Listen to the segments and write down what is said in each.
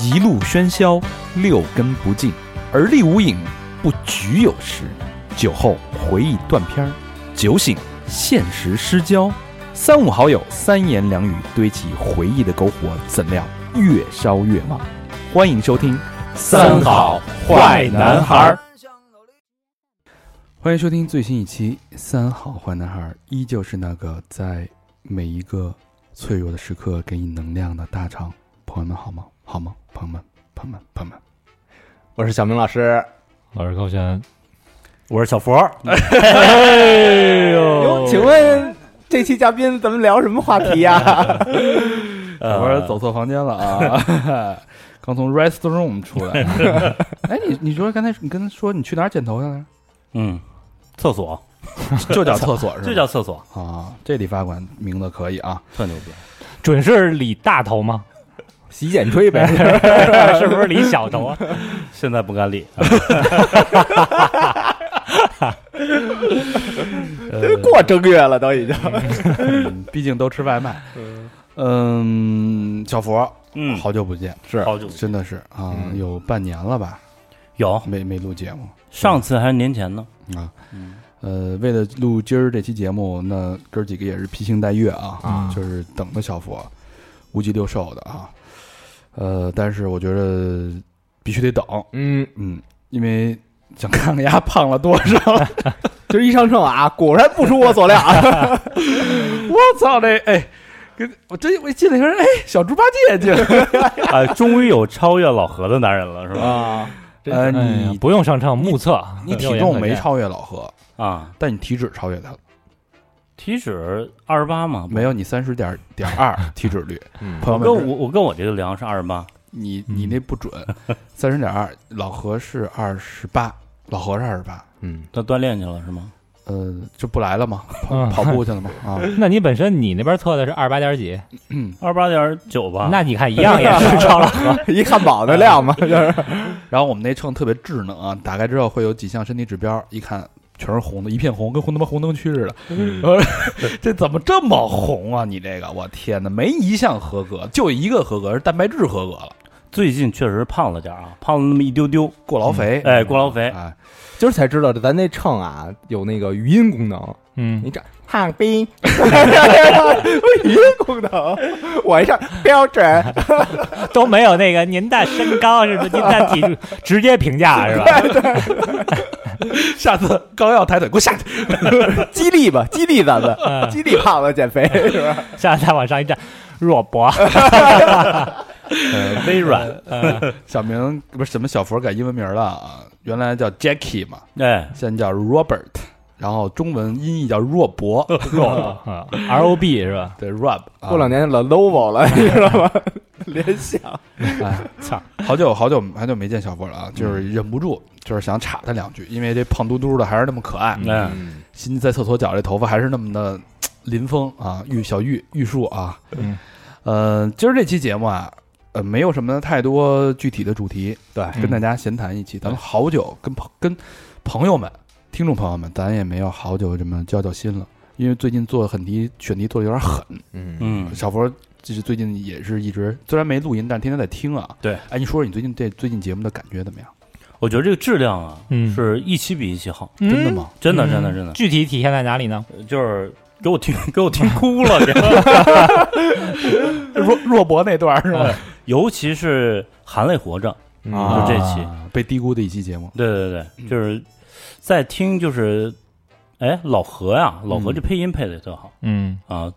一路喧嚣，六根不净，而立无影，不局有时。酒后回忆断片儿，酒醒现实失焦。三五好友，三言两语堆起回忆的篝火，怎料越烧越旺。欢迎收听《三好坏男孩儿》，欢迎收听最新一期《三好坏男孩儿》，依旧是那个在每一个脆弱的时刻给你能量的大厂。朋友们好吗？好吗？朋友们，朋友们，朋友们，我是小明老师，老师高轩，我是小佛，哎哟，请问这期嘉宾咱们聊什么话题呀、我说走错房间了 啊！刚从 rest room 出 来。哎，你你说刚才你跟他说你去哪儿剪头发来着？嗯，厕所 就叫厕所是吧？就叫厕所，啊，这理发馆名字可以啊。特牛 逼。准是理大头吗？洗剪吹 呗，是不是理小头啊？现在不敢理，过正月了都已经。嗯毕竟都吃外 卖。嗯，小佛，嗯，好久不见，是好久真的是啊，嗯有半年了吧，有，没没录节目上次还是年前呢。 啊。嗯呃，为了录今儿这期节目，那哥儿几个也是披星戴月啊，啊就是等着小佛无鸡六兽的啊。呃，但是我觉得必须得等，嗯，嗯，因为想看看丫胖了多 少。今儿一上秤啊，果然不出我所料。啊我操这哎，跟我真我一进来一看，哎，小猪八戒进 来。啊，终于有超越老何的男人了，是吧？啊，呃，哎呀你不用上秤，目测你体重没，超越老何，啊，但你体脂超越他了，体脂二十八嘛，没有你三十点点二 体脂率，嗯朋友我们跟知，我我跟我这个量是二十八，你嗯你那不 准，三十点二，老何是二十八，老何是二十八，嗯，他锻炼去了是吗？呃，就不来了嘛，嗯跑步去了嘛， 啊，那你本身你那边测的是二十八点几，二十八点九吧。那你看一样也是超了。 一汉堡的量嘛，就是然后我们那秤特别智能啊，打开之后会有几项身体指标，一看全是红的，一片红，跟红他妈红灯区似的。嗯我说这怎么这么红啊？你这个，我天哪，没一项合格，就一个合格是蛋白质合格了，最近确实胖了点儿啊，胖了那么一丢丢。过劳肥。哎，过劳肥，哎，今儿才知道咱那秤啊有那个语音功能。嗯你，这胖 逼，哎语音功能， 我这标准， 都没有那个您的身高是不是？您的体重直接评价是吧？下次高要抬腿，给我下去。 激励吧，激励咱们，嗯激励胖子减肥嗯是吧？下次再往上一站，弱博，呃微软，嗯小明不是什么小佛改英文名了啊，原来叫 Jackie 嘛，嗯哎，现在叫 Robert，然后中文音译叫若 博，弱，R 啊 O B 是吧？对 Rob 啊。过两年老 lovo 了，你知道吗？联想，哎，操，好久好久好久没见小波了啊，就是忍不住，就是想插他两句，因为这胖嘟嘟的还是那么可爱，哎，心在厕所角这头发还是那么的林峰啊，玉小玉玉树啊，嗯，呃，今儿这期节目啊，呃，没有什么太多具体的主题，对跟大家闲谈一期，咱们好久跟朋跟朋友们、听众朋友们，咱也没有好久这么交交心了，因为最近做很题选题做的有点狠，嗯嗯，小佛就是最近也是一直虽然没录音，但是天天在听啊。对，哎，你说说你最近对最近节目的感觉怎么样？我觉得这个质量啊，嗯是一期比一期好，真真的？吗？真的，真的，真嗯的。具体体现在哪里呢？就是给我听 给我听哭了，若若博那段是吧？ 尤其是含泪活着，啊就这期被低估的一期节目，对对嗯对，就是在听就是，哎，老何呀，老嗯何这配音配的也特好、嗯啊，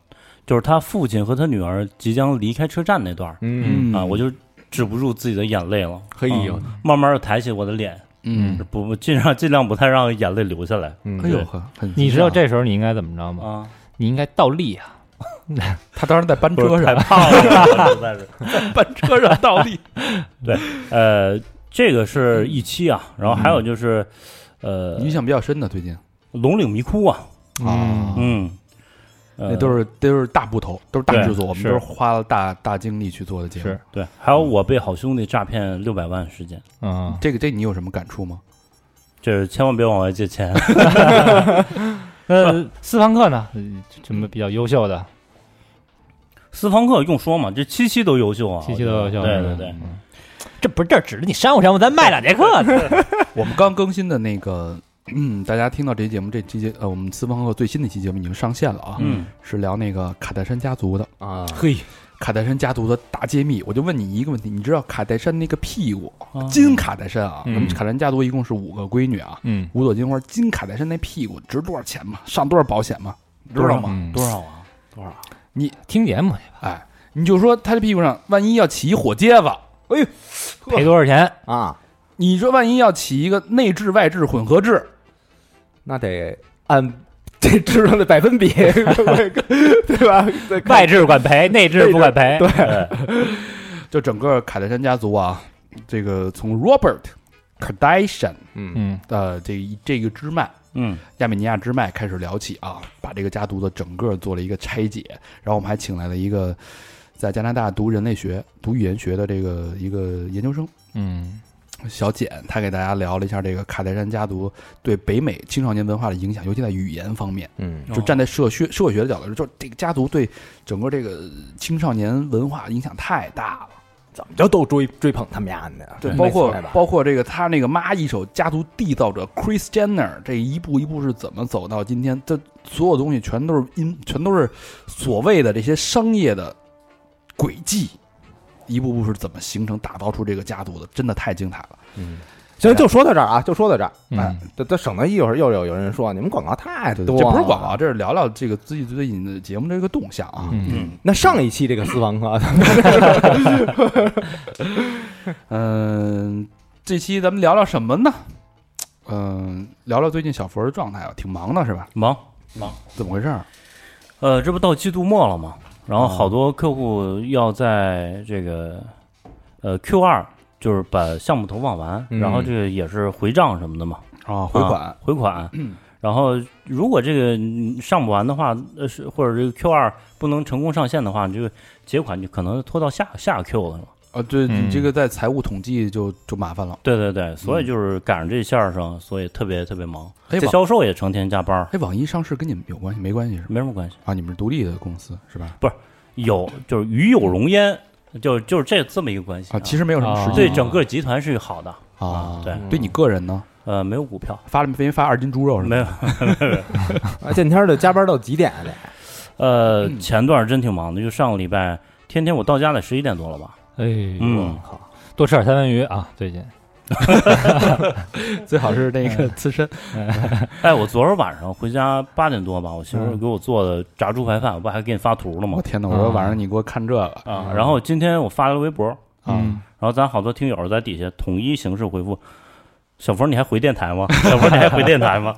就是他父亲和他女儿即将离开车站那段儿、嗯，啊，我就止不住自己的眼泪了，可以有啊，慢慢的抬起我的脸，嗯，不不尽量尽量不太让眼泪流下来嗯哎呦对呵，很你知道这时候你应该怎么着吗？ 啊，你应该倒立啊！他当时在班车太上，胖了， 实 在是。班车上倒 立，呃，这个是一期啊，然后还嗯有就是，呃，印象比较深的最近龙岭迷窟啊，啊嗯，呃那都是都是大部头，都是大对制作，我们是都是花了大大精力去做的节目是。对，还有我被好兄弟诈骗六百万事件，嗯，这个这你有什么感触吗？就是千万别往外借钱。那斯潘克呢？呃什么比较优秀的？斯方克用说嘛，这七期都优秀啊，七期都优秀我觉得对对对，这不是这指着你商务商务，咱卖两节课呢。我们刚更新的那个，嗯，大家听到这期节目，这期节呃，我们四方鹤最新的一期节目已经上线了啊，嗯，是聊那个卡戴珊家族的啊，嘿，卡戴珊家族的大揭秘。我就问你一个问题，你知道卡戴珊那个屁股啊金卡戴珊啊？嗯咱们卡戴珊家族一共是五个闺女啊，嗯，五朵金花，金卡戴珊那屁股值多少钱吗？上多少保险吗？你知道吗？嗯多少啊？多少？听节目去吧，哎，你就说他这屁股上万一要起一火疖子，赔多少钱？啊，你说万一要起一个内置外置混合制，那得按 这质量的百分比， 对吧？对外置管赔，内置不管赔。对，就整个卡戴珊家族啊，这个从 Robert Kardashian 嗯嗯，的这一这个支脉嗯，亚美尼亚支脉开始聊起啊，把这个家族的整个做了一个拆解，然后我们还请来了一个在加拿大读人类学、读语言学的这个一个研究生，嗯小简，她给大家聊了一下这个卡戴珊家族对北美青少年文化的影响，尤其在语言方面。嗯就站在社学社会学的角度，就是这个家族对整个这个青少年文化影响太大了。怎么着都追追捧他们家呢？对，对包没错括对吧包括这个他那个妈一手家族缔造者 Chris Jenner 这一步一步是怎么走到今天？这所有东西全都是因，全都是所谓的这些商业的轨迹，一步步是怎么形成、打造出这个家族的，真的太精彩了。嗯，行，就说到这儿啊，就说到这儿。哎，这这省得一会儿又有有人说你们广告太对啊多，嗯这不是广告，。这是聊聊这个自己最近的节目这个动向啊。嗯那上一期这个私房课，啊嗯，这期咱们聊聊什么呢？嗯，聊聊最近小佛的状态啊，挺忙的是吧？嗯忙。怎么回事儿？呃，这不到季度末了吗？然后好多客户要在这个呃 Q 二，就是把项目投放完，嗯然后这个也是回账什么的嘛，啊，回款。啊回款。然后如果这个嗯上不完的话，呃，是或者这个 Q 二不能成功上线的话，你这个结款就可能拖到下下个 Q 了嘛。啊，对嗯你这个在财务统计就就麻烦了。对对对，所嗯以就是赶上这线儿上，所以特别特别忙。哎，这网销售也成天加班儿，哎，网易上市跟你们有关系没关系是吧？没什么关系。啊，你们是独立的公司是吧？有就是与有荣焉，就就是这这么一个关系啊，其实没有什么啊实际对的整个集团是好的，啊，对对你个人呢，呃，没有股票，发了没发二斤猪肉是吧？没有。啊见天儿的加班到几点啊？呃，嗯前段儿真挺忙的，就上个礼拜，天天我到家得十一点多了 吧？哎，嗯，靠，多吃点三文鱼啊，最近。最好是那个刺身。哎，我昨儿晚上回家八点多吧，我媳妇嗯儿给我做的炸猪排饭，我不还给你发图了我吗？天哪！我说嗯晚上你给我看这个啊，然后今天我发了微博，嗯啊，嗯然后咱好多听友在底下统一形式回复。小佛，你还回电台 吗？小佛，你还回电台吗？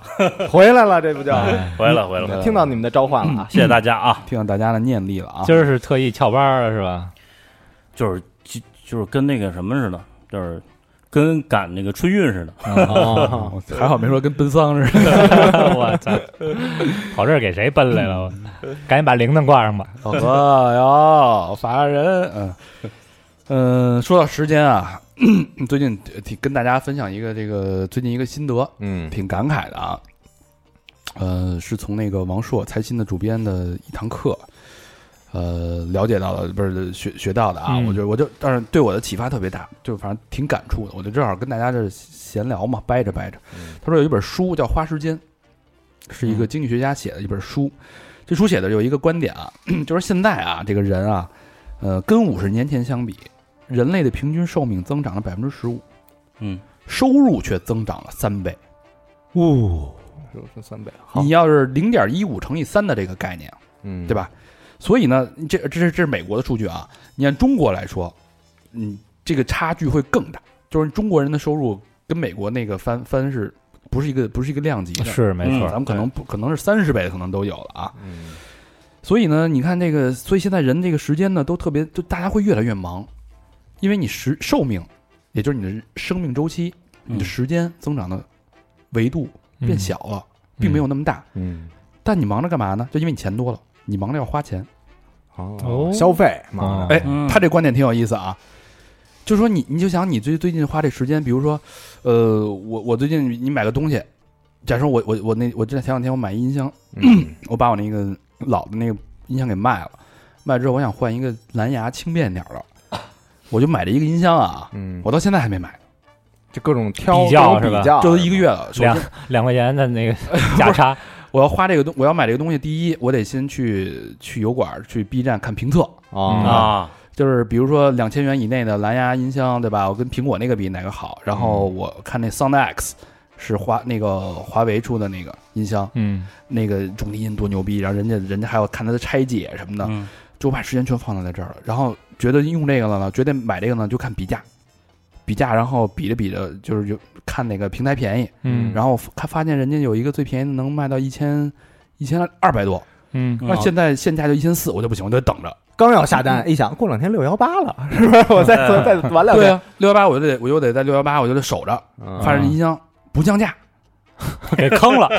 回来了，这不就嗯回来了，回来了，听到你们的召唤了啊？谢谢大家啊！听到大家的念力了啊。今儿是特意翘班了是 吧？就是就就是跟那个什么似的，就是跟赶那个春运似的。啊 我还好没说跟奔丧似的。我操，跑这儿给谁奔来了？我赶紧把铃铛挂上吧。老哥哟，烦人。嗯嗯，说到时间啊， 最近挺跟大家分享一个这个最近一个心得，嗯挺感慨的啊。呃，是从那个王朔财新的主编的一堂课，呃，了解到的，不是学学到的啊。嗯我就我就，但是对我的启发特别大，就反正挺感触的。我就正好跟大家这闲聊嘛，掰着掰着。他说有一本书叫《花时间》，是一个经济学家写的一本书。这书写的有一个观点啊， 就是现在啊，这个人啊，呃，跟五十年前相比，人类的平均寿命增长了百分之十五，嗯，收入却增长了三倍。呜，嗯是三倍，好你，要是零点一五乘以三的这个概念，嗯对？吧？所以呢，这这是这是美国的数据啊。你按中国来说，嗯，这个差距会更大，就是中国人的收入跟美国那个翻翻是不是一个不是一个量级的？是没错，咱们可能不可能是三十倍，可能都有了啊。嗯所以呢，你看这个，所以现在人这个时间呢，都特别，就大家会越来越忙，因为你时寿命，也就是你的生命周期，你的嗯时间增长的维度嗯变小了，并没有那么大。嗯，但你忙着干嘛呢？就因为你钱多了，你忙着要花钱。哦哦，消费嘛哦，哎嗯他这观点挺有意思啊，就说你你就想你最最近花这时间，比如说，呃，我我最近你买个东西，假设我我 我那我这前两天我买一音箱，嗯我把我那个老的那个音箱给卖了，卖之后我想换一个蓝牙轻便点儿的，我就买了一个音箱啊，嗯，我到现在还没买，就各种挑比较各种是吧比较啊这都一个月了。首两先，两块钱的那 个价差，我要花这个东，我要买这个东西，第一，我得先去去油管儿、去 B 站看评测，嗯啊，啊，就是比如说两千元以内的蓝牙音箱，对吧？我跟苹果那个比哪个好？然后嗯我看那 Sound X 是华那个华为出的那个音箱，嗯，那个重低音多牛逼，然后人家人家还要看它的拆解什么的，嗯就我把时间全放在这儿了。然后觉得用这个了呢，决定买这个呢，就看比价，比价，然后比着比着就是就看哪个平台便宜，嗯，然后看发现人家有一个最便宜的能卖到一千一千二百多，嗯，那现在现价就一千四，我就不行，我就等着。刚要下单，一想过两天六幺八了，是不是？我再再再晚两对天，啊，六幺八我就得我就得在六幺八我就得守着，嗯发现音箱不降价，嗯给坑了，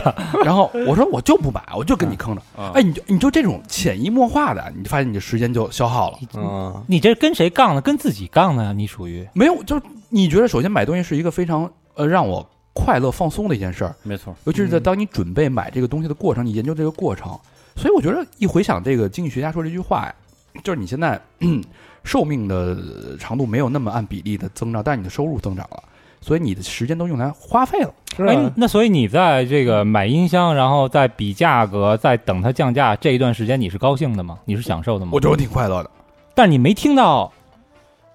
然后我说我就不买，我就跟你坑着。嗯哎，你就你就这种潜移默化的，你就发现你的时间就消耗了。 嗯你这跟谁杠呢？跟自己杠呢？你属于没有，就是你觉得首先买东西是一个非常呃让我快乐放松的一件事儿，没错，尤其是在嗯当你准备买这个东西的过程，你研究这个过程。所以我觉得一回想这个经济学家说这句话呀，就是你现在 嗯寿命的长度没有那么按比例的增长，但是你的收入增长了，所以你的时间都用来花费了。是哎啊，那所以你在这个买音箱，然后再比价格，再等它降价这一段时间，你是高兴的吗？你是享受的吗？我觉得我挺快乐的。但是你没听到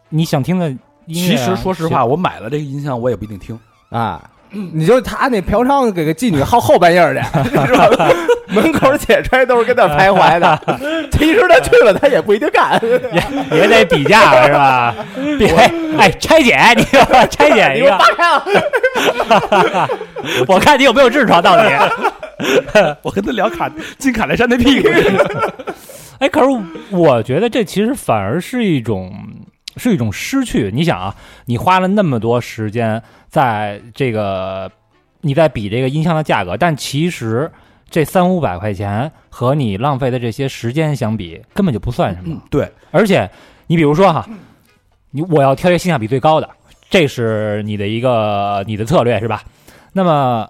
你想听的音乐其啊。实说实是，话，我买了这个音箱，我也不一定听。 啊，你就他那嫖娼给个妓女耗后半夜儿去，是吧？门口姐吹都是跟那儿徘徊的，其实他去了，他也不一定干。也得比价是 吧？别哎，拆解，你 拆哎解一个，啊我看你有没有痔疮到底。我跟他聊卡金卡戴珊的 屁股，哎，可是我觉得这其实反而是一种是一种失去。你想啊，你花了那么多时间在这个你在比这个音箱的价格，但其实这三五百块钱和你浪费的这些时间相比，根本就不算什么。嗯，对，而且你比如说哈，你我要挑一个性价比最高的，这是你的一个你的策略是吧？那么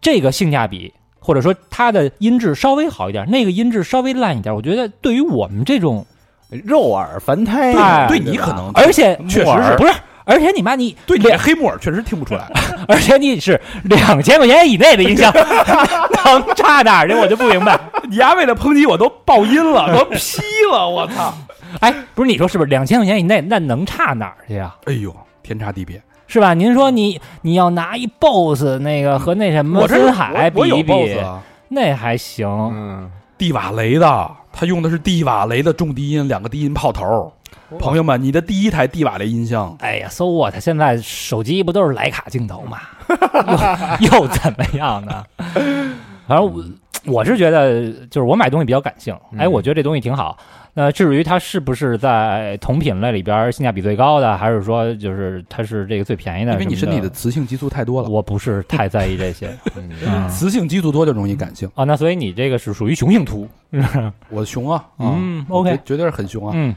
这个性价比或者说它的音质稍微好一点，那个音质稍微烂一点，我觉得对于我们这种，哎肉耳凡胎啊对哎对你可能，而且确实是不是。而且你妈你 对你两，黑木耳确实听不出来。而且你是两千块钱以内的音箱， 能差哪儿去？我就不明白。 你丫为了抨击我都爆音了， 都劈了，我操！哎，不是你说是不是两千块钱以内，那能差哪儿去啊呀、哎呦，天差地别。是吧？您说你你要拿一 BOSS 那个和那什么嗯我这森海比我有一比， BOSS 啊，那还行。嗯，蒂瓦雷的，他用的是蒂瓦雷的重低音，两个低音炮头。哦朋友们，你的第一台蒂瓦雷音箱，哎呀，so what？现在手机不都是徕卡镜头吗？又又怎么样呢？反正嗯我我是觉得，就是我买东西比较感性。哎，嗯我觉得这东西挺好。那至于它是不是在同品类里边儿性价比最高的，还是说就是它是这个最便宜的？因为你什身么体的雌性激素太多了，我不是太在意这 些。嗯雌性激素多就容易感性。啊，那所以你这个是属于雄性秃。我熊啊，啊嗯，OK 我绝绝对是很熊啊，嗯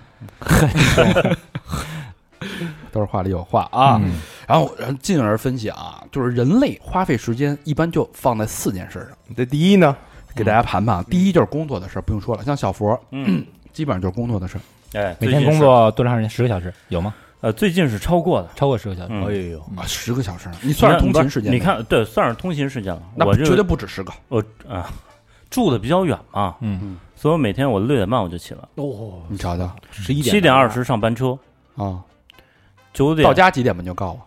都是话里有话啊。嗯然后，然后进而分析啊，就是人类花费时间一般就放在四件事上，这第一呢，给大家盘盘啊。第一就是工作的事儿，不用说了，像小佛嗯，基本上就是工作的事儿。哎，每最天近工是作多长时间？十个小时有吗？呃，最近是超过的，超过十个小时？嗯哎呦，啊，十个小时，你算是通勤时间？你，看，对，算是通勤时间了。那我不这绝对个不止十个。我啊，住的比较远嘛，嗯，所以我每天我六点半我就起来，哦，你瞧瞧十一点七点二十上班车，啊，九点到家几点吧？你就告诉我，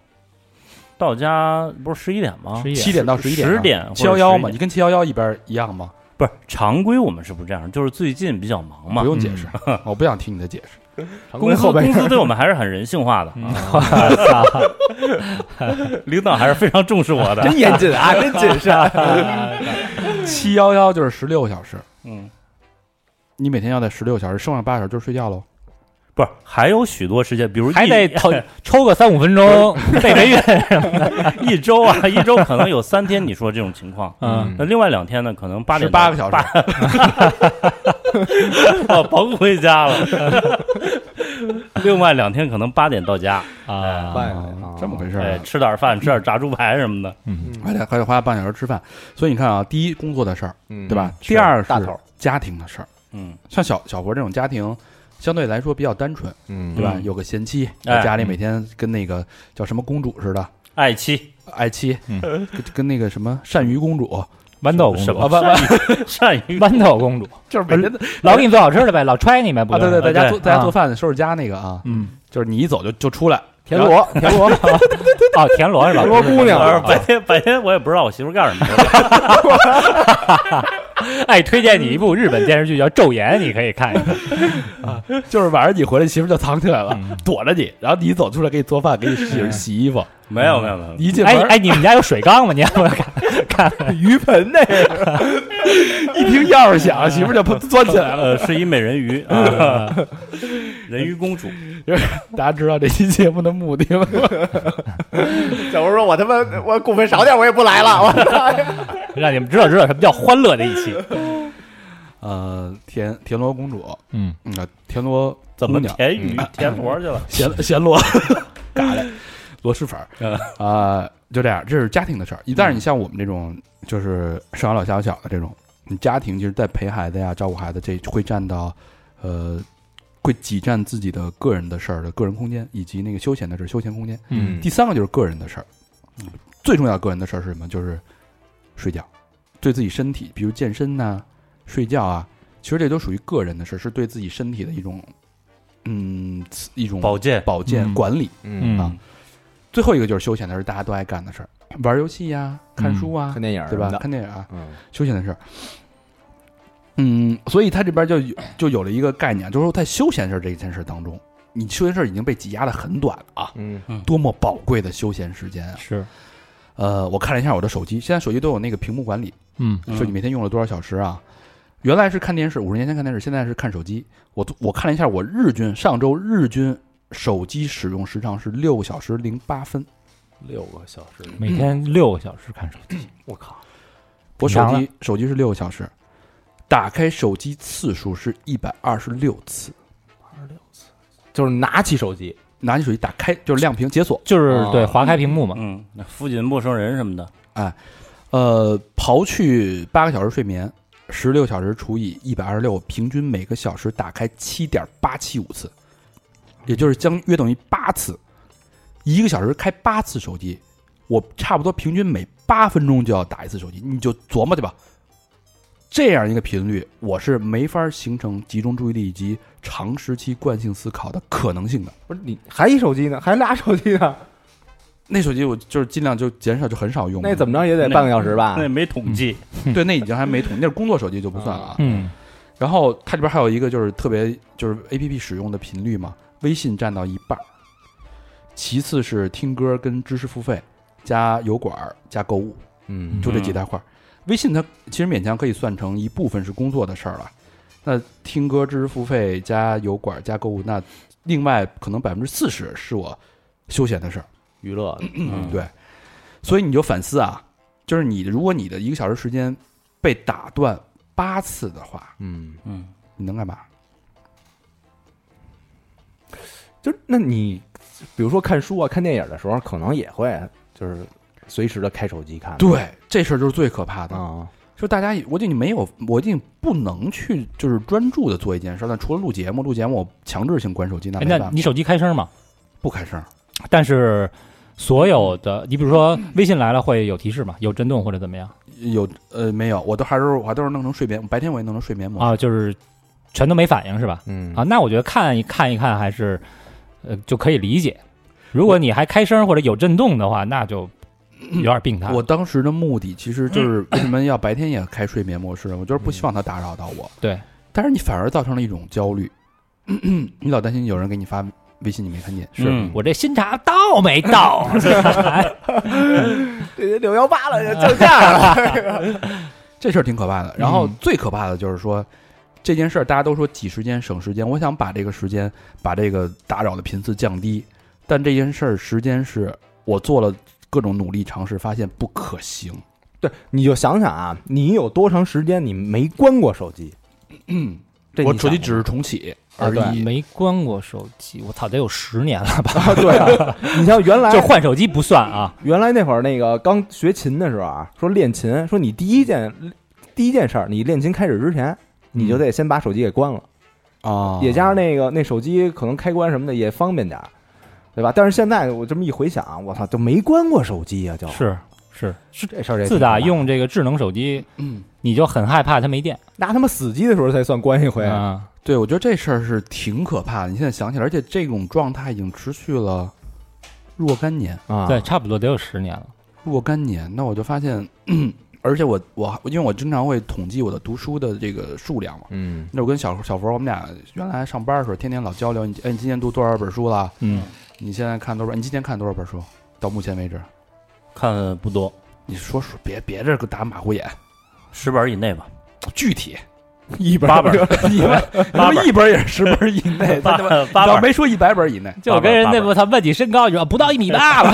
到家不是十一点吗？十一七点到十一点啊。十点七幺幺嘛，或者你11跟七幺幺一边一样吗？不是常规，我们是不这样，就是最近比较忙嘛嗯不，用解释，我不想听你的解释。啊公司后边公司对我们还是很人性化的，啊我操！领导还是非常重视我的。真严谨 啊，真谨 慎。嗯七幺幺就是十六小时，嗯，你每天要在十六小时，剩下八小时就是睡觉喽。不是，还有许多时间，比如还一 得抽抽个三五分钟，背霉运。一周啊，一周可能有三天你说这种情况。嗯，那另外两天呢，可能八点到八个小时，我甭回家了。 另外两天可能八点到家，啊，啊这么回事，事儿哎，啊。吃点饭，吃点炸猪排什么的。嗯还得还得花半小时吃饭，所以你看啊，第一工作的事儿，嗯对吧？是第二是大头家庭的事儿，嗯像小小博这种家庭，相对来说比较单纯，嗯对吧？嗯有个贤妻，哎家嗯里每天跟那个叫什么公主似的，爱妻爱妻，嗯跟跟那个什么单于公主，豌豆公什主么啊，豌善于豌豆公主，嗯就是每天都老给你做好吃的呗，老揣你呗，不啊，就对是吗对，在家做对在家啊做饭收拾家那个啊，嗯，就是你一走就就出来，田螺，田螺， 哦，田螺是吧？田螺姑娘呃哦白天白天我也不知道我媳妇干什么去了，哎，推荐你一部日本电视剧叫《昼颜》，你可以看一看。就是晚上你回来，媳妇就藏起来了嗯， 躲着你，然后你一走出来给你做饭，给你洗洗衣服，没有没有没有，一进哎门哎，你们家有水缸吗？ 你要不要看？鱼盆那个，一听钥匙响，媳妇就砰钻起来了。呃，是一美人鱼啊，人鱼公主，大家知道这期节目的目的了吗？ 小吴说：“我他妈我股份少点，我也不来了。”我操！让你们知道知道什么叫欢乐的一期。呃，田田螺公主，嗯，嗯，田螺怎么姑娘填鱼嗯填活去了？咸咸螺，嘎的螺蛳粉儿嗯啊，就这样，这是家庭的事儿。一但是你像我们这种，就是上有老下有小的这种，你家庭其实，在陪孩子呀、照顾孩子，这会占到，呃，会挤占自己的个人的事儿的个人空间，以及那个休闲的事儿、休闲空间。嗯第三个就是个人的事儿，最重要的个人的事儿是什么？就是睡觉，对自己身体，比如健身呐、睡觉啊，其实这都属于个人的事儿，是对自己身体的一种，嗯，一种保健，保健、嗯管理。嗯，啊最后一个就是休闲的事儿，大家都爱干的事儿，玩儿游戏呀、看书啊，嗯看电影对吧？？看电影啊，嗯休闲的事儿。嗯，所以他这边就有就有了一个概念，就是说在休闲事儿这一件事儿当中，你休闲事儿已经被挤压的很短了啊，嗯多么宝贵的休闲时间啊！是，呃，我看了一下我的手机，现在手机都有那个屏幕管理，嗯嗯说你每天用了多少小时啊？原来是看电视，五十年前看电视，现在是看手机。我我看了一下，我日均上周日均手机使用时长是六个小时零八分。六个小时，每天六个小时看手机，我靠！我手长了机手机是六个小时，打开手机次数是一百二十六次，就是拿起手机，拿起手机打开就是亮屏解锁。就是啊对划开屏幕嘛。嗯，那附近陌生人什么的，呃，刨去八个小时睡眠，十六小时除以一百二十六，平均每个小时打开七点八七五次，也就是将约等于八次，一个小时开八次手机，我差不多平均每八分钟就要打一次手机，你就琢磨去吧。这样一个频率，我是没法形成集中注意力以及长时期惯性思考的可能性的。不是你还一手机呢， 还俩手机 呢，那手机我就是尽量就减少，就很少用嘛。那怎么着也得那半个小时啊吧那？没统计，对，那已经还没统，那是工作手机就不算了啊。嗯然后它里边还有一个就是特别就是 A P P 使用的频率嘛，微信占到一半儿，其次是听歌跟知识付费，加油管儿加购物，嗯就这几大块儿。微信它其实勉强可以算成一部分是工作的事儿了。那听歌、知识付费加油管儿加购物，那另外可能百分之四十是我休闲的事儿。娱乐的嗯，对，所以你就反思啊，就是你如果你的一个小时时间被打断八次的话，嗯，嗯，你能干嘛？就是那你比如说看书啊、看电影的时候，可能也会就是随时的开手机看。对，这事儿就是最可怕的。嗯啊，就大家，我已经没有，我已经不能去就是专注的做一件事儿。那除了录节目，录节目我强制性关手机，那哎没那办法，你手机开声吗？不开声儿。但是所有的，你比如说微信来了会有提示吗？有震动或者怎么样有呃没有，我都还是我还都是弄成睡眠，白天我也弄成睡眠模式。啊？就是全都没反应是吧？嗯啊，，那我觉得看一看一看还是呃就可以理解。如果你还开声或者有震动的话，那就有点病态。我当时的目的其实嗯就是为什么要白天也开睡眠模式呢？我就是不希望它打扰到我。嗯对，但是你反而造成了一种焦虑， 你老担心有人给你发微信你没看见，是嗯我这新茶到没到？这六幺八了，哎降价了。这事儿挺可怕的。然后嗯最可怕的就是说、这件事儿，大家都说挤时间省时间，我想把这个时间把这个打扰的频次降低，但这件事儿时间是我做了各种努力尝试，发现不可行。对，你就想想啊，你有多长时间你没关过 手机？这你我手机想只是重启啊而对已。没关过手机，我操，得有十年了吧？啊， 对啊，你像原来 就换手机不算啊。原来那会儿那个刚学琴的时候啊，说练琴，说你第一件第一件事儿，你练琴开始之前，你嗯就得先把手机给关了。哦啊也加上那个那手机可能开关什么的也方便点儿，对吧？但是现在我这么一回想，啊我操，就没关过手机哎啊，就是是，这事儿也挺自打可怕用这个智能手机，你就很害怕它没电。拿他妈死机的时候才算关一回，啊，对，我觉得这事儿是挺可怕的。你现在想起来，而且这种状态已经持续了若干年，啊对，，差不多得有十年了。若干年。那我就发现， 而且我我因为我经常会统计我的读书的这个数量嘛。嗯那我跟小小佛，我们俩原来上班的时候，天天老交流。你哎，你今年读多少本书了？嗯，你现在看多少本？你今天看多少本书？到目前为止，看不多，你说说，别别这个打马虎眼，十本以内吧，具 体一本八本，你们你 八本们一本也是十本以内， 八他他妈八倒本没说一百本以内就跟人那不他问你身高，你说不到一米八吧？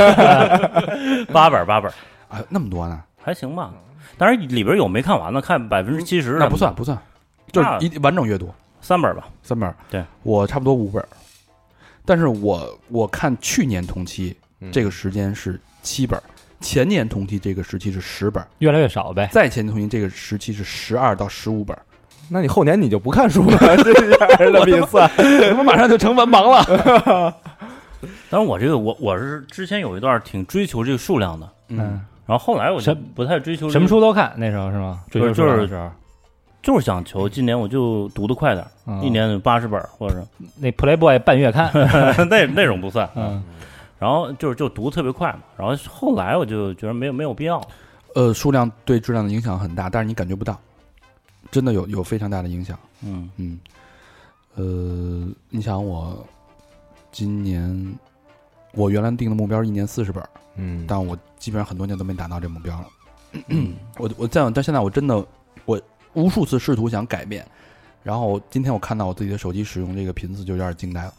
八本八本啊，那么多呢？还行吧。当然里边有没看完的，看百分之七十那不算不算，就是那一完整阅读。三本吧。三本儿，对我差不多五本儿，但是我我看去年同期嗯这个时间是七本儿，前年同期这个时期是十本儿， 越来越少呗。再前年同期这个时期是十二到十五本儿，那你后年你就不看书 了，这是这么一算，我马上就成文盲了。当然我这个我我是之前有一段挺追求这个数量的，嗯，然后后来我就什不太追求这什么个书都看，那时候是吗？追求就是书的时候，就是想求今年我就读得快点儿，嗯一年八十本儿或者 那 Playboy 半月刊，是那那种不算。嗯，然后就是就读得特别快嘛，然后后来我就觉得没有没有必要。呃，数量对质量的影响很大，但是你感觉不到，真的有有非常大的影响。嗯，嗯，呃，你想我今年我原来定的目标是一年四十本儿。嗯但我基本上很多年都没达到这目标了。 我我在到现在我真的我无数次试图想改变，然后今天我看到我自己的手机使用这个频次就有点惊呆了。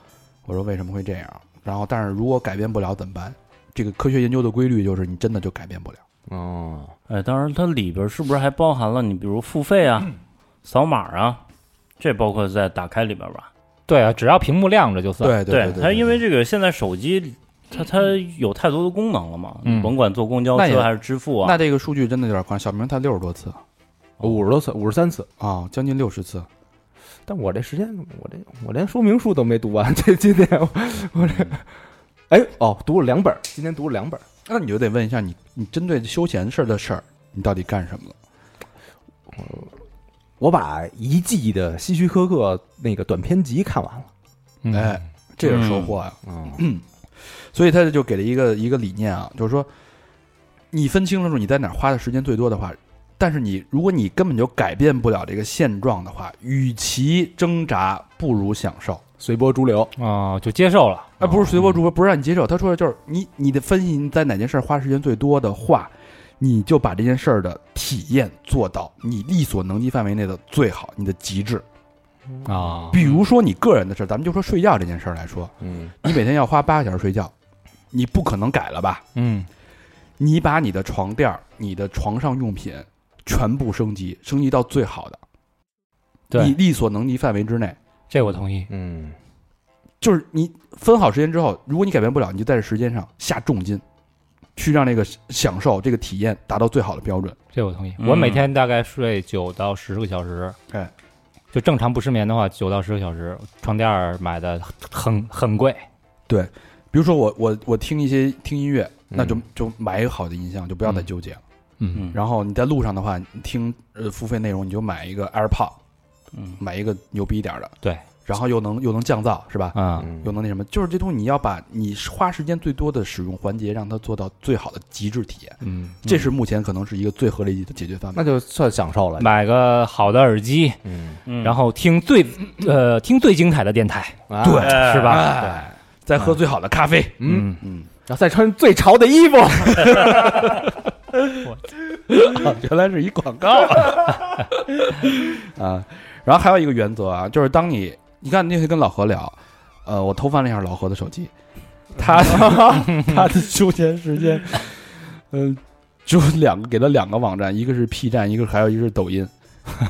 我说为什么会这样？然后但是如果改变不了怎么办？这个科学研究的规律就是你真的就改变不了。哦，哎，当然它里边是不是还包含了你比如付费啊、嗯扫码啊，这包括在打开里边吧？对啊，只要屏幕亮着就算。对对它因为为这个现在手机它它有太多的功能了嘛，嗯甭管坐公交那也车还是支付啊那，这个数据真的有点夸张。小明他六十多次啊、五十多次，五十三次，将近六十次。但我这时间，我这我连说明书都没读完，这今天我我这，嗯哎哦，读了两本儿，今天读了两本儿，那你就得问一下你，你针对休闲事儿的事儿，你到底干什么了？我把一季的希区柯克那个短篇集看完了，嗯哎，这是收获呀、嗯所以他就给了一个一个理念啊，就是说，你分清楚你在哪儿花的时间最多的话，但是你如果你根本就改变不了这个现状的话，与其挣扎，不如享受。随波逐流，哦，就接受了。而不是随波逐流，不是让你接受。他说的就是你你的分析，你在哪件事儿花时间最多的话，你就把这件事儿的体验做到你力所能及范围内的最好，你的极致。啊，比如说你个人的事儿，咱们就说睡觉这件事儿来说，嗯你每天要花八个小时睡觉，你不可能改了吧？嗯你把你的床垫、儿、你的床上用品全部升级，升级到最好的，对你力所能及范围之内。这我同意。嗯，就是你分好时间之后，如果你改变不了，你就在这时间上下重金，去让这个享受、这个体验达到最好的标准。这我同意。嗯我每天大概睡九到十个小时，哎，就正常不失眠的话，九到十个小时。床垫儿买的很很贵，比如说我我我听一些听音乐，那就嗯就买一个好的音箱，就不要再嗯纠结了。嗯嗯然后你在路上的话，你听呃付费内容，你就买一个 AirPod，嗯买一个牛逼一点儿的，对，然后又能又能降噪，是吧？啊，嗯又能那什么，就是这东西你要把你花时间最多的使用环节，让它做到最好的极致体验，嗯，这是目前可能是一个最合理的解决方嗯那案。就算享受了，嗯买个好的耳机，嗯，嗯然后听最呃听最精彩的电台，啊对哎是吧？哎，再喝最好的咖啡，嗯，嗯，嗯，然后再穿最潮的衣服， 原来是一广告啊。然后还有一个原则啊，就是当你你看那天跟老何聊，呃，我偷翻了一下老何的手机，他的他的休闲时间， 嗯、就两个给了两个网站，一个是 P 站，一个还有一个是抖音，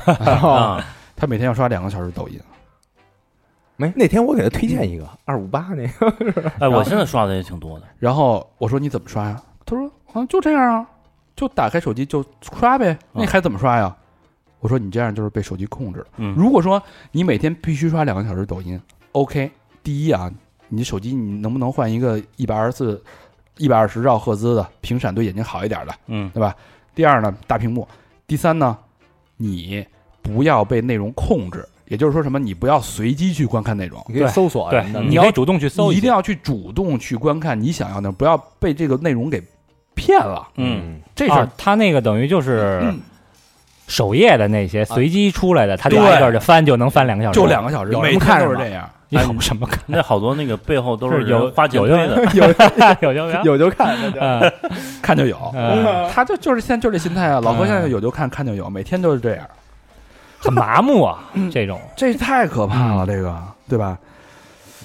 哦啊，他每天要刷两个小时抖音。没嗯那天我给他推荐一个二五八那个，哎，我现在刷的也挺多的，然后我说你嗯怎么刷呀？嗯他说好像就这样啊，就打开手机就刷呗。那你还怎么刷呀？我说你这样就是被手机控制了。嗯如果说你每天必须刷两个小时抖音，OK，第一啊，你手机你能不能换一个一百二十四、一百二十兆赫兹的屏闪对眼睛好一点的？嗯对吧？第二呢，大屏幕；第三呢，你不要被内容控制，也就是说什么，你不要随机去观看内容，你可以搜哎索对什么，的你可以主动去搜你一定下要去主动去观看你想要的，不要被这个内容给骗了。嗯，这事儿、啊他那个等于就是首页的那些随机出来的，他就对挨个儿就翻，就能翻两个小时，就两个小时，有每什么天看都是什么这样。有什么那好多那个背后都是有人花钱有推用的，有有有有，有就看，那就嗯看就有，嗯，他就就是现在就是这心态啊。老何现在有就看，看就有，每天都是这样， 很麻木啊，这种这太可怕了，这个对吧？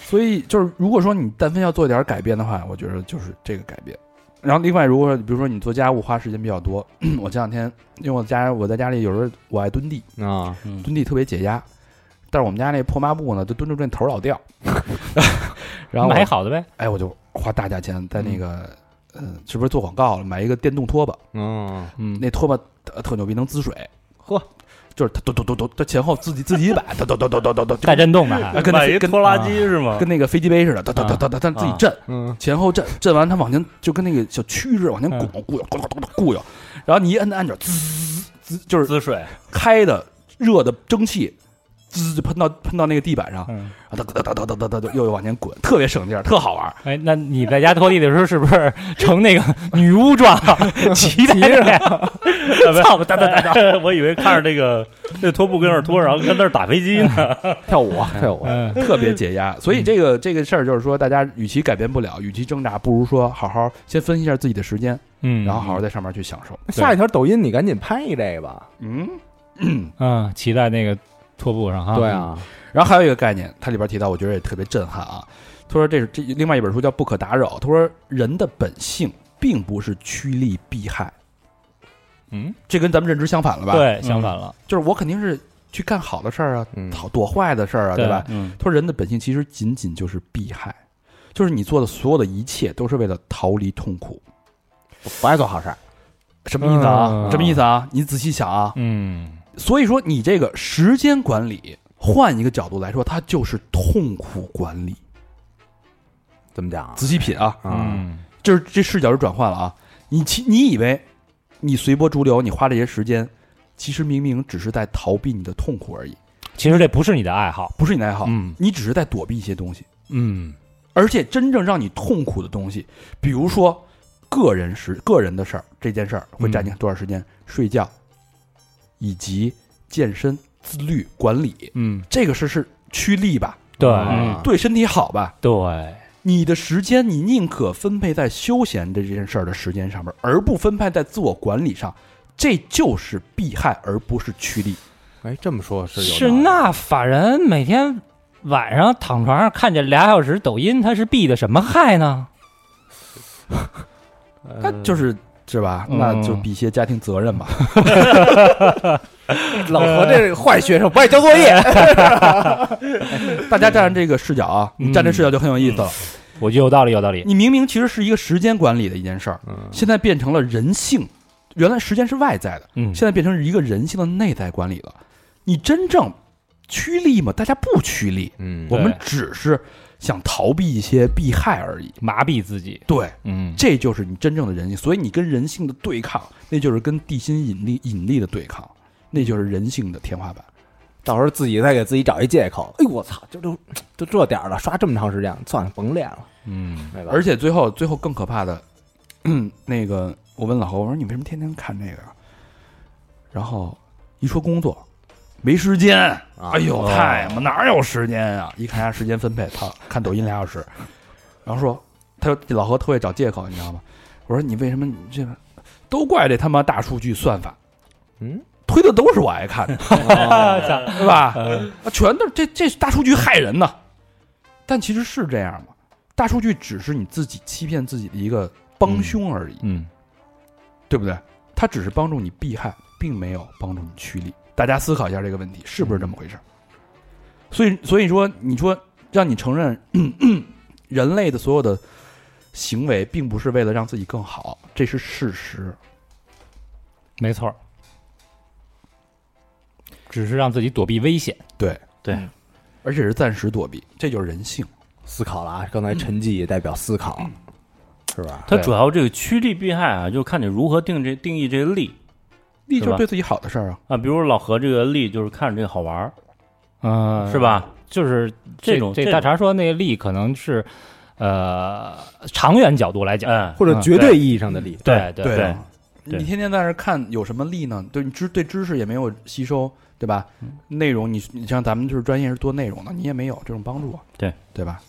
所以就是，如果说你但凡要做一点改变的话，我觉得就是这个改变。然后另外，如果比如说你做家务花时间比较多， 我前两天因为我家我在家里有时候我爱蹲地，啊，嗯蹲地特别解压，但是我们家那破抹布呢，就蹲着蹲着头老掉，然后我买好的呗，哎，我就花大价钱在那个，呃，是不是做广告了？买一个电动拖把，嗯，嗯，那拖把特特牛逼，能滋水，呵，就是它嘟嘟嘟嘟，它前后自己自己摆，嘟嘟嘟嘟嘟嘟嘟，带震动的还哎跟那买一跟拖拉机是吗？跟那个飞机杯似的，哒哒哒哒哒，它自己震，嗯，前后震，震完它往前就跟那个小蛆似的往前嗯拱，咕悠咕悠咕悠咕悠，然后你一摁那按钮，滋滋，就是滋水，开的热的蒸汽。滋就喷到喷到那个地板上，嗯，然后哒哒哒哒哒哒哒，又往前滚，特别省劲儿，特好玩儿。哎，那你在家拖地的时候是不是成那个女巫状了？骑在那个，操，哒哒哒哒， 我以为看着那个那拖布跟那儿拖，然后跟那儿打飞机呢。跳舞啊跳舞，嗯，特别解压。所以这个这个事儿就是说，大家与其改变不了，与其挣扎，不如说好好先分析一下自己的时间，嗯，然后好好在上面去享受。下一条抖音你赶紧拍一这个吧，嗯，嗯，骑在那个拖布上哈，对，啊，然后还有一个概念，它里边提到，我觉得也特别震撼啊。他说这是这另外一本书叫《不可打扰》，他说人的本性并不是趋利避害，嗯，这跟咱们认知相反了吧？，对，相反了，就是我肯定是去干好的事儿啊，嗯好躲坏的事儿啊，对对吧？嗯他说人的本性其实仅仅就是避害，就是你做的所有的一切都是为了逃离痛苦。不爱做好事儿，什么意思啊？嗯什么意思啊？你仔细想啊。嗯，所以说，你这个时间管理，换一个角度来说，它就是痛苦管理。怎么讲啊？仔细品啊，啊，嗯，就是这视角就转换了啊。你其你以为你随波逐流，你花这些时间，其实明明只是在逃避你的痛苦而已，其实这不是你的爱好，不是你的爱好，嗯你只是在躲避一些东西。嗯，而且真正让你痛苦的东西，比如说个人时个人的事儿，这件事儿会占你多少时嗯间？睡觉，以及健身、自律、管理，嗯，这个是是趋利吧，对嗯对身体好吧？对，你的时间，你宁可分配在休闲这件事儿的时间上面，而不分配在自我管理上，这就是避害，而不是趋利。哎，这么说是有是道理那法人每天晚上躺床上看这俩小时抖音，他是避的什么害呢？呃那就是是吧？嗯那就避一些家庭责任吧。老何这坏学生不爱交作业，大家站在这个视角啊，嗯你站这视角就很有意思了。我觉得有道理，有道理。你明明其实是一个时间管理的一件事儿，嗯现在变成了人性。原来时间是外在的，嗯，现在变成一个人性的内在管理了。你真正趋利吗？大家不趋利， 嗯我对们只是想逃避一些避害而已。麻痹自己，对，嗯，这就是你真正的人性。所以你跟人性的对抗，那就是跟地心引力引力的对抗，那就是人性的天花板。到时候自己再给自己找一借口。哎呦我操，就都就这点儿了，刷这么长时间，算了，甭练了，嗯，对吧？而且最后最后更可怕的，嗯那个我问老侯，我说你为什么天天看这个呀？然后一说工作，没时间，啊哎呦哦太嘛哪有时间啊？一看他时间分配，他看抖音俩小时，然后说他就老何特会找借口，你知道吗？我说你为什么你这个都怪这他妈大数据算法，嗯，推的都是我爱看的，对吧？哦嗯啊，全都是这这大数据害人呐！但其实是这样吗？大数据只是你自己欺骗自己的一个帮凶而已，嗯，对不对？它只是帮助你避害，并没有帮助你趋利。大家思考一下这个问题，是不是这么回事？嗯所以，所以说，你说让你承认 咳咳人类的所有的行为，并不是为了让自己更好，这是事实。没错儿，只是让自己躲避危险。而且是暂时躲避，这就是人性。思考了啊，刚才沉寂也代表思考，是吧？它对主要这个趋利避害啊，就看你如何定这定义这个利利就是吧对自己好的事儿啊，啊。比如老何这个利就是看着这个好玩儿，嗯是？吧？就是这种这这大茶说那个利可能是，呃，长远角度来讲，哎，或者绝对意义上的利益，啊对对对对啊对你天天在那儿看有什么利呢？对你知对知识也没有吸收，对吧？嗯内容你你像咱们就是专业是做内容的，你也没有这种帮助啊，对对吧？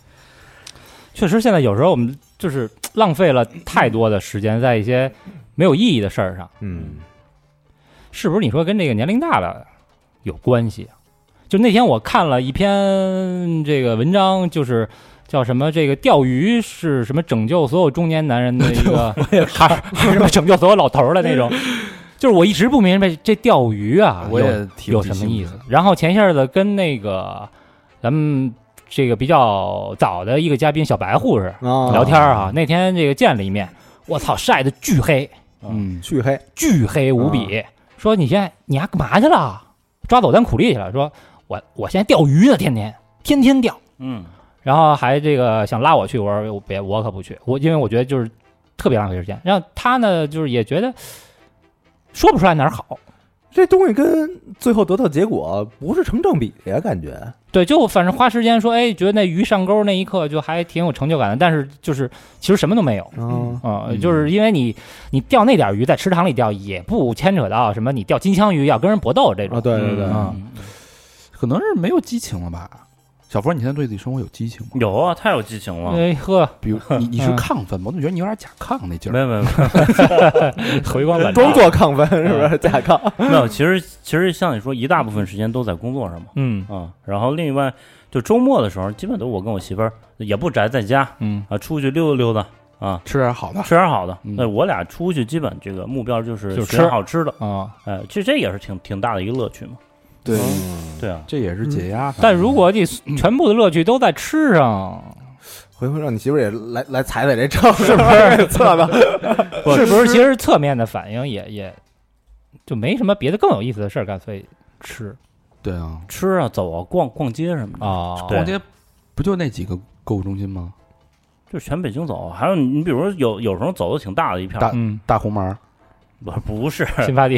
确实现在有时候我们就是浪费了太多的时间在一些没有意义的事儿上，嗯，是不是？你说跟这个年龄大了有关系啊？就那天我看了一篇这个文章，就是。叫什么？这个钓鱼是什么拯救所有中年男人的一 个，还 还是什么拯救所有老头儿的那种？就是我一直不明白这钓鱼啊，我有也提不有起什么兴意致思？？然后前些日子跟那个咱们这个比较早的一个嘉宾小白护士啊，聊天儿啊，那天这个见了一面，我操，晒得巨黑，嗯，去黑，巨黑无比。说你现在你还干嘛去了？抓走当苦力去了？说我我现在钓鱼呢，天天天天钓，嗯，然后还这个想拉我去，我说我别我可不去，我因为我觉得就是特别浪费时间。然后他呢，就是也觉得说不出来哪儿好，这东西跟最后得到结果不是成正比的呀，感觉对，就反正花时间说，哎，觉得那鱼上钩那一刻就还挺有成就感的，但是就是其实什么都没有。嗯啊、嗯就是因为你你钓那点鱼，在池塘里钓，也不牵扯到什么你钓金枪鱼要跟人搏斗这种。啊，对对对，嗯可能是没有激情了吧？小佛，你现在对自己生活有激情吗？有啊，太有激情了。哎呵，比如你你是嗯亢奋吗？我怎么觉得你有点假亢那劲没儿？有没有回光 返照装。作亢奋是不是嗯假亢？没有，其实其实像你说，一大部分时间都在工作上嘛，嗯啊，然后另外就周末的时候，基本都我跟我媳妇儿也不宅在家嗯啊，出去溜达溜达啊，吃点好的，吃点好的。嗯那、我俩出去基本这个目标就是就是选吃好吃的，啊、哎，其实这也是挺挺大的一个乐趣嘛。对对啊，这也是解压。嗯但如果你全部的乐趣都在吃上，回头让你媳妇儿也来来踩踩这秤， 是不是？测 的，是不是其实侧面的反应也也就没什么别的更有意思的事儿，干脆吃对啊，吃啊，走啊，逛逛街什么的，啊、对逛街不就那几个购物中心吗？就全北京走。还有你你比如说有有时候走的挺大的一片大儿，嗯，大红门，不不是，新发地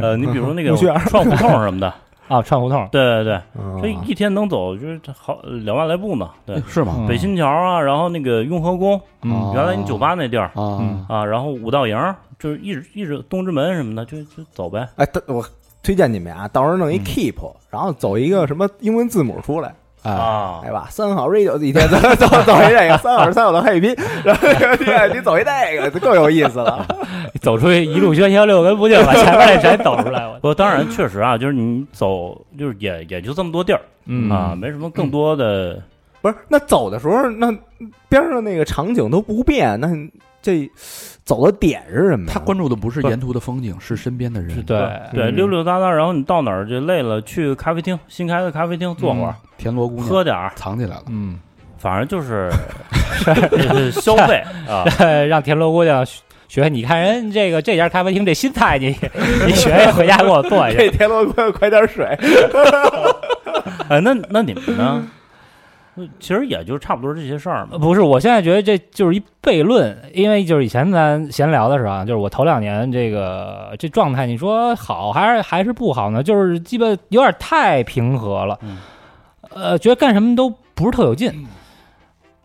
呃，你比如那个木樨园儿串胡同什么的，啊，串胡同，对对啊对，这嗯一天能走就是好呃两万来步呢。对，哎是吗？嗯北新桥啊，然后那个雍和宫，嗯哦原来你酒吧那地儿啊嗯，啊，然后五道营，就是一直一直东直门什么的，就就走呗。哎，但我推荐你们啊，到时候弄一嗯 keep，然后走一个什么英文字母出来，哎，啊嗯哎，吧，三好 radio 一天走 走走一这个，三好三好的汉语拼，然后你看你走一那个就更有意思了。走出去一路喧嚣，六根不净，把前面那全抖出来。我 不过当然确实啊，就是你走，就是也也就这么多地儿嗯啊，没什么更多的。不是，那走的时候，那边上那个场景都不变，那这走的点是什么呀？他关注的不是沿途的风景，嗯是身边的人，对对，嗯溜溜达达，然后你到哪儿就累了，去咖啡厅，新开的咖啡厅坐会儿，田嗯螺姑娘喝点儿，藏起来了。嗯，反正就是就是 消费啊。 让田螺姑娘学学，你看人这个这家咖啡厅这心态，你你学学，回家给我做一下这田螺快快点水，哎，那那你们呢？其实也就差不多这些事儿嘛呃。不是，我现在觉得这就是一悖论，因为就是以前咱闲聊的时候啊，就是我头两年这个这状态，你说好还是还是不好呢？就是基本有点太平和了，嗯呃，觉得干什么都不是特有劲，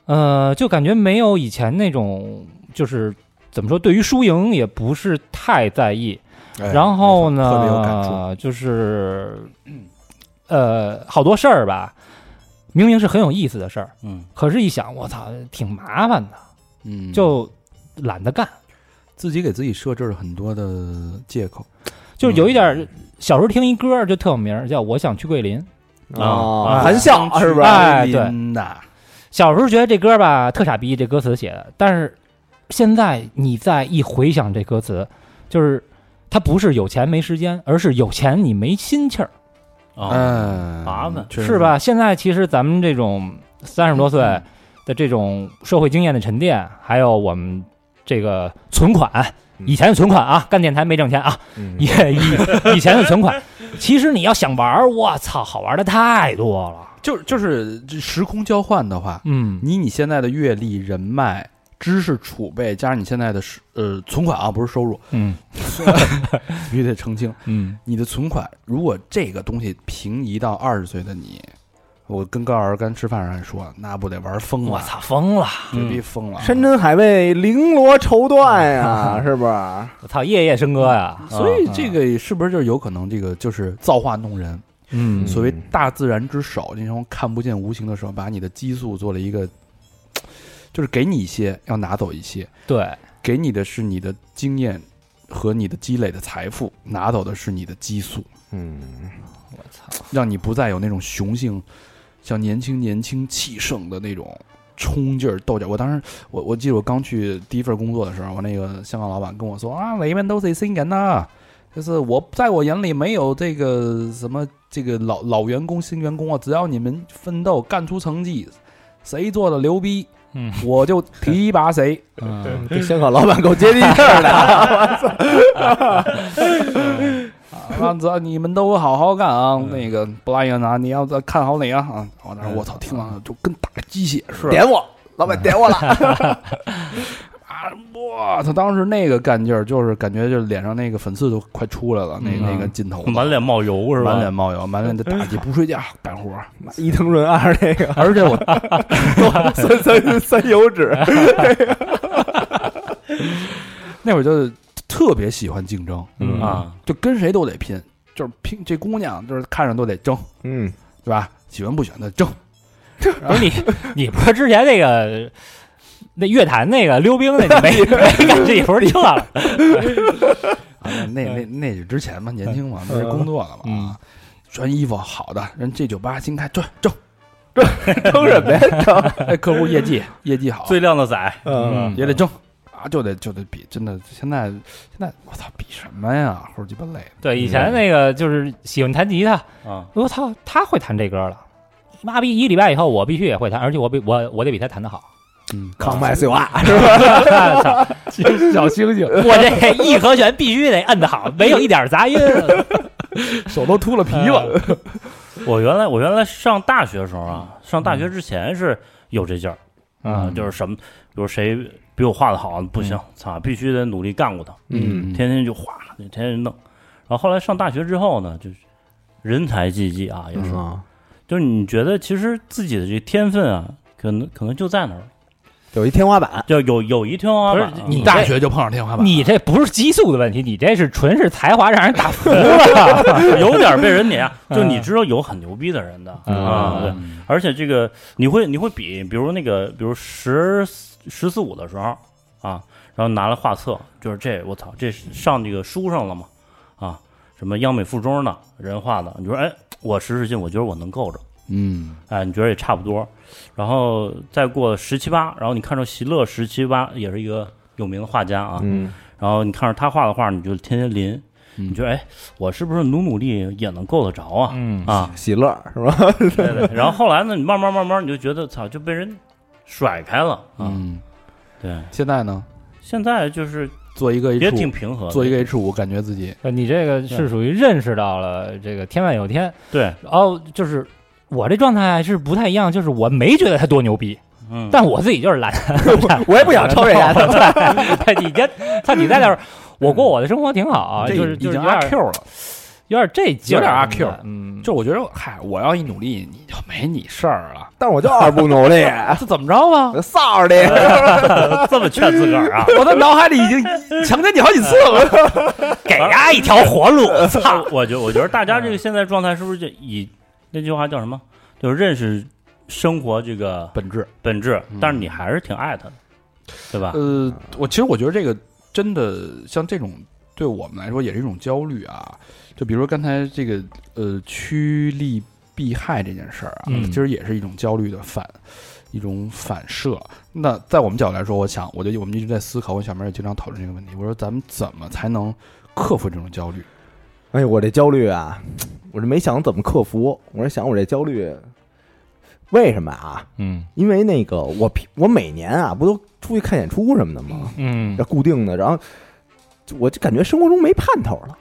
嗯呃，就感觉没有以前那种就是怎么说，对于输赢也不是太在意，哎然后没呢，错特别有感触。就是呃，好多事儿吧，明明是很有意思的事儿，嗯，可是一想，我操，挺麻烦的，嗯，就懒得干。自己给自己设置了很多的借口。就是有一点嗯儿，小时候听一歌儿就特有名儿，叫《我想去桂林》。啊啊，含笑是不是？哎对呐，小时候觉得这歌儿吧特傻逼，这歌词写的，但是现在你再一回想这歌词，就是它不是有钱没时间，而是有钱你没心气儿。啊，嗯，麻烦确实是？吧？现在其实咱们这种三十多岁的这种社会经验的沉淀，还有我们这个存款，嗯以前的存款啊，干电台没挣钱啊，嗯以以以前的存款，其实你要想玩儿，我操，好玩的太多了。就就是这时空交换的话，嗯，以你现在的阅历、人脉、知识储备，加上你现在的是呃存款啊，不是收入，嗯必须得澄清，嗯你的存款如果这个东西平移到二十岁的你，我跟高老师刚吃饭时候还说，那不得玩嗯疯我了，操，疯了！绝逼疯嗯了。山珍海味，绫罗绸缎呀，是不是？我操，夜夜笙歌呀！啊嗯所以这个是不是就是有可能这个就是造化弄人？嗯所谓大自然之手，那种看不见无形的手，把你的激素做了一个，就是给你一些，要拿走一些，对，给你的是你的经验和你的积累的财富，拿走的是你的激素，嗯，我操，让你不再有那种雄性，像年轻年轻气盛的那种。冲劲儿、斗角，我当时我我记得我刚去第一份工作的时候，我那个香港老板跟我说啊，每一们都是新人呐、就是我在我眼里没有这个什么这个老老员工新员工啊，只要你们奋斗干出成绩，谁做的牛逼，嗯，我就提拔谁。 嗯这香港老板够接地 气儿的啊。啊，只要你们都好好干啊，嗯那个布莱恩啊，你要再看好你啊啊！我当时我操，听完就跟打鸡血似的点我，老板点我 了。啊！哇，他当时那个干劲儿，就是感觉就是脸上那个粉刺都快出来了，那嗯那个劲头子，满脸冒油是吧？满脸冒油，满脸的打击，不睡觉干活儿。伊藤润二那 个而且我三 三三油脂，那会儿就特别喜欢竞争，嗯啊，就跟谁都得拼，就是拼这姑娘，就是看着都得争，嗯，对吧？喜欢不喜欢的争，不是你，你不是之前那个那乐坛那个溜冰那个没没干这一活儿这了？啊，那嗯那那那是之前嘛，年轻嘛，那是工作了嘛，嗯啊，穿衣服好的，人这酒吧新开，争争 争什么呀？争， 哎，客户业绩业绩好最靓的仔，嗯，也得争啊，就得就得比，真的现在现在我操，比什么呀？猴鸡巴累的，对，以前那个就是喜欢弹吉他，嗯啊，我操，他会弹这歌了。妈逼，一礼拜以后我必须也会弹，而且我比我我得比他弹得好。嗯，康麦碎瓦， 操 小星星我这一和弦必须得摁得好，没有一点 杂音。嗯手都秃了皮了，我原来我原来上大学的时候啊，上大学之前是有这劲儿嗯啊，就是什么，比如谁比我画的好，不行，操，必须得努力干过他，嗯，天天就画，天天弄。然后后来上大学之后呢，就是人才济济啊，也是，嗯啊，就是你觉得其实自己的这天分啊，可能可能就在那儿，有一天花板，就有有一天花板不是啊，你大学就碰上天花板，嗯你这不是激素的问题，你这是纯是才华让人打服了。 有点被人碾压， 嗯就你知道有很牛逼的人的嗯 啊，对，而且这个你会你会比，比如那个，比如十十四五的时候啊，然后拿了画册，就是这我操，这是上这个书上了嘛啊，什么央美附中的人画的，你说哎，我使使劲，我觉得我能够着，啊嗯哎，你觉得也差不多，然后再过十七八，然后你看着席勒十七八也是一个有名的画家啊，嗯，然后你看着他画的画，你就天天临，嗯你觉得哎，我是不是努努力也能够得着啊？ 嗯啊，喜乐是吧？对对。然后后来呢，你慢慢慢慢你就觉得操，就被人甩开了啊。嗯，对，现在呢，现在就是做一个 H 也五挺，平和的，做一个 H 五，感觉自己呃你这个是属于认识到了这个天外有天，对，然后就是我这状态是不太一样，就是我没觉得他多牛逼，嗯，但我自己 就是懒，我也不想超越人 家，他你这他你在那儿，我嗯过我的生活挺好啊，这就是已就是经有阿点 Q 了。有点这劲儿有点阿 Q 嗯，就我觉得，嗨，我要一努力，你就没你事儿了。但是我就二不努力，这怎么着啊？，我臊的，哎这么劝自个儿啊我的脑海里已经强奸你好几次了。给他一条活路，操！ 我觉我觉得大家这个现在状态是不是就以那句话叫什么？就是认识生活这个本质，本质嗯，但是你还是挺爱他的，对吧？呃，我其实我觉得这个真的像这种对我们来说也是一种焦虑啊。就比如说刚才这个呃趋利避害这件事儿啊，嗯其实也是一种焦虑的反一种反射。那在我们角度来说，我想我就我们一直在思考，我小妹也经常讨论这个问题。我说咱们怎么才能克服这种焦虑？哎呦，我这焦虑啊，我这没想怎么克服，我是想我这焦虑为什么啊？嗯因为那个我平我每年啊不都出去看演出什么的吗？嗯这固定的，然后我就感觉生活中没盼头了。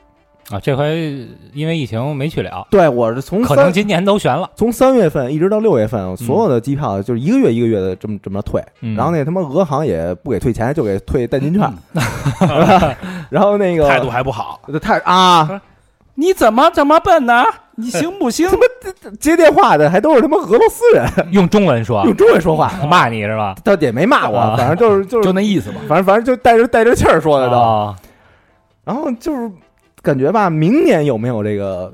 啊，这回因为疫情没去了，对我是从可三能今年都悬了。从三月份一直到六月份，所有的机票就是一个月一个月的这么这么退，嗯然后那他妈俄航也不给退钱，就给退代金券，嗯 然后那个态度还不好。这太啊，你怎么怎么笨呢？你行不行？接电话的还都是 他妈俄罗斯人，用中文说，用中文说话，骂你是吧？他也没骂我，啊反正就是就是就那意思吧。反正反正就带着带着气儿说的都，啊，然后就是感觉吧，明年有没有这个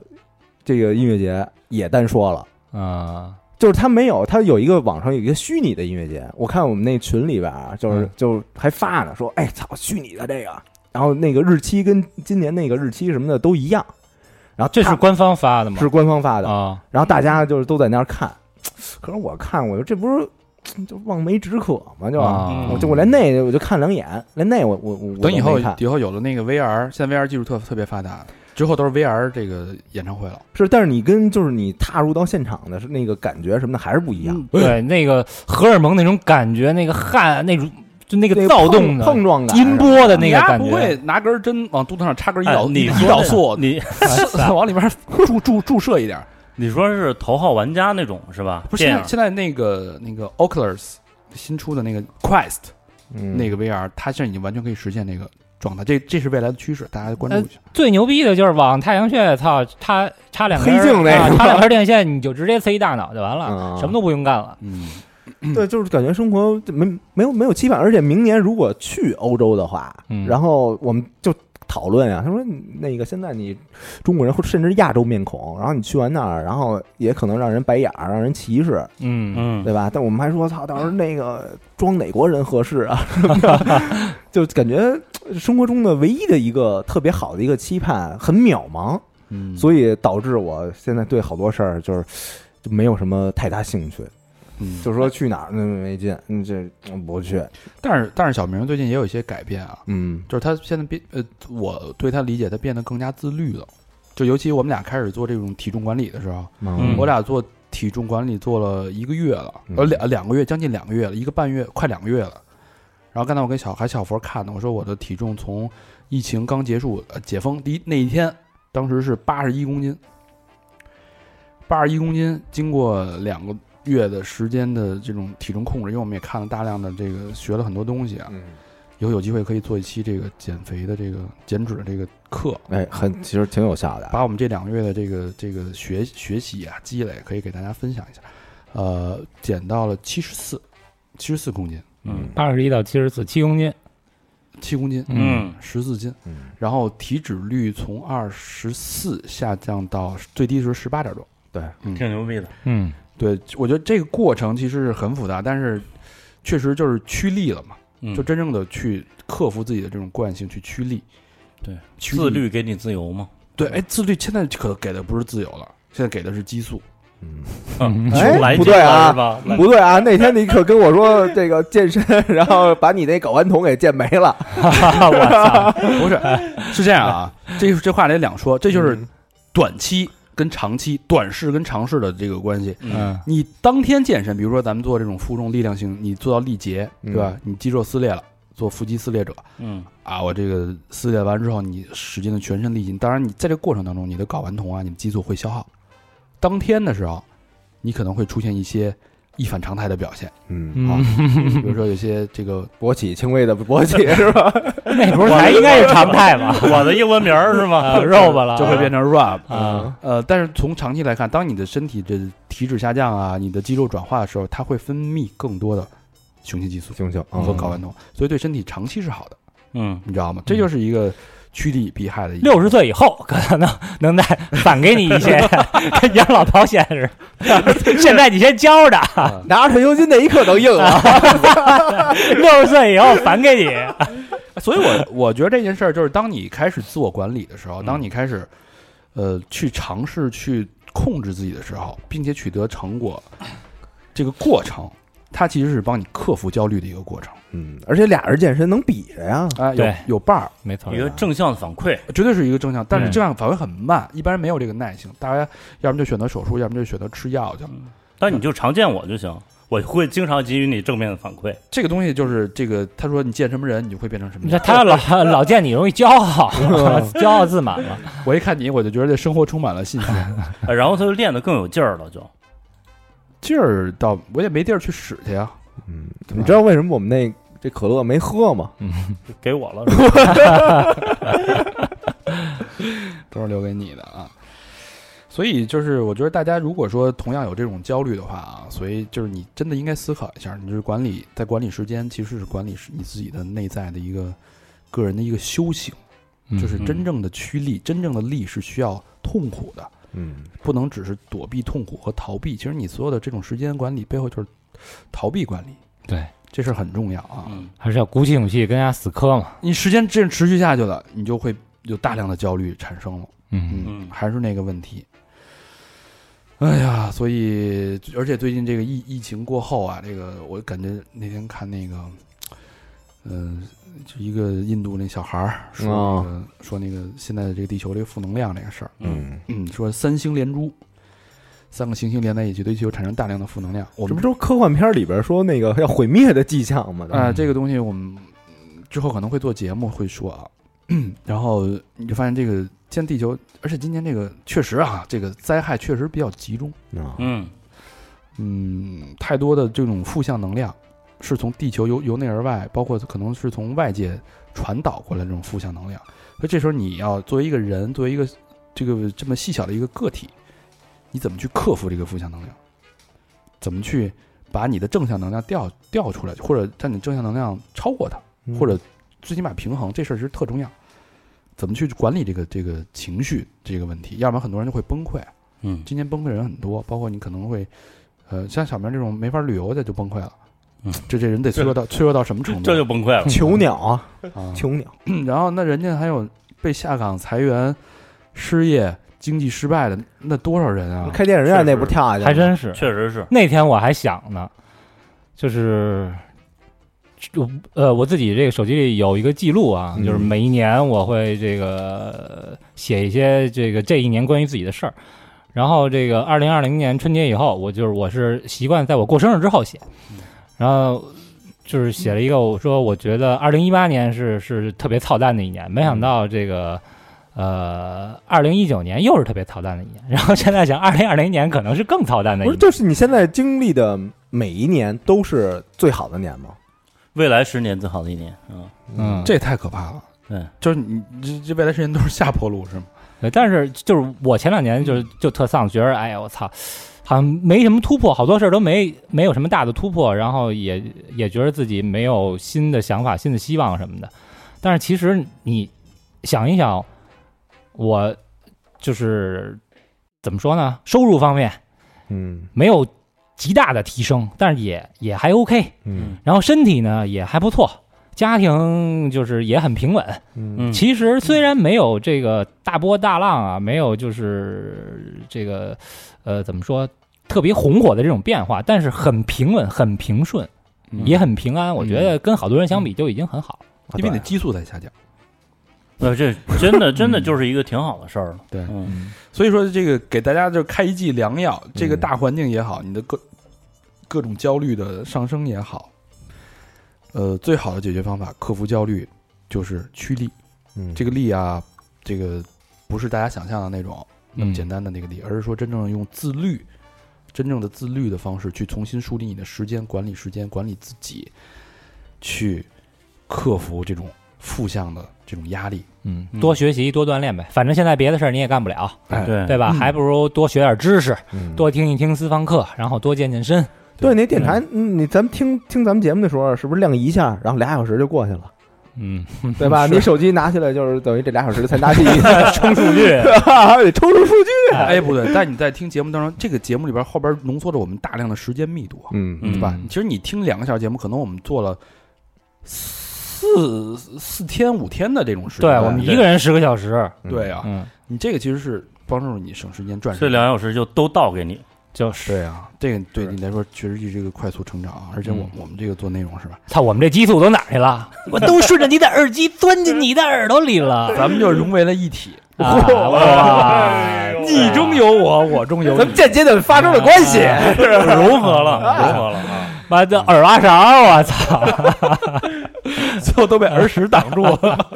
这个音乐节也单说了。嗯就是他没有，他有一个网上有一个虚拟的音乐节，我看我们那群里边啊，就是嗯就是还发呢，说哎操虚拟的这个，然后那个日期跟今年那个日期什么的都一样，然后这是他官方发的吗？是官方发的，啊，然后大家就是都在那儿看，可是我看我就这不是就望梅止渴吗？就、啊我就我连那我就看两眼，连那我我我我都等以后没看以后有了那个 VR，现在 VR 技术特特别发达，之后都是 VR 这个演唱会了。是，但是你跟就是你踏入到现场的是那个感觉什么的还是不一样，嗯对，那个荷尔蒙那种感觉，那个汗，那种就那那个个躁动碰的碰撞感音波的那你个丫感不觉会，拿根针往肚子上插根胰哎岛你胰岛素，你 往里边注注注射一点。你说是头号玩家那种是吧？不是电现影在现在那个那个 Oculus 新出的那个 Quest 嗯那个 VR，它现在已经完全可以实现这个状态，这这是未来的趋势，大家关注一下。哎最牛逼的就是往太阳穴，操，插插两根黑镜那啊个插两根电线，你就直接塞一大脑就完了嗯，什么都不用干了。嗯，对，就是感觉生活就没没有没有期盼，而且明年如果去欧洲的话，嗯然后我们就讨论啊，他说那个现在你中国人或甚至亚洲面孔，然后你去完那儿，然后也可能让人白眼儿，让人歧视，嗯嗯，对吧？但我们还说操，到时候那个装哪国人合适啊？ 就感觉生活中的唯一的一个特别好的一个期盼很渺茫，嗯所以导致我现在对好多事儿就是就没有什么太大兴趣。嗯就是说去哪儿那没劲，嗯，这嗯不去，但是但是小明最近也有一些改变啊，嗯就是他现在变呃，我对他理解，他变得更加自律了。就尤其我们俩开始做这种体重管理的时候，嗯我俩做体重管理做了一个月了，嗯呃两两个月，将近两个月了，一个半月，快两个月了。然后刚才我跟小还小佛看呢，我说我的体重从疫情刚结束呃解封第一那一天，当时是八十一公斤，八十一公斤，经过两个月的时间的这种体重控制，因为我们也看了大量的这个学了很多东西啊，嗯，以后有机会可以做一期这个减肥的这个减脂的这个课，哎，很其实挺有效的，啊把我们这两个月的这个这个学学习啊积累，可以给大家分享一下。呃，减到了七十四，七十四公斤，嗯八十一到七十四，七公斤。七公斤，嗯十四斤，嗯然后体脂率从二十四下降到最低时十八点多。挺牛逼的，嗯对，我觉得这个过程其实是很复杂，但是确实就是趋利了嘛，嗯就真正的去克服自己的这种惯性，去趋利。对，趋利自律给你自由嘛。对，哎，自律现在可给的不是自由了，现在给的是激 素。嗯，嗯哎来不对啊劲了是吧？不对啊，那天你可跟我说这个健身， 然后把你那睾丸酮给健没了，不是，是这样啊，这这话得两说，这就是嗯短期跟长期、短视跟长视的这个关系。嗯，你当天健身，比如说咱们做这种负重力量型，你做到力竭，嗯对吧？你肌肉撕裂了，做腹肌撕裂者嗯啊，我这个撕裂完之后，你使劲的全身力尽。当然，你在这个过程当中，你的睾丸酮啊，你的激素会消耗。当天的时候，你可能会出现一些一反常态的表现，嗯，啊嗯，比如说有些这个勃起轻微的勃起是吧？那哎不是嗯才应该是 常态吗？ 我的英文名儿是吗啊？ 肉吧了，就会变成 rub，嗯啊，呃，但是从长期来看，当你的身体的体脂下降啊，你的肌肉转化的时候，它会分泌更多的雄性激素行行，哦和嗯睾丸酮，所以对身体长期是好的，嗯，你知道吗？这就是一个趋利避害的一个六十岁以后可能能再返给你一 些，跟养老保险似的。现在你先交着，拿着退休金那一刻都硬啊了，六十岁以后返给你。所以我 我觉得这件事儿就是，当你开始自我管理的时候，嗯当你开始呃去尝试去控制自己的时候，并且取得成果，这个过程。它其实是帮你克服焦虑的一个过程 嗯，而且俩人健身能比着呀，啊、有对有伴儿，没错一个正向的反馈，绝对是一个正向，但是嗯这样反馈很慢，一般人没有这个耐性，大家要么就选择手术，要么就选择吃药去了。但你就常见我就行，我会经常给予你正面的反馈。这个东西就是这个，他说你见什么人，你就会变成什么你看样。他老老见你容易骄傲，嗯 骄傲自满了。我一看你，我就觉得这生活充满了信心。 呃然后他就练得更有劲儿了，就劲儿到我也没地儿去使去啊呀。嗯，你知道为什么我们那这可乐没喝吗？给我 了。是吧都是留给你的啊。所以就是，我觉得大家如果说同样有这种焦虑的话啊，所以就是你真的应该思考一下，你就是管理在管理时间，其实是管理你自己的内在的一个个人的一个修行，嗯就是真正的趋利，真正的利是需要痛苦的，嗯，不能只是躲避痛苦和逃避。其实你所有的这种时间管理背后就是逃避管理，对，这事儿很重要啊。嗯，还是要鼓起勇气跟人家死磕嘛。你时间这样持续下去了，你就会有大量的焦虑产生了。嗯嗯嗯，还是那个问题。哎呀，所以而且最近这个疫疫情过后啊，这个我感觉那天看那个，呃，就一个印度那小孩儿说、那哦个说那个现在这个地球这个负能量这个事儿，嗯，嗯，说三星连珠，三个行星连在一起，对地球产生大量的负能量。我这们不都是科幻片里边说那个要毁灭的迹象吗？啊、这个东西我们嗯之后可能会做节目会说啊。然后你就发现这个现在地球，而且今年这个确实啊，这个灾害确实比较集中。啊，嗯，嗯，太多的这种负向能量是从地球由由内而外，包括可能是从外界传导过来这种负向能量。所以这时候你要作为一个人，作为一个这个这么细小的一个个体，你怎么去克服这个负向能量？怎么去把你的正向能量调调出来，或者让你正向能量超过它，嗯或者最起码平衡，这事儿其实特重要。怎么去管理这个这个情绪这个问题？要不然很多人就会崩溃。嗯今年崩溃人很多，包括你可能会，呃，像小明这种没法旅游的就崩溃了，嗯， 这这人得脆弱到脆弱到什么程度？这就崩溃了。囚鸟啊，啊，囚鸟，然后那人家还有被下岗、裁员、失业、经济失败的那多少人啊？开电影院那不跳下去了吗，还真是。确实是，那天我还想呢，就是，就呃，我自己这个手机里有一个记录啊，嗯就是每一年我会这个写一些这个这一年关于自己的事儿。然后这个二零二零年春节以后，我就是我是习惯在我过生日之后写，然后就是写了一个我说我觉得二零一八年是是特别操蛋的一年，没想到这个呃二零一九年又是特别操蛋的一年，然后现在想二零二零年可能是更操蛋的一不是年。就是你现在经历的每一年都是最好的年吗？未来十年最好的一年。嗯，嗯，啊这也太可怕了。对，就是你这这未来时间都是下坡路是吗？对，但是就是我前两年就是就特丧，觉得哎呀我操，好像没什么突破，好多事儿都没没有什么大的突破，然后也也觉得自己没有新的想法、新的希望什么的。但是其实你想一想，我就是怎么说呢？收入方面嗯没有极大的提升，但是也也还 OK，嗯然后身体呢也还不错，家庭就是也很平稳，嗯嗯，其实虽然没有这个大波大浪啊，没有就是这个呃怎么说特别红火的这种变化，但是很平稳、很平顺，嗯也很平安。我觉得跟好多人相比就已经很好了。啊因为你的激素在下降。呃，这真的真的就是一个挺好的事儿了。对嗯所以说，这个给大家就开一剂良药，这个大环境也好，你的各各种焦虑的上升也好，呃，最好的解决方法克服焦虑就是趋利。嗯这个利啊，这个不是大家想象的那种那么简单的那个利，而是说真正用自律、真正的自律的方式去重新梳理你的时间，管理时间，管理自己，去克服这种负向的这种压力。嗯，多学习、多锻炼呗。反正现在别的事儿你也干不了，哎，对对吧？嗯还不如多学点知识，嗯多听一听私房课，然后多健健身。对那电台，嗯你咱们听听咱们节目的时候，是不是亮一下，然后俩小时就过去了，嗯，对吧？是你手机拿起来就是等于这俩小时才拿第一， 冲数 据。啊得抽出数据。 哎，不对，但你在听节目当中，这个节目里边后边浓缩着我们大量的时间密度啊，嗯嗯对吧？其实你听两个小时节目，可能我们做了四四天五天的这种时间，对我们一个人十个小时，对啊，嗯，你这个其实是帮助你省时间赚时这间。两小时就都倒给你。就是嗯对啊，这个对是你来说确实是一个快速成长啊，而且我我们这个做内容是吧？操，我们这激素都哪儿去了？ 我都顺着你的耳机钻进你的耳朵里了。啊 哎 咱们就融为了一体，哎啊哇你中有我，我中有咱们你，间接的发生了关系，融合了，融合了啊！妈的耳挖勺，啊我操！ 最后都被耳屎挡住 了。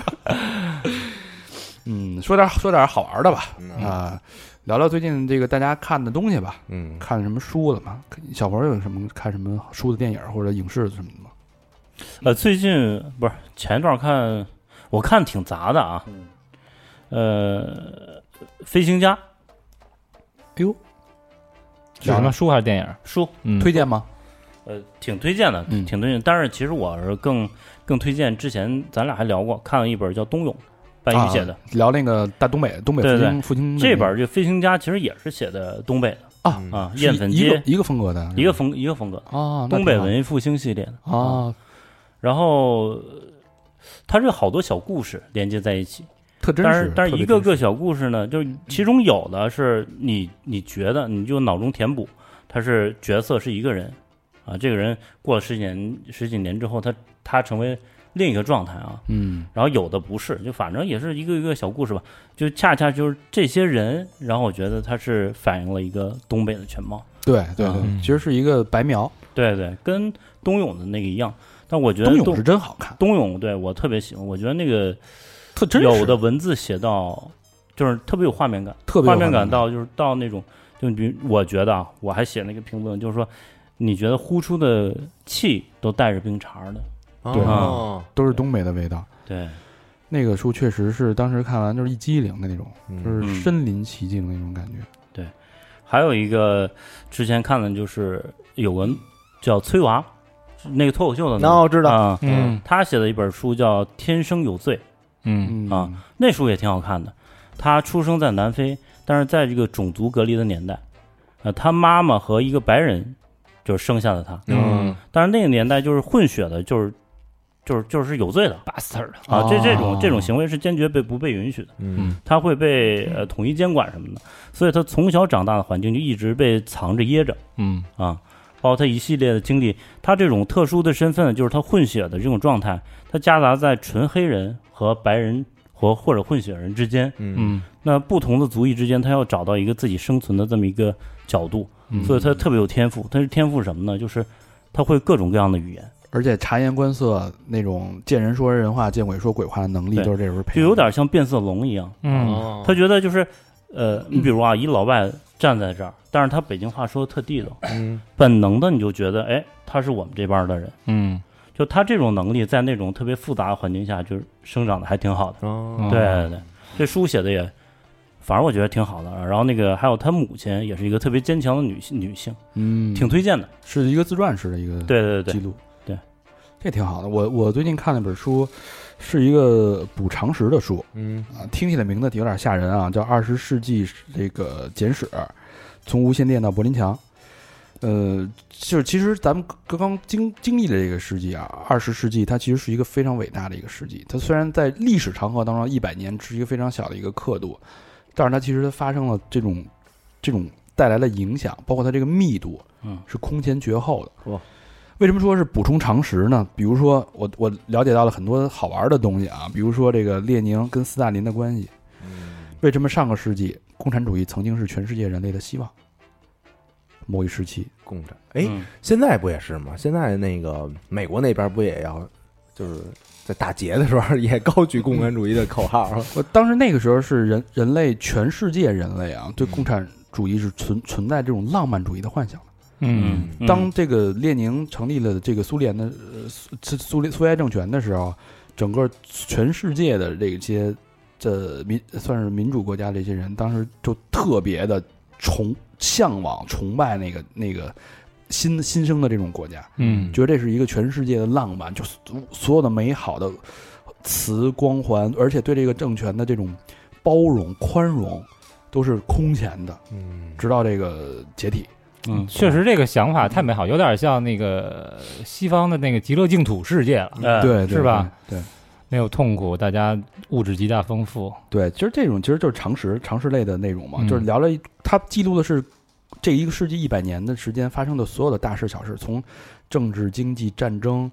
嗯，说点说点好玩的吧，嗯啊、啊，聊聊最近这个大家看的东西吧，嗯，看什么书了吗？小朋友有什么看什么书的电影或者影视什么的吗？呃，最近不是前一段看，我看挺杂的啊。嗯呃，飞行家哎呦，是什么书还是电影？书，嗯，推荐吗？呃，挺推荐的，嗯挺推荐。但是其实我是更更推荐之前咱俩还聊过，看了一本叫《冬泳》，半宇写的。啊聊那个大东北东北复对兴对复兴的这那个本这《飞行家》其实也是写的东北的啊嗯啊，是艳粉一一个街一个风格的，一个风一个风格，啊，那东北挺好文艺复兴系列的。啊，然后呃它是好多小故事连接在一起，特真但实是，但是特别一个真实个小故事呢，就是其中有的是你你觉得你就脑中填补，他是角色是一个人啊，这个人过了十几年十几年之后，他他成为另一个状态啊，嗯然后有的不是，就反正也是一个一个小故事吧，就恰恰就是这些人，然后我觉得他是反映了一个东北的全貌，对对对，嗯其实是一个白描，对对，跟冬泳的那个一样，但我觉得冬冬泳是真好看，冬泳对我特别喜欢，我觉得那个特真实，有的文字写到就是特别有画面感。特别有画面感感到就是到那种，就比如我觉得啊，我还写了一个评论，就是说你觉得呼出的气都带着冰碴儿的，对哦，都是东北的味道。对，那个书确实是当时看完就是一激灵的那种，就嗯是身临其境的那种感觉。还有一个之前看的就是有个叫崔娃，那个脱口秀的那我知道，啊，嗯他写的一本书叫《天生有罪》，嗯嗯啊，那书也挺好看的。他出生在南非，但是在这个种族隔离的年代，呃，他妈妈和一个白人就是生下了他，嗯但是那个年代就是混血的，就是就是就是有罪的， ，bastard，啊，这这哦种这种行为是坚决被不被允许的，嗯他会被呃统一监管什么的，所以他从小长大的环境就一直被藏着掖着嗯啊，包括他一系列的经历，他这种特殊的身份就是他混血的这种状态，他夹杂在纯黑人和白人和或者混血人之间，嗯嗯那不同的族裔之间，他要找到一个自己生存的这么一个角度，嗯，啊所以他特别有天赋，他是天赋什么呢？就是他会各种各样的语言。而且察言观色那种见人说人话、见鬼说鬼话的能力，对都是这时候培就养的有点像变色龙一样。嗯他觉得就是，呃，你比如啊，一老外站在这儿，但是他北京话说的特地道，嗯本能的你就觉得，哎，他是我们这边儿的人。嗯就他这种能力，在那种特别复杂的环境下，就是生长的还挺好的。嗯哦，对对对，这书写的也，反正我觉得挺好的。然后那个还有他母亲，也是一个特别坚强的女性，女性，嗯，挺推荐的。是一个自传式的一个对对对记对，录，对，这挺好的。我我最近看了本书，是一个补常识的书，嗯啊，听起来名字有点吓人啊，叫《二十世纪这个简史：从无线电到柏林墙》。呃，就是其实咱们刚刚经经历的这个世纪啊，二十世纪它其实是一个非常伟大的一个世纪。它虽然在历史长河当中，一百年是一个非常小的一个刻度，但是它其实它发生了这种这种带来的影响，包括它这个密度，嗯，是空前绝后的。哇为什么说是补充常识呢？比如说，我我了解到了很多好玩的东西啊，比如说这个列宁跟斯大林的关系。为什么上个世纪共产主义曾经是全世界人类的希望？某一时期，共产，哎，嗯现在不也是吗？现在那个美国那边不也要，就是在打劫的时候也高举共产主义的口号，我当时那个时候是人人类全世界人类啊，对共产主义是存存在这种浪漫主义的幻想的。嗯嗯当这个列宁成立了这个苏联的呃苏苏苏联苏维埃政权的时候，整个全世界的这些这民算是民主国家这些人，当时就特别的崇向往、崇拜那个那个新新生的这种国家，嗯觉得这是一个全世界的浪漫，就所所有的美好的词光环，而且对这个政权的这种包容、宽容都是空前的，嗯，直到这个解体。嗯，确实，这个想法太美好，有点像那个西方的那个极乐净土世界了，哎，对，对嗯是吧？对。对没有痛苦，大家物质极大丰富。对，其实这种其实就是常识、常识类的内容嘛，嗯就是聊聊它记录的是这一个世纪一百年的时间发生的所有的大事小事，从政治、经济、战争、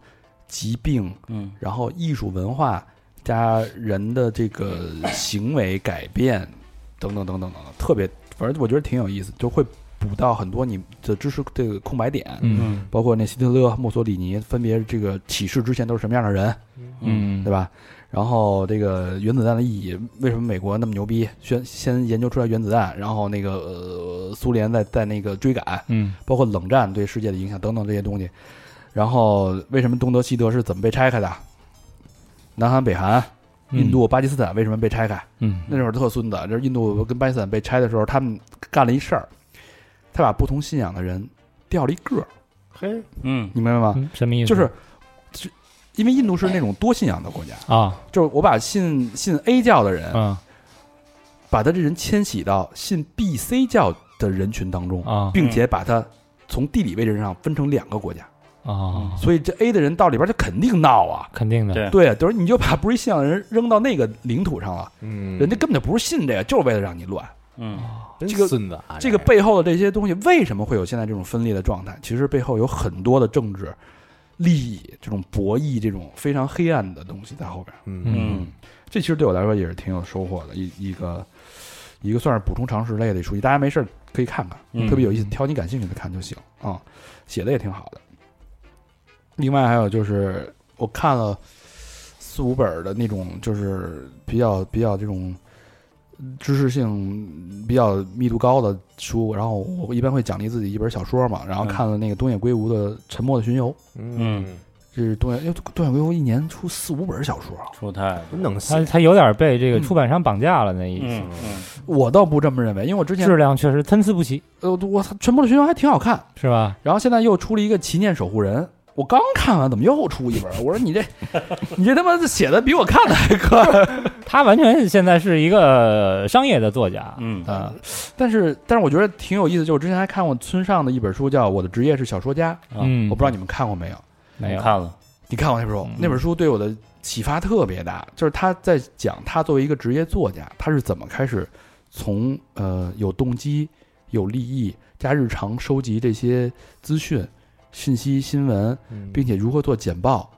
疾病，嗯然后艺术文化加人的这个行为改变等等等等等等，特别反正我觉得挺有意思，就会补到很多你的知识这个空白点，嗯嗯包括那希特勒、墨索里尼分别这个起事之前都是什么样的人，嗯对吧？然后这个原子弹的意义，为什么美国那么牛逼？先先研究出来原子弹，然后那个呃苏联在在那个追赶，嗯包括冷战对世界的影响等等这些东西。然后为什么东德西德是怎么被拆开的？南韩、北韩、印度、巴基斯坦为什么被拆开？嗯那会儿特孙子，就是印度跟巴基斯坦被拆的时候，他们干了一事儿，他把不同信仰的人调了一个儿，嘿，嗯你明白吗？嗯什么意思？就是，就因为印度是那种多信仰的国家，啊就是我把信信 A 教的人，嗯把他这人迁徙到信 B、C 教的人群当中，啊并且把他从地理位置上分成两个国家。啊，所以这 A 的人到里边就肯定闹啊。肯定的，对对，就是你就把不是信仰的人扔到那个领土上了，嗯人家根本就不是信这个，就是为了让你哎乱。嗯这个孙子啊，这个背后的这些东西，为什么会有现在这种分裂的状态？其实背后有很多的政治利益、这种博弈、这种非常黑暗的东西在后边。嗯嗯这其实对我来说也是挺有收获的，一一个一个算是补充常识类的书籍，大家没事儿可以看看，嗯特别有意思，挑你感兴趣的看就行啊、写的也挺好的。另外还有就是我看了四五本儿的那种，就是比较比较这种知识性比较密度高的书，然后我一般会奖励自己一本小说嘛，然后嗯看了那个东野圭吾的《沉默的巡游》，嗯，这是东野，因为东野圭吾一年出四五本小说啊，出太多真能他信，他有点被这个嗯出版商绑架了那意思，嗯嗯我倒不这么认为，因为我之前质量确实参差不齐，呃，我操，全部的学校还挺好看。是吧？然后现在又出了一个《祈念守护人》，我刚看完，怎么又出一本？我说 你这，你这他妈写的比我看的还快。他完全现在是一个商业的作家，嗯啊、但是但是我觉得挺有意思，就我之前还看过村上的一本书，叫《我的职业是小说家》，嗯，啊我不知道你们看过没有？没有，看了你看过那本书嗯？那本书对我的启发特别大，就是他在讲他作为一个职业作家，他是怎么开始从呃有动机、有利益加日常收集这些资讯、信息、新闻，嗯并且如何做简报，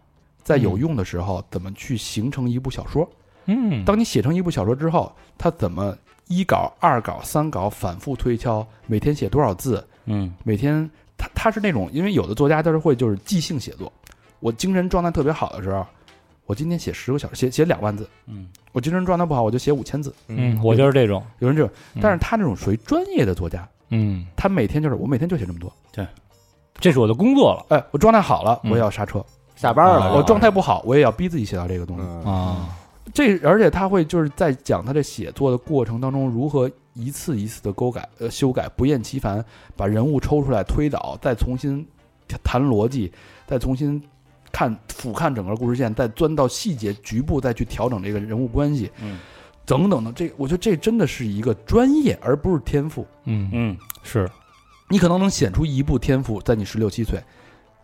在有用的时候怎么去形成一部小说。嗯，当你写成一部小说之后，它怎么一稿、二稿、三稿反复推敲，每天写多少字，嗯每天他他是那种，因为有的作家他是会就是即兴写作，我精神状态特别好的时候，我今天写十个小时，写写两万字；嗯我精神状态不好，我就写五千字。嗯，我就是这种，有人这种，但是嗯他那种属于专业的作家，嗯，他每天就是我每天就写这么多。这是我的工作了哎，我状态好了，嗯我也要刹车；下班了，我状态不好，我也要逼自己写到这个东西。嗯啊，这而且他会就是在讲他的写作的过程当中，如何一次一次的勾改、呃修改，不厌其烦，把人物抽出来推导，再重新谈逻辑，再重新看俯瞰整个故事线，再钻到细节局部，再去调整这个人物关系，嗯等等的。这我觉得这真的是一个专业，而不是天赋。嗯，嗯是，你可能能显出一部天赋，在你十六七岁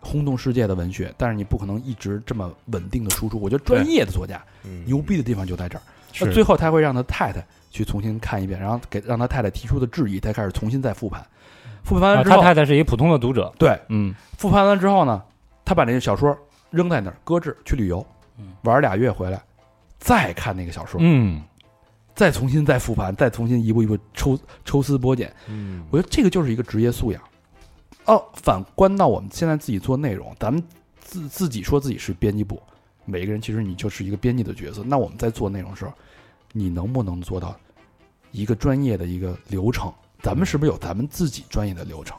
轰动世界的文学，但是你不可能一直这么稳定的输出。我觉得专业的作家嗯牛逼的地方就在这儿。是那最后他会让他太太去重新看一遍，然后给让他太太提出的质疑，他开始重新再复盘。复盘啊完之他后，太太是一普通的读者，对嗯复盘完之后呢，他把那个小说扔在那儿搁置，去旅游嗯，玩俩月回来，再看那个小说，嗯，再重新再复盘，再重新一步一步抽抽丝剥茧。嗯我觉得这个就是一个职业素养。哦，反观到我们现在自己做内容，咱们自自己说自己是编辑部，每个人其实你就是一个编辑的角色。那我们在做内容的时候，你能不能做到一个专业的一个流程？咱们是不是有咱们自己专业的流程？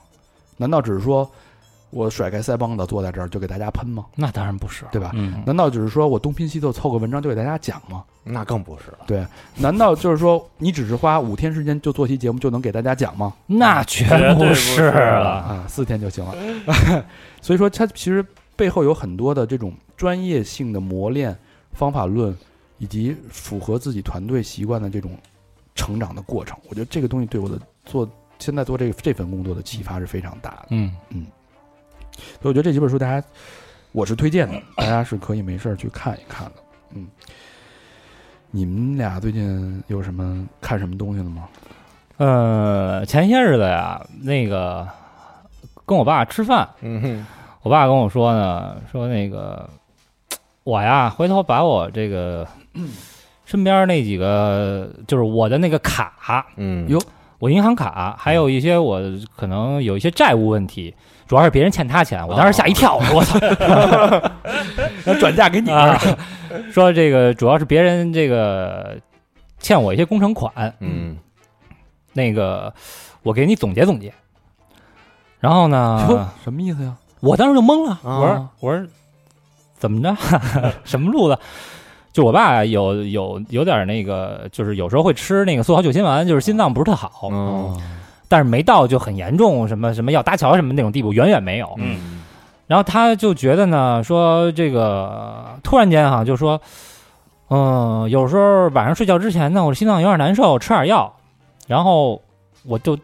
难道只是说我甩开腮帮子坐在这儿就给大家喷吗？那当然不是，对吧？嗯难道只是说我东拼西凑凑个文章就给大家讲吗？那更不是了，难道就是说你只是花五天时间就做期节目就能给大家讲吗？那绝绝对是不是了，啊，四天就行了。 所以说，它其实背后有很多的这种专业性的磨练、方法论，以及符合自己团队习惯的这种成长的过程。我觉得这个东西对我的做现在做这个这份工作的启发是非常大的。嗯，所以我觉得这几本书大家我是推荐的，大家是可以没事儿去看一看的。嗯，你们俩最近有什么看什么东西了吗？呃，前些日子呀，那个跟我爸吃饭，嗯哼，我爸跟我说呢，说那个我呀，回头把我这个身边那几个，就是我的那个卡，嗯哟我银行卡，还嗯有一些我可能有一些债务问题，主要是别人欠他钱，我当时吓一跳，我说我操，哦 要转嫁给你啊，说这个主要是别人这个欠我一些工程款，嗯，那个我给你总结总结。然后哟呢，什么意思呀？我当时就懵了，啊我说我说怎么着， 什么路子？就我爸有有有点那个，就是有时候会吃那个速效救心丸，就是心脏不是特好，哦，但是没到就很严重，什么什么要搭桥什么那种地步，远远没有。嗯然后他就觉得呢，说这个突然间哈、就说，嗯、有时候晚上睡觉之前呢，我心脏有点难受，吃点药，然后我就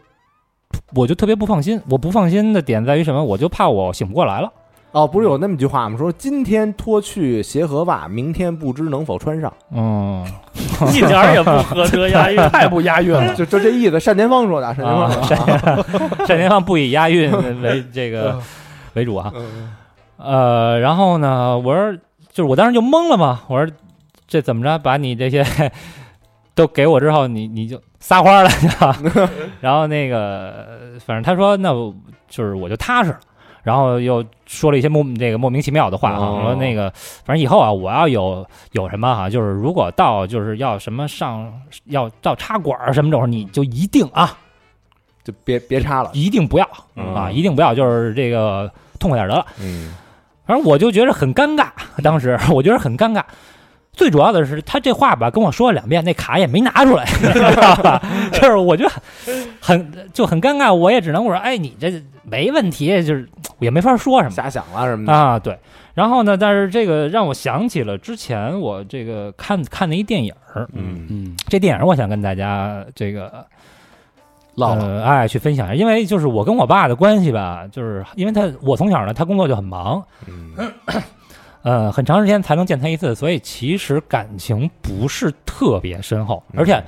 我就特别不放心。我不放心的点在于什么？我就怕我醒不过来了。哦，不是有那么句话吗？说今天脱去鞋和袜，明天不知能否穿上，嗯，一点儿也不合辙押韵，太不押韵了。就就这意思。单田芳说的，单田芳说的嗯啊，单田芳不以押韵为这个为主啊。呃，然后呢，我说就是我当时就懵了嘛，我说这怎么着把你这些 都给我之后，你你就撒欢儿了 是吧？然后那个反正他说那我就是我就踏实了。然后又说了一些莫这个莫名其妙的话啊，哦我说那个，反正以后啊，我要有有什么哈、就是如果到就是要什么上要到插管儿什么这种，你就一定啊，就别别插了。一定不要嗯啊，一定不要，就是这个痛快点得了。嗯，反正我就觉得很尴尬，当时我觉得很尴尬。最主要的是，他这话吧跟我说了两遍，那卡也没拿出来， 你知道吧？就是我觉得很就很尴尬，我也只能我说，哎，你这没问题，就是也没法说什么。瞎想了什么的。啊，对。然后呢，但是这个让我想起了之前我这个看看的一电影儿，嗯嗯，这电影儿我想跟大家这个唠唠呃，哎，去分享一下，因为就是我跟我爸的关系吧，就是因为他我从小呢，他工作就很忙，嗯呃，很长时间才能见他一次，所以其实感情不是特别深厚，而嗯且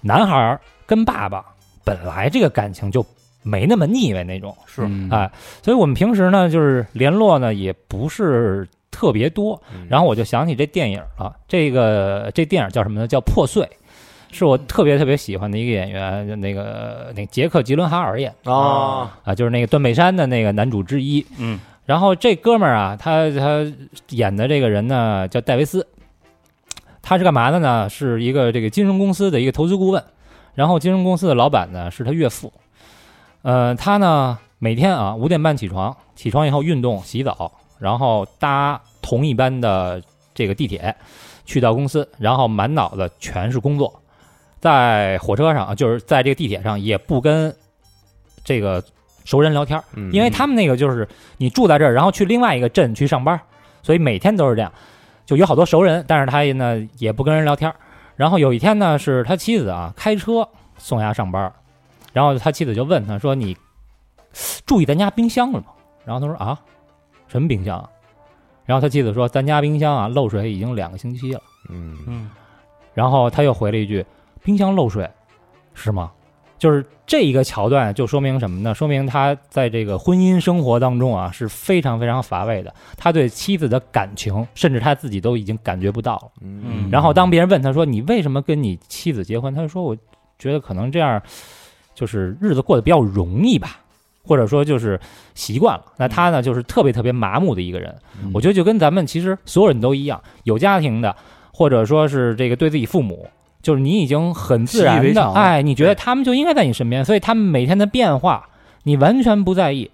男孩儿跟爸爸本来这个感情就没那么腻歪那种，是嗯哎，所以我们平时呢就是联络呢也不是特别多，嗯然后我就想起这电影了，这个这电影叫什么呢？叫《破碎》。是我特别特别喜欢的一个演员，就那个那杰克·吉伦哈尔演的哦，啊，就是那个断背山的那个男主之一。嗯然后这哥们儿啊，他他演的这个人呢叫戴维斯，他是干嘛的呢？是一个这个金融公司的一个投资顾问，然后金融公司的老板呢是他岳父。呃，他呢每天啊五点半起床，起床以后运动、洗澡，然后搭同一班的这个地铁去到公司，然后满脑子全是工作，在火车上啊就是在这个地铁上也不跟这个熟人聊天儿。嗯因为他们那个就是你住在这儿，然后去另外一个镇去上班，所以每天都是这样，就有好多熟人，但是他也呢也不跟人聊天儿。然后有一天呢，是他妻子啊开车送他上班儿，然后他妻子就问他说：“你注意咱家冰箱了吗？”然后他说：“啊，什么冰箱啊？”然后他妻子说：“咱家冰箱啊漏水已经两个星期了。”嗯嗯然后他又回了一句：“冰箱漏水，是吗？”就是这一个桥段，就说明什么呢？说明他在这个婚姻生活当中啊是非常非常乏味的。他对妻子的感情，甚至他自己都已经感觉不到了。嗯然后当别人问他说：“你为什么跟你妻子结婚？”他就说：“我觉得可能这样，就是日子过得比较容易吧，或者说就是习惯了。”那他呢，就是特别特别麻木的一个人。嗯我觉得就跟咱们其实所有人都一样，有家庭的，或者说是这个对自己父母，就是你已经很自习以然为的，常了哎，你觉得他们就应该在你身边，所以他们每天的变化你完全不在意。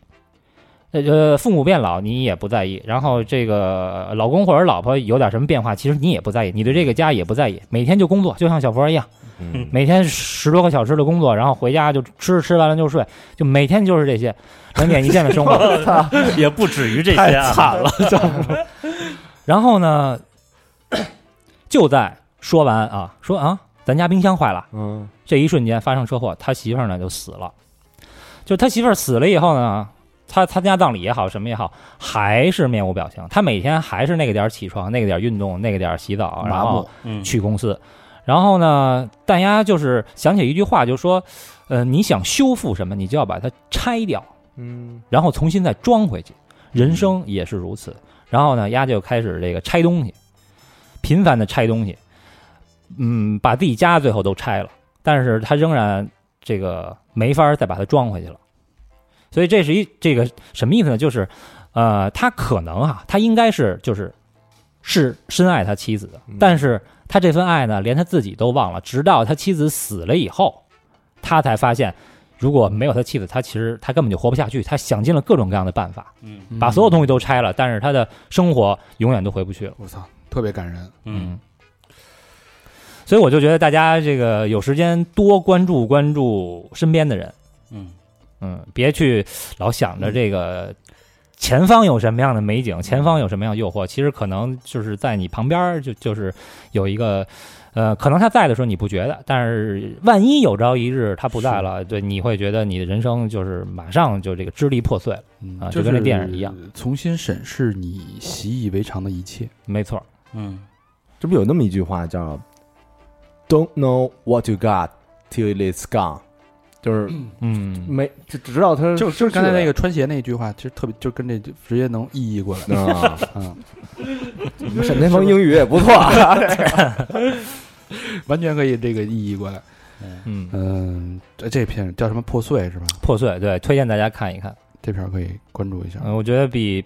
呃呃，父母变老你也不在意，然后这个老公或者老婆有点什么变化，其实你也不在意，你对这个家也不在意，每天就工作，就像小佛一样，嗯每天十多个小时的工作，然后回家就吃，吃完了就睡，就每天就是这些两点一线的生活。也不止于这太些啊， 惨了，然后呢， 就在说完啊，说啊，咱家冰箱坏了，嗯这一瞬间发生车祸，他媳妇儿呢就死了。就他媳妇儿死了以后呢，他参加葬礼也好，什么也好，还是面无表情。他每天还是那个点儿起床，那个点儿运动，那个点儿洗澡，然麻后木。嗯去公司。然后呢，大家就是想起一句话，就说，呃，你想修复什么，你就要把它拆掉。嗯然后重新再装回去。人生也是如此。然后呢，丫就开始这个拆东西，频繁的拆东西，嗯，把自己家最后都拆了，但是他仍然这个没法再把它装回去了。所以这是一这个什么意思呢？就是，呃，他可能啊，他应该是就是是深爱他妻子的嗯，但是他这份爱呢，连他自己都忘了，直到他妻子死了以后，他才发现，如果没有他妻子，他其实他根本就活不下去。他想尽了各种各样的办法，嗯把所有东西都拆了，但是他的生活永远都回不去了。我操，特别感人。嗯，，所以我就觉得大家这个有时间多关注关注身边的人，嗯，嗯，别去老想着这个前方有什么样的美景，前方有什么样的诱惑，其实可能就是在你旁边儿就就是有一个。呃，可能他在的时候你不觉得，但是万一有朝一日他不在了，对，你会觉得你的人生就是马上就这个支离破碎了。嗯啊就就跟那电影一样，重新审视你习以为常的一切。没错儿，嗯，这不有那么一句话叫 “Don't know what you got till it's gone”，就是嗯，没就直到他就就是失去刚才那了个穿鞋那一句话，其实特别，就跟这直接能意译过来。 啊，嗯，沈天鹏英语也不错啊，完全可以这个意译过来。嗯，嗯，这这片叫什么？破碎是吧？破碎，对，推荐大家看一看。这片可以关注一下。嗯，我觉得比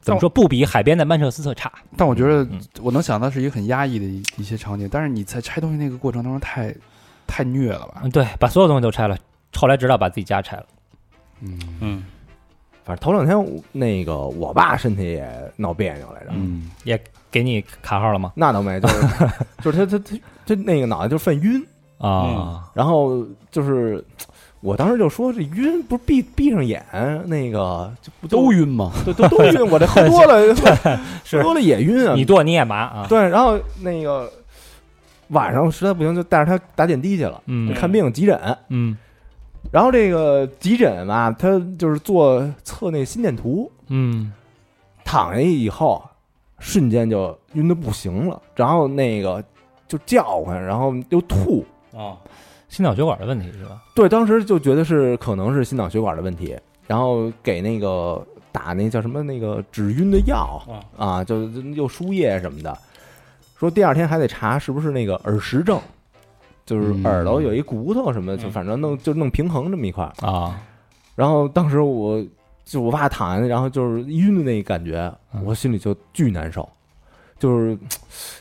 怎么说不比海边的曼彻斯特差。但我觉得嗯我能想到是一个很压抑的一一些场景，但是你在拆东西那个过程当中太太虐了吧？嗯，对，把所有东西都拆了，后来直到把自己家拆了。嗯嗯，反正头两天我那个我爸身体也闹别扭来着，嗯给你卡号了吗？那倒没， 就是就是他他他他那个脑袋就犯晕，嗯啊、然后就是我当时就说这晕不是闭闭上眼那个就不都晕吗？都都都晕，我这喝多 了喝多了也晕啊， 你剁你也麻啊。对，然后那个晚上实在不行就带着他打点滴去了，嗯看病急诊。嗯然后这个急诊吧，他就是做测那心电图，嗯躺下以后瞬间就晕的不行了，然后那个就叫唤，然后又吐。哦，心脑血管的问题是吧？对，当时就觉得是可能是心脑血管的问题，然后给那个打那叫什么那个止晕的药哦，啊，就就又输液什么的。说第二天还得查是不是那个耳石症，就是嗯，耳朵有一骨头什么的，就嗯反正弄就弄平衡这么一块儿。啊，然后当时我就我爸躺下，然后就是晕的那感觉，嗯我心里就巨难受，就是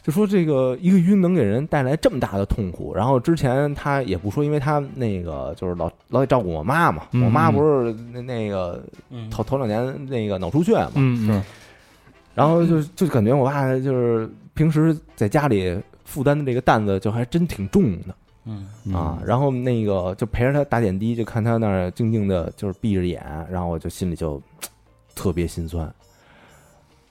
就说这个一个晕能给人带来这么大的痛苦。然后之前他也不说，因为他那个就是老老得照顾我妈嘛，嗯我妈不是那那个嗯，头头两年那个脑出血嘛，嗯嗯然后就就感觉我爸就是平时在家里负担的这个担子就还真挺重的。嗯，啊，然后那个就陪着他打点滴，就看他那儿静静的，就是闭着眼，然后我就心里就特别心酸，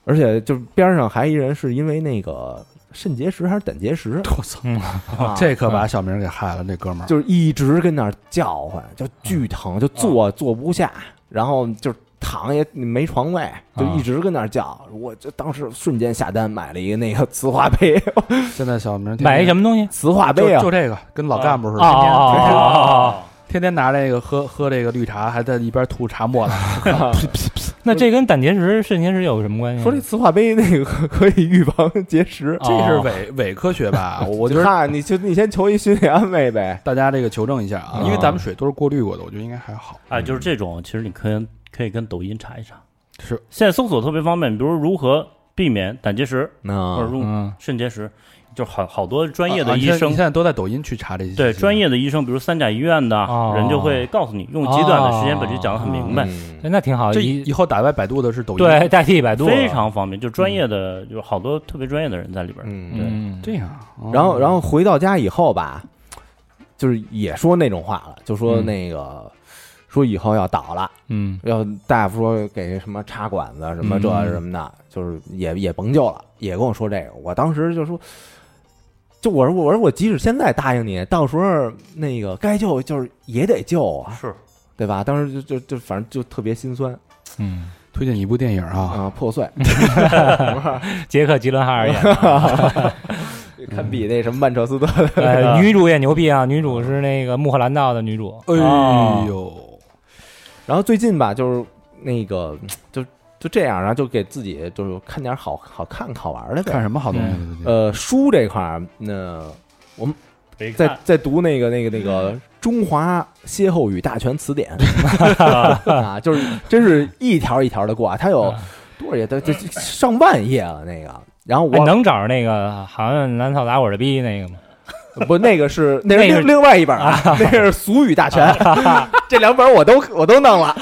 而且就是边上还一人是因为那个肾结石还是胆结石我操，啊、嗯这可把小明给害了，这哥们儿。就是一直跟那儿叫唤，就巨疼，就坐、坐不下，然后就躺也没床位，就一直跟那儿叫，我就当时瞬间下单买了一个那个磁化杯， 现在小明天天买一什么东西？磁化就杯啊就，这个，跟老干部似的，啊天啊天啊啊啊天天拿这个喝喝这个绿茶，还在一边吐茶 沫了。那这跟胆结石、肾结石有什么关系？说这磁化杯那个可以预防结石。哦这是伪伪科学 吧？我我觉得看你啊就你先求一心理安慰 呗。大家这个求证一下啊啊，因为咱们水都是过滤过的，我觉得应该还好。哎，就是这种，其实你可以可以跟抖音查一查，是现在搜索特别方便，比如如何避免胆结石或者那如嗯肾结石，就好好多专业啊的你医现在生你现在都在抖音去查这些，对专。业的医生，比如三甲医院的哦人就会告诉你，用极短的时间把这讲得很明白，嗯哎那挺好，这一啊以后打败百度的是抖音，对代替百度了非常方便。就专业的，有好多特别专业的人在里边儿。嗯，对。嗯这样啊。然后，然后回到家以后吧，就是也说那种话了，就说那个说以后要倒了，嗯要大夫说给什么插管子什么这嗯什么的，就是也也甭救了，也跟我说这个。我当时就说。就我说，我说我即使现在答应你，到时候那个该救就是也得救啊，是，对吧？当时就就就反正就特别心酸嗯，推荐你一部电影啊，啊、破碎。 杰克·吉伦哈尔演的， 堪比那什么曼彻斯特的呃，女主也牛逼啊，女主是那个穆赫兰道的女主，哎呦， 然后最近吧，就是那个就就这样，然后就给自己就是看点好好看好玩的看呗。呃什么好东嗯西？呃，书这块儿，那我们没在看在读那个那个那个中华歇后语大全词典》啊，就是真是一条一条的过啊，它有多少页？它这上万页了那个。然后哎我、能找着那个好像南草打我的逼那个吗？不那个是那那是是另另外一本啊， 那是俗语大全， 这两本我都我都弄了。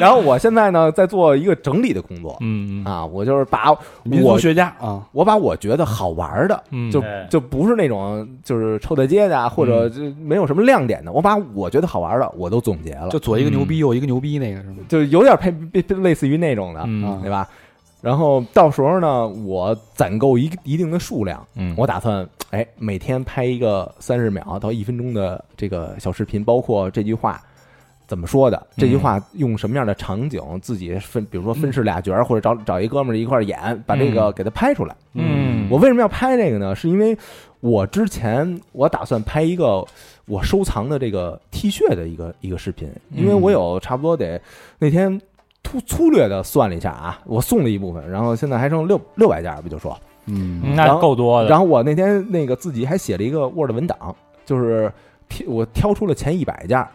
然后我现在呢在做一个整理的工作嗯啊，我就是把民俗我学家啊，我把我觉得好玩的，嗯，就哎就不是那种就是臭大街的啊，或者就没有什么亮点的，我把我觉得好玩的我都总结了，就就左一嗯个牛逼，右一个牛逼，那个是吗？就有点配配配类似于那种的，啊嗯对吧？然后到时候呢，我攒够一一定的数量，嗯，我打算哎每天拍一个三十秒到一分钟的这个小视频，包括这句话怎么说的，这句话用什么样的场景，自己分比如说分饰俩角儿，或者找找一哥们儿一块儿演，把这个嗯给他拍出来。嗯，我为什么要拍这个呢？是因为我之前我打算拍一个我收藏的这个 T 恤的一个一个视频，因为我有差不多得那天粗粗略的算了一下啊，我送了一部分，然后现在还剩六六百件儿不就说，嗯嗯然那后够多的，然后我那天那个自己还写了一个 Word 文档，就是挑我挑出了前一百件儿，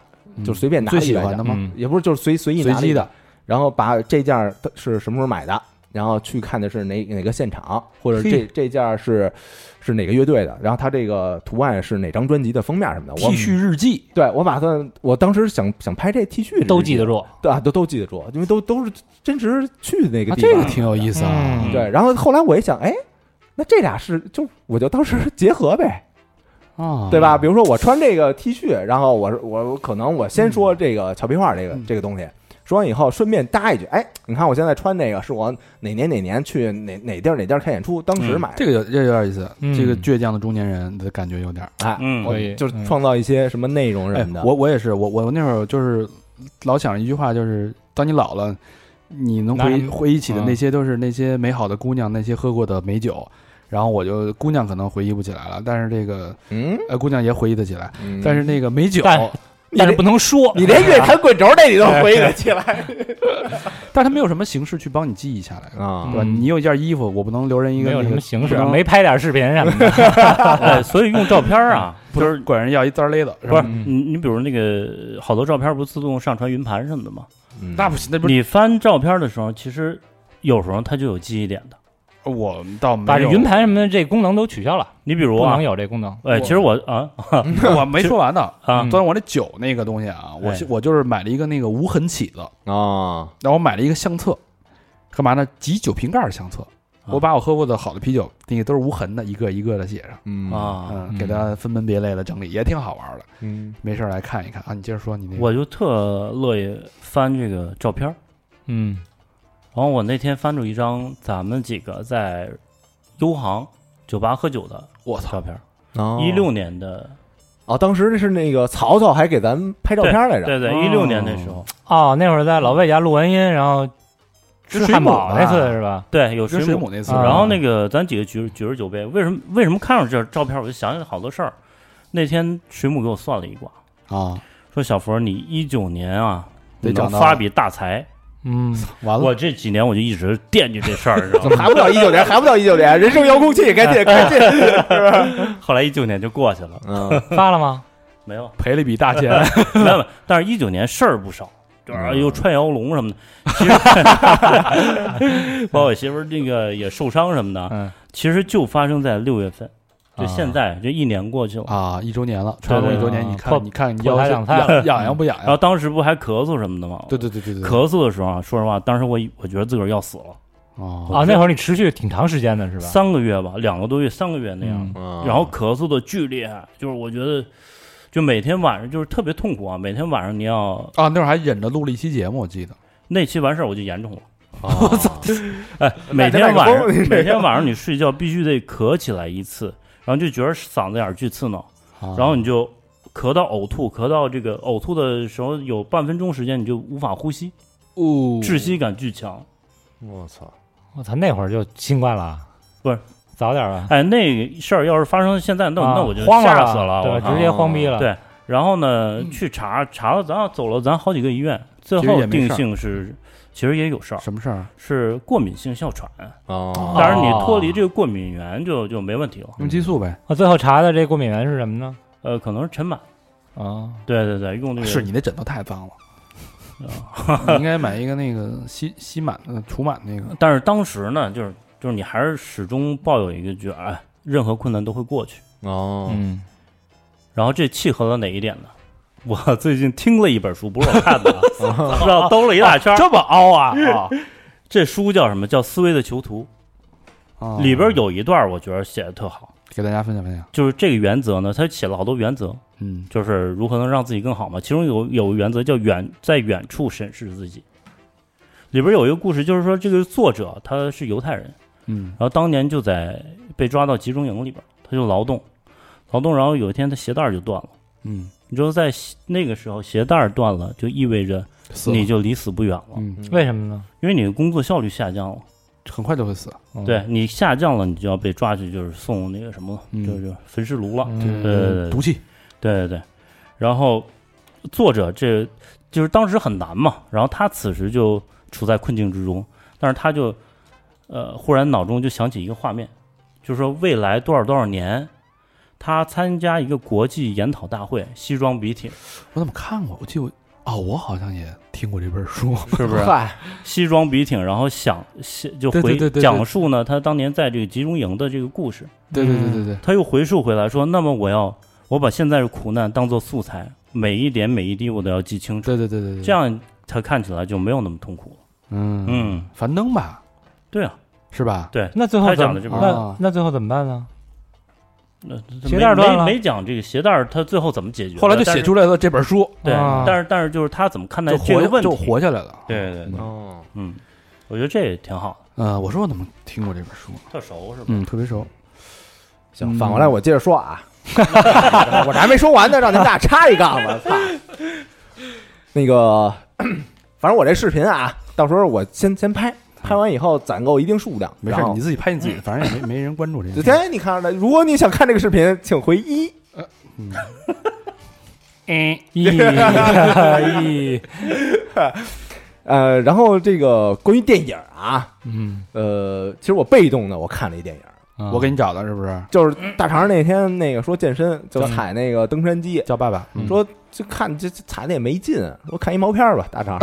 就随便拿嗯最一喜百件欢儿的吗？嗯也不是就是随随意随拿了一机个的，然后把这件儿的是什么时候买的，然后去看的是哪哪个现场，或者这这件儿是是哪个乐队的，然后它这个图案是哪张专辑的封面什么的。 ，T 我啊恤日记，对我打算，我当时想想拍这 T 恤，都记得，住。对啊，都都记得住，因为都都是真实去那个地这方。个挺有意思啊嗯。对，然后后来我一想，哎，那这俩是就我就当时结合呗，啊，对吧？比如说我穿这个 T 恤，然后我我我可能我先说这个俏皮话这个、嗯这个东西，说完以后顺便搭一句，哎，你看我现在穿这个是我哪年哪年去哪哪地儿哪地儿看演出，当时买的，这个有这有点意思，嗯这个倔强的中年人的感觉有点儿。哎，嗯我可以就是嗯创造一些什么内容哎什么的。，我我也是，我我那会儿就是老想着一句话，就是当你老了，你能拿什回么回忆起的嗯那些都是那些美好的姑娘，那些喝过的美酒。然后我就姑娘可能回忆不起来了，但是这个嗯，呃姑娘也回忆得起来，嗯但是那个美酒，但你但是连不能说，你连乐坛滚轴那你都回忆得起来但是它没有什么形式去帮你记忆下来，啊对吧？嗯你有一件衣服，我不能留人一个没有那什么个形式不，能没拍点视频什么的。哎，所以用照片儿啊，就是管人要一单勒的，不嗯是吧你你比如那个好多照片儿不是自动上传云盘什么的吗？嗯嗯那不行，那不是你翻照片儿的时候，其实有时候它就有记忆点的。我倒把没这有云，盘什么的这功能都取消了，你比如不啊能，有这功能。哎，其实我啊 我没说完呢。啊嗯，但是我那酒那个东西啊，我哎是我就是买了一个那个无痕起子，啊，然后我买了一个相册，干嘛呢？集酒瓶盖儿相册。我把我喝过的好的啤酒，那个都是无痕的，一个一个的写上，嗯啊，嗯，嗯给它分门别类的整理，也挺好玩的。嗯没事儿来看一看啊，你接着说你那个，我就特乐意翻这个照片儿。嗯然后我那天翻出一张咱们几个在优航酒吧喝酒的我操，照片儿，哦一六年的，哦，当时是那个曹操还给咱们拍照片来着，对对，哦一六年的时候，哦，那会儿在老魏家录完音，然后吃水汉母堡那啊吧次是吧？对，有跟水水母母那次，啊然后那个咱几个举着举着酒杯，为什么为什么看上这照片我就想起来好多事儿？那天水母给我算了一卦，啊，说小佛你一九年啊，得你能长大发了笔大财。嗯， 完了，我这几年我就一直惦记这事儿，知道怎么吗？还不到一九年？还不到一九年，人生遥控器，赶紧赶紧，后来一九年就过去了，嗯发了吗？没有，赔了一笔大钱，没有，没有但是一九年事儿不少。就是哎嗯又串摇龙什么的，其实把我媳妇儿那个也受伤什么的，嗯，其实就发生在六月份，就啊现在这一年过去了。啊，一周年了，传对统一对周年，对你破看，你看，你破腰财是两菜痒了痒痒不痒然后痒？当时不还咳嗽什么的吗？对对对对对，咳嗽的时候啊，说实话，当时我以我觉得自个儿要死了，啊哦，那会儿你持续挺长时间的是吧？三个月吧，两个多月，三个月那样。嗯然然后咳嗽的剧烈，啊就是我觉得，就每天晚上就是特别痛苦啊，每天晚上你要啊，那会儿还忍着录了一期节目，我记得那期完事儿我就严重了， 我操，哎，每麦天克晚风上你这个每天晚上你睡觉必须得咳起来一次，然后就觉得嗓子眼儿巨刺挠，啊然后你就咳到呕吐，咳到这个呕吐的时候有半分钟时间你就无法呼吸，哦窒息感巨强。我操，我操，那会儿就新冠了，不是早点吧？哎，那个事儿要是发生现在，那、啊那我就慌吓死了，了，我对吧，靠直接慌逼了。对然后呢，去查查了，咱走了咱好几个医院，最其实后也没定事儿性是，其实也有事儿，什么事儿？啊是过敏性哮喘。哦当然，你脱离这个过敏源就就没问题了。啊用激素呗，我最后查的这过敏源是什么呢？呃，可能是尘螨，哦啊，对对对，用那个是你那枕头太脏了，啊你应该买一个那个吸吸螨的除螨那个。但是当时呢，就是就是你还是始终抱有一个觉得，哎，任何困难都会过去。哦，嗯，然后这契合了哪一点呢？我最近听了一本书，不是我 看的，啊，绕兜了一大圈儿。这么凹啊啊！这书叫什么？叫《思维的囚徒啊》，里边有一段我觉得写的特好，给大家分享分享。就是这个原则呢，他写了好多原则，嗯，就是如何能让自己更好嘛。其中有有个原则叫远在远处审视自己。里边有一个故事，就是说这个作者他是犹太人，嗯然后当年就在被抓到集中营里边，他就劳动，劳动，然后有一天他鞋带儿就断了。嗯，你知道，在鞋那个时候，鞋带儿断了，就意味着死了你就离死不远了，嗯，为什么呢？因为你的工作效率下降了。很快就会死。嗯对，你下降了，你就要被抓去，就是送那个什么了，嗯就是焚尸炉了。嗯对对对毒气。对对对，然后作者这就是当时很难嘛，然后他此时就处在困境之中，但是他就呃忽然脑中就想起一个画面，就是说未来多少多少年，他参加一个国际研讨大会，西装笔挺，我怎么看过？我记得我哦，我好像也听过这本书。是不是？嗨，西装笔挺，然后想想就回对对对对对讲述呢他当年在这个集中营的这个故事， 对对对对对，他又回溯回来说，那么我要我把现在的苦难当做素材，每一点每一滴我都要记清楚。对对对对对，这样他看起来就没有那么痛苦了。嗯嗯，嗯，樊登吧，对啊，是吧？对，那最后他怎讲么的这本那啊那最后怎么办呢？那嗯鞋带儿断了没没讲这个鞋带儿他最后怎么解决的，后来就写出来。来了这本书，对，啊 但是但是就是他怎么看待就这活个问题？就活下来了。对对对，哦，嗯，我觉得这也挺好的，呃，我说我怎么听过这本书？特熟是吧？嗯，特别熟。行反过来我接着说啊，我这还没说完呢，让你们俩插一杠子，操！那个反正我这视频啊，到时候我先先拍，拍完以后攒够一定数量，没事然，后嗯你自己拍你自己的，反正也没没人关注这就个。哎，你看着了。如果你想看这个视频，请回一。嗯， 咦，呃，然后这个关于电影啊，嗯，呃，其实我被动的我看了一电影，我给你找的是不是？就是大肠那天那个说健身，就踩那个登山机，叫爸爸，嗯说就看这这踩的也没劲，啊说看一毛片儿 吧，大肠。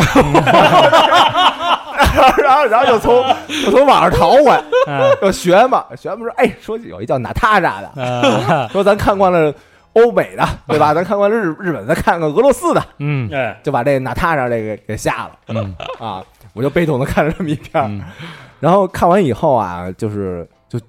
然后然后就从就从网上淘换，嗯啊就学嘛，学嘛说，哎，说有一叫娜塔莎的，嗯啊说咱看惯了欧美的，对吧？咱看惯了日日本，咱看看俄罗斯的，嗯哎，就把这娜塔莎这个给下了嗯啊！我就被动的看了这么一片儿，嗯然后看完以后啊，就是就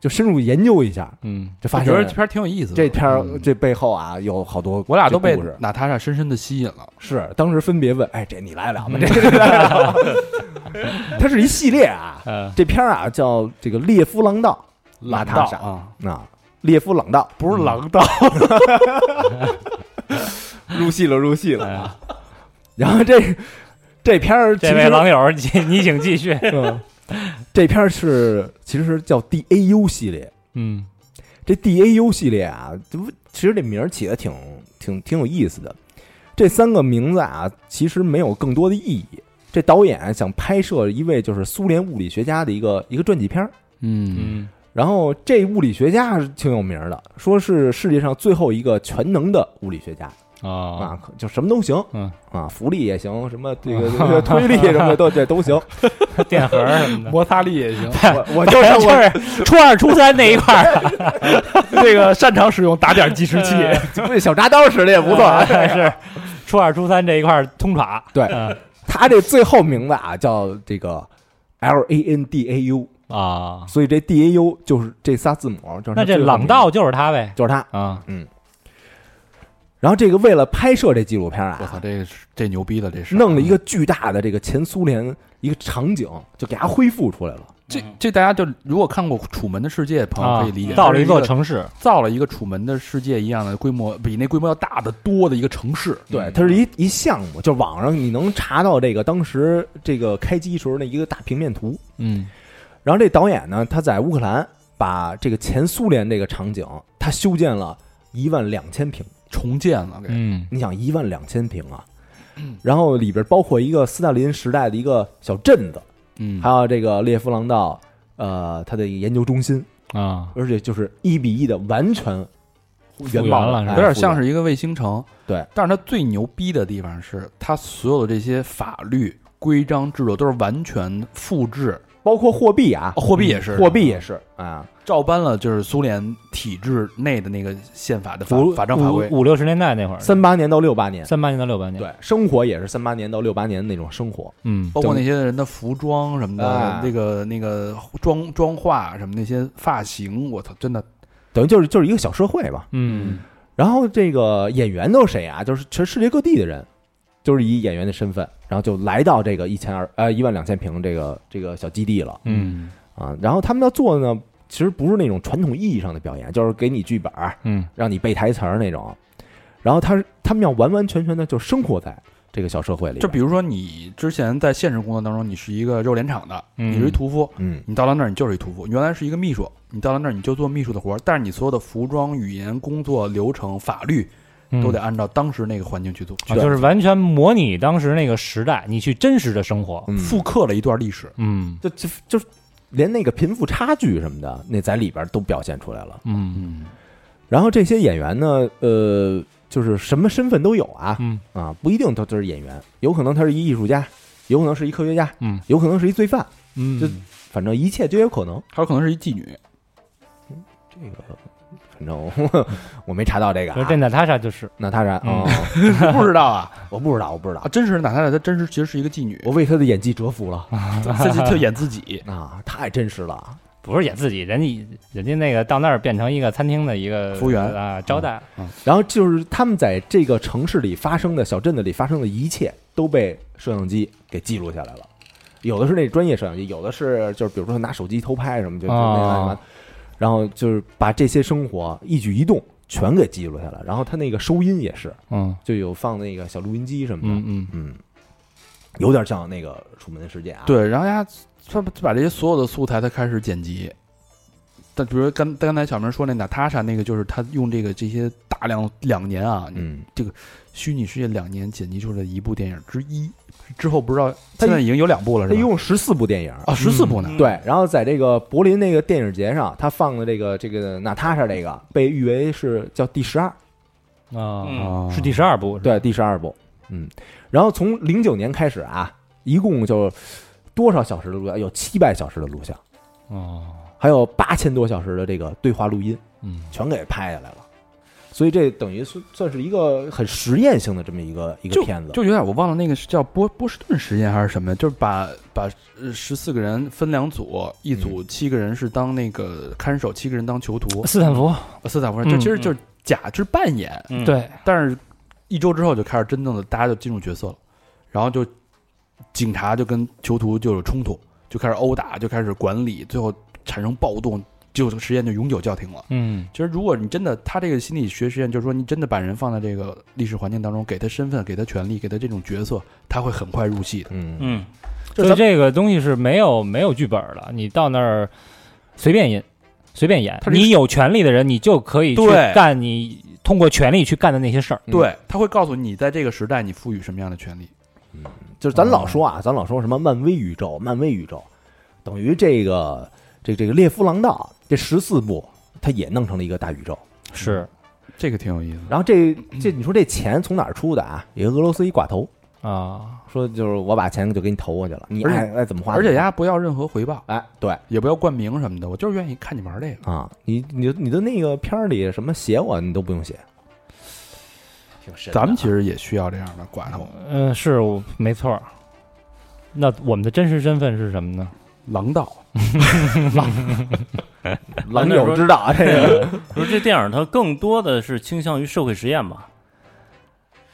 就深入研究一下，嗯，就发我觉得现这片儿挺有意思的。这片儿嗯这背后啊有好多我俩都被这故事娜塔莎深深的吸引了。是当时分别问，哎，这你来了 吗？这你来了吗？ 它是一系列啊，嗯啊这片儿啊叫这个列夫廊道娜塔莎啊，啊，列夫朗道不是狼道，入戏了，入戏了啊！嗯然后这这片 儿其这位实狼友，你你请继续。嗯，这片儿是其实叫 DAU 系列。嗯这 DAU 系列啊，就其实这名儿起的挺挺挺有意思的。这三个名字啊，其实没有更多的意义。这导演啊想拍摄一位就是苏联物理学家的一个一个传记片儿，嗯 嗯然后这物理学家是挺有名儿的，说是世界上最后一个全能的物理学家啊啊，可就什么都行，嗯啊，浮力也行，什么这个这个推力什么的都这都行。 电盒什 么的。摩擦力也行，我我就就是是 就我是初二、初三那一块儿，这个擅长使用打点 计时器。这小铡刀使的也不错啊。 是初二、初三这一块儿通耍。对嗯他这最后名字啊叫这个 L A N D A U，啊，所以这 D A U 就是这仨字母，就是那他最这后名朗道就是他 呗。就是他。啊，然后这个为了拍摄这纪录片我操，啊，这个是这牛逼了，这是弄了一个巨大的这个前苏联一个场景，就给它恢复出来了。嗯这这大家就如果看过《楚门的世界》，朋友可以理解，啊到了这一是一座个城市，造了一个《楚门的世界》一样的规模，比那规模要大得多的一个城市。对，它是一一项目，就网上你能查到这个当时这个开机时候的一个大平面图。嗯然后这导演呢，他在乌克兰把这个前苏联这个场景，他修建了一万两千平。重建了，给嗯你想一万两千平 啊，然后里边包括一个斯大林时代的一个小镇子，嗯还有这个列夫廊道，呃，他的研究中心，啊而且就是一比一的完全复原了哎是吧有点像是一个卫星城。对，但是它最牛逼的地方是，它所有的这些法律规章制度都是完全复制，包括货币啊，哦货币也是，货币也是啊，照搬了就是苏联体制内的那个宪法的法五法章法规。五五六十年代那会儿，三八年到六八年，三八年到六八年，，对，生活也是三八年到六八年那种生活，嗯，包括那些人的服装什么的哎，那个那个妆妆化什么那些发型，我操，真的等于就是就是一个小社会吧。嗯，然后这个演员都是谁啊？就是全世界各地的人，就是以演员的身份，然后就来到这个一千二呃一万两千平这个这个小基地了嗯啊。然后他们要做的呢，其实不是那种传统意义上的表演，就是给你剧本儿，嗯让你背台词儿那种。然后他是他们要完完全全的就生活在这个小社会里边，就比如说你之前在现实工作当中，你是一个肉联厂的，嗯你是一屠夫，嗯你到了那儿你就是一屠夫，你原来是一个秘书，你到了那儿你就做秘书的活儿，但是你所有的服装、语言、工作流程、法律嗯，都得按照当时那个环境去做，啊，就是完全模拟当时那个时代，你去真实的生活，嗯复刻了一段历史。嗯就就就连那个贫富差距什么的，那在里边都表现出来了。嗯嗯，然后这些演员呢，呃，就是什么身份都有啊，嗯啊，不一定他就是演员，有可能他是一艺术家，有可能是一科学家，嗯有可能是一罪犯，嗯，就反正一切皆有可能。还有可能是一妓女，这个，反正我 我没查到这个、就是这啊。娜塔莎就是，娜塔莎，嗯哦， 不知道啊 我不知道，我不知道啊！，真实哪她她真实其实是一个妓女，我为他的演技折服了这这演自 己，啊，太真实了。不是演自己，人家人家那个到那儿变成一个餐厅的一个服务员啊，招待，然后就是他们在这个城市里发生的小镇子里发生的一切都被摄像机给记录下来了，有的是那专业摄像机，有的是就是比如说拿手机偷拍什么，就就啊那个什么哦，然后就是把这些生活一举一动全给记录下来，然后他那个收音也是，嗯就有放那个小录音机什么的，嗯嗯嗯有点像那个《楚门的世界》啊，，对，然后呀，他把这些所有的素材他开始剪辑。但比如刚刚才小明说那娜塔莎那个，就是他用这个这些大量两年啊，嗯，虚拟世界两年剪辑出来的一部电影之一，之后不知道他现在已经有两部了，他是一吧？共十四部电影。啊，十四部呢，嗯对，然后在这个柏林那个电影节上，他放的这个这个娜塔莎这个被誉为是叫第十二，啊，啊是第十二部，是吧，对，第十二部，嗯，然后从零九年开始啊，一共就多少小时的录像？有七百小时的录像，哦，还有八千多小时的这个对话录音，嗯全给拍下来了。所以这等于算算是一个很实验性的这么一个一个就片子，就有点我忘了那个是叫波波士顿实验还是什么，就是把把呃十四个人分两组，一组嗯七个人是当那个看守，七个人当囚徒，啊斯坦福，呃斯坦福嗯就其实就是假就是扮演，嗯，对，但是一周之后就开始真正的大家就进入角色了，然后就警察就跟囚徒就有冲突，就开始殴打，就开始管理，最后产生暴动，就实验就永久叫停了。嗯其实，如果你真的，他这个心理学实验就是说，你真的把人放在这个历史环境当中，给他身份，给他权利，给他这种角色，他会很快入戏的。嗯，嗯，所以这个东西是没有没有剧本的，你到那儿随便演，随便演它。是你有权利的人，你就可以去对干你通过权力去干的那些事儿。嗯对，他会告诉你，在这个时代你赋予什么样的权利。就是咱哦老说啊，咱老说什么漫威宇宙，漫威宇宙，等于这个这这个列夫狼道这十四部，它也弄成了一个大宇宙。是这个挺有意思的。然后这这你说这钱从哪儿出的啊？也是俄罗斯一寡头啊，说，就是我把钱就给你投过去了，你而且爱爱怎么花而且怎么呀，不要任何回报，花，哎，对也不要冠名什么嗯的，我就是愿意看你玩这个。啊，你你你的那个片儿里什么写我，你都不用 写，挺神的啊咱们其实也需要这样的寡头，嗯、是我没错儿。那我们的真实身份是什么呢？狼道。狼友知道啊这个， 不是这电影它更多的是倾向于社会实验吧？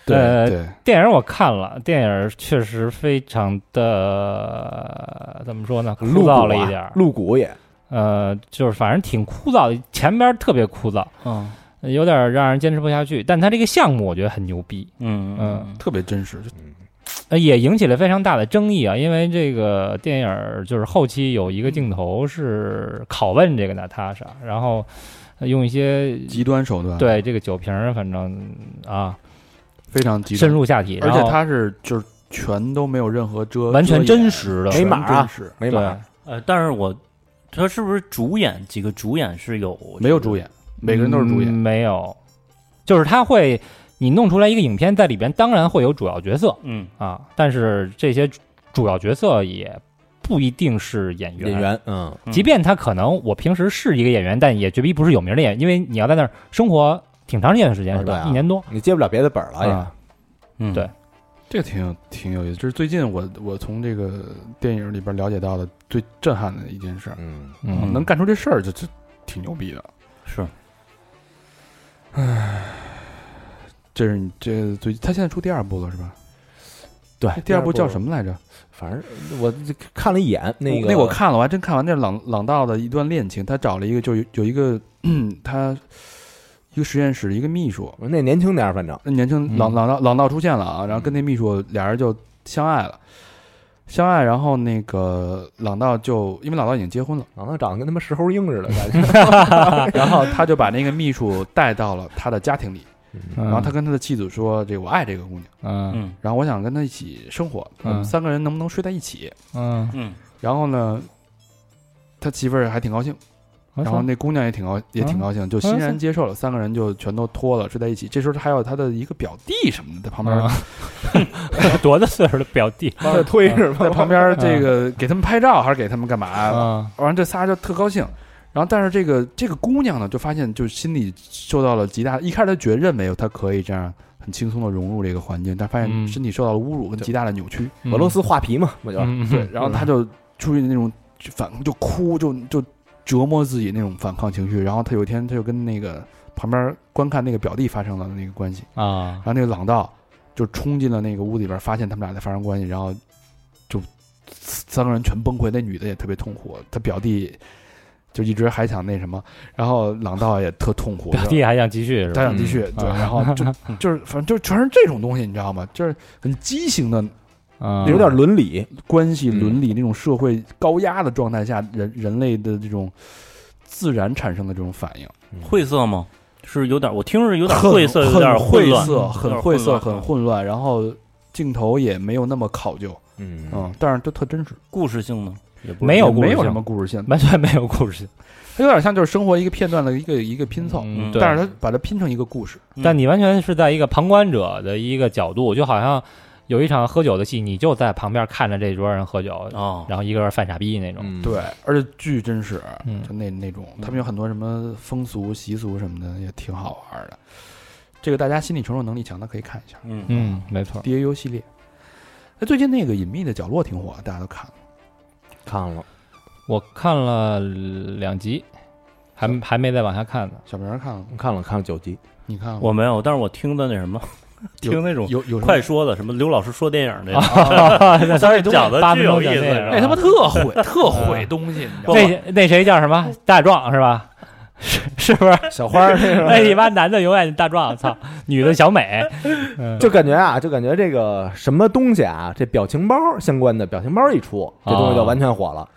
呃对，电影我看了，电影确实非常的怎么说呢，枯露骨燥啊了一点儿。露骨也呃，就是反正挺枯燥的，前边儿特别枯燥，嗯，有点儿让人坚持不下去。但他这个项目我觉得很牛逼，嗯嗯特别真实。就呃，也引起了非常大的争议啊，因为这个电影儿就是后期有一个镜头是拷问这个娜塔莎，然后呃用一些极端手段，，对这个酒瓶儿，反正啊非常极深端，入下体，而然且后它是就是全都没有任何遮，完全遮掩真实的，没全码啊真实没对码，呃，但是我他是不是主演几个主演是有没有主演，每个人都是主演嗯没有，就是它会你弄出来一个影片，在里边当然会有主要角色嗯，啊，但是这些主要角色也不一定是演员。演员，嗯，嗯即便他可能我平时是一个演员，但也绝逼不是有名的演员，因为你要在那儿生活挺长时间的时间，啊是吧？对啊一年多。你接不了别的本儿哎了啊也。嗯对这个挺有挺有意思，这是最近我我从这个电影里边了解到的最震撼的一件事儿，嗯，嗯，能干出这事儿就就挺牛逼的。是这是你这最他现在出第二部了是吧？对这，第二部叫什么？么来着？反正我就看了一眼那个，哦那我看了，我还真看完那朗朗道的一段恋情，他找了一个就有有一个嗯他一个实验室的一个秘书，那年轻点儿，反正那年轻朗朗道朗道出现了啊，然后跟那秘书俩人就相爱了，相爱，然后那个朗道就因为朗道已经结婚了，老子啊长得跟他妈石猴鹰似的，感觉。然后他就把那个秘书带到了他的家庭里，然然后他跟他的妻子说：“这个我爱这个姑娘，嗯嗯然后我想跟她一起生活，我们嗯三个人能不能睡在一起嗯，嗯？”然后呢，他媳妇儿还挺高兴，然后那姑娘也挺高也挺高兴，就欣然接受了，三个人就全都脱了睡在一起。这时候还有他的一个表弟什么的在旁嗯边， 多大岁数的表弟往上推是吧？在旁边这个给他们拍照还是给他们 干嘛？啊，完这仨就特高兴。然后，但是这个这个姑娘呢，就发现就心里受到了极大，一开始她觉得认为她可以这样很轻松的融入这个环境，但发现嗯身体受到了侮辱跟极大的扭曲。俄罗斯画皮嘛，我就嗯，对，然后他就出于那种反就哭，就就折磨自己那种反抗情绪。然后他有一天，他就跟那个旁边观看那个表弟发生了那个关系，啊 然，后那个朗道就冲进了那个屋里边，发现他们俩在发生关系，然后就三个人全崩溃。那女的也特别痛苦，她表弟就一直还想那什么，然后朗道也特痛苦，表弟还想继续是他吧？想继续，嗯对，啊然后就 就是反正就全是这种东西，你知道吗？就是很畸形的嗯有点伦理，关系嗯伦理那种社会高压的状态下，人人类的这种自然产生的这种反应，晦涩吗？是有点，我听着有点很晦涩，有很点晦乱，涩，有很点晦涩，乱啊很混乱。然后镜头也没有那么考究，嗯嗯，但是都特真实，故事性呢，也不是没有故事没有性什么故事性，完全没有故事。它有点像就是生活一个片段的一个一个拼凑，嗯，对但是它把它拼成一个故事，嗯但你完全是在一个旁观者的一个角度，就好像有一场喝酒的戏，你就在旁边看着这桌人喝酒，哦，然后一个人犯傻逼那种。嗯，对，而且巨真实，嗯就那那种，他们有很多什么风俗习俗什么的，也挺好玩的。这个大家心理承受能力强的可以看一下。嗯嗯，没错。 D A U 系列。哎，最近那个《隐秘的角落》挺火，大家都看了。看了，我看了两集，还还没再往下看呢。小明儿看了吗，看了，看了九集，你啊看了吗我没有，但是我听的那 什么，有听那种有有什么快说的，什么刘老师说电影那个，啊 那但是讲的八巨分有钟意思，讲那个哎，是吧他妈特嗯毁，特毁东西，你知道吗？那那谁叫什么大壮是吧？是是不是？小花儿这那一般男的永远大壮，操，女的小美，就感觉啊，就感觉这个什么东西啊，这表情包相关的表情包一出，这东西就完全火了，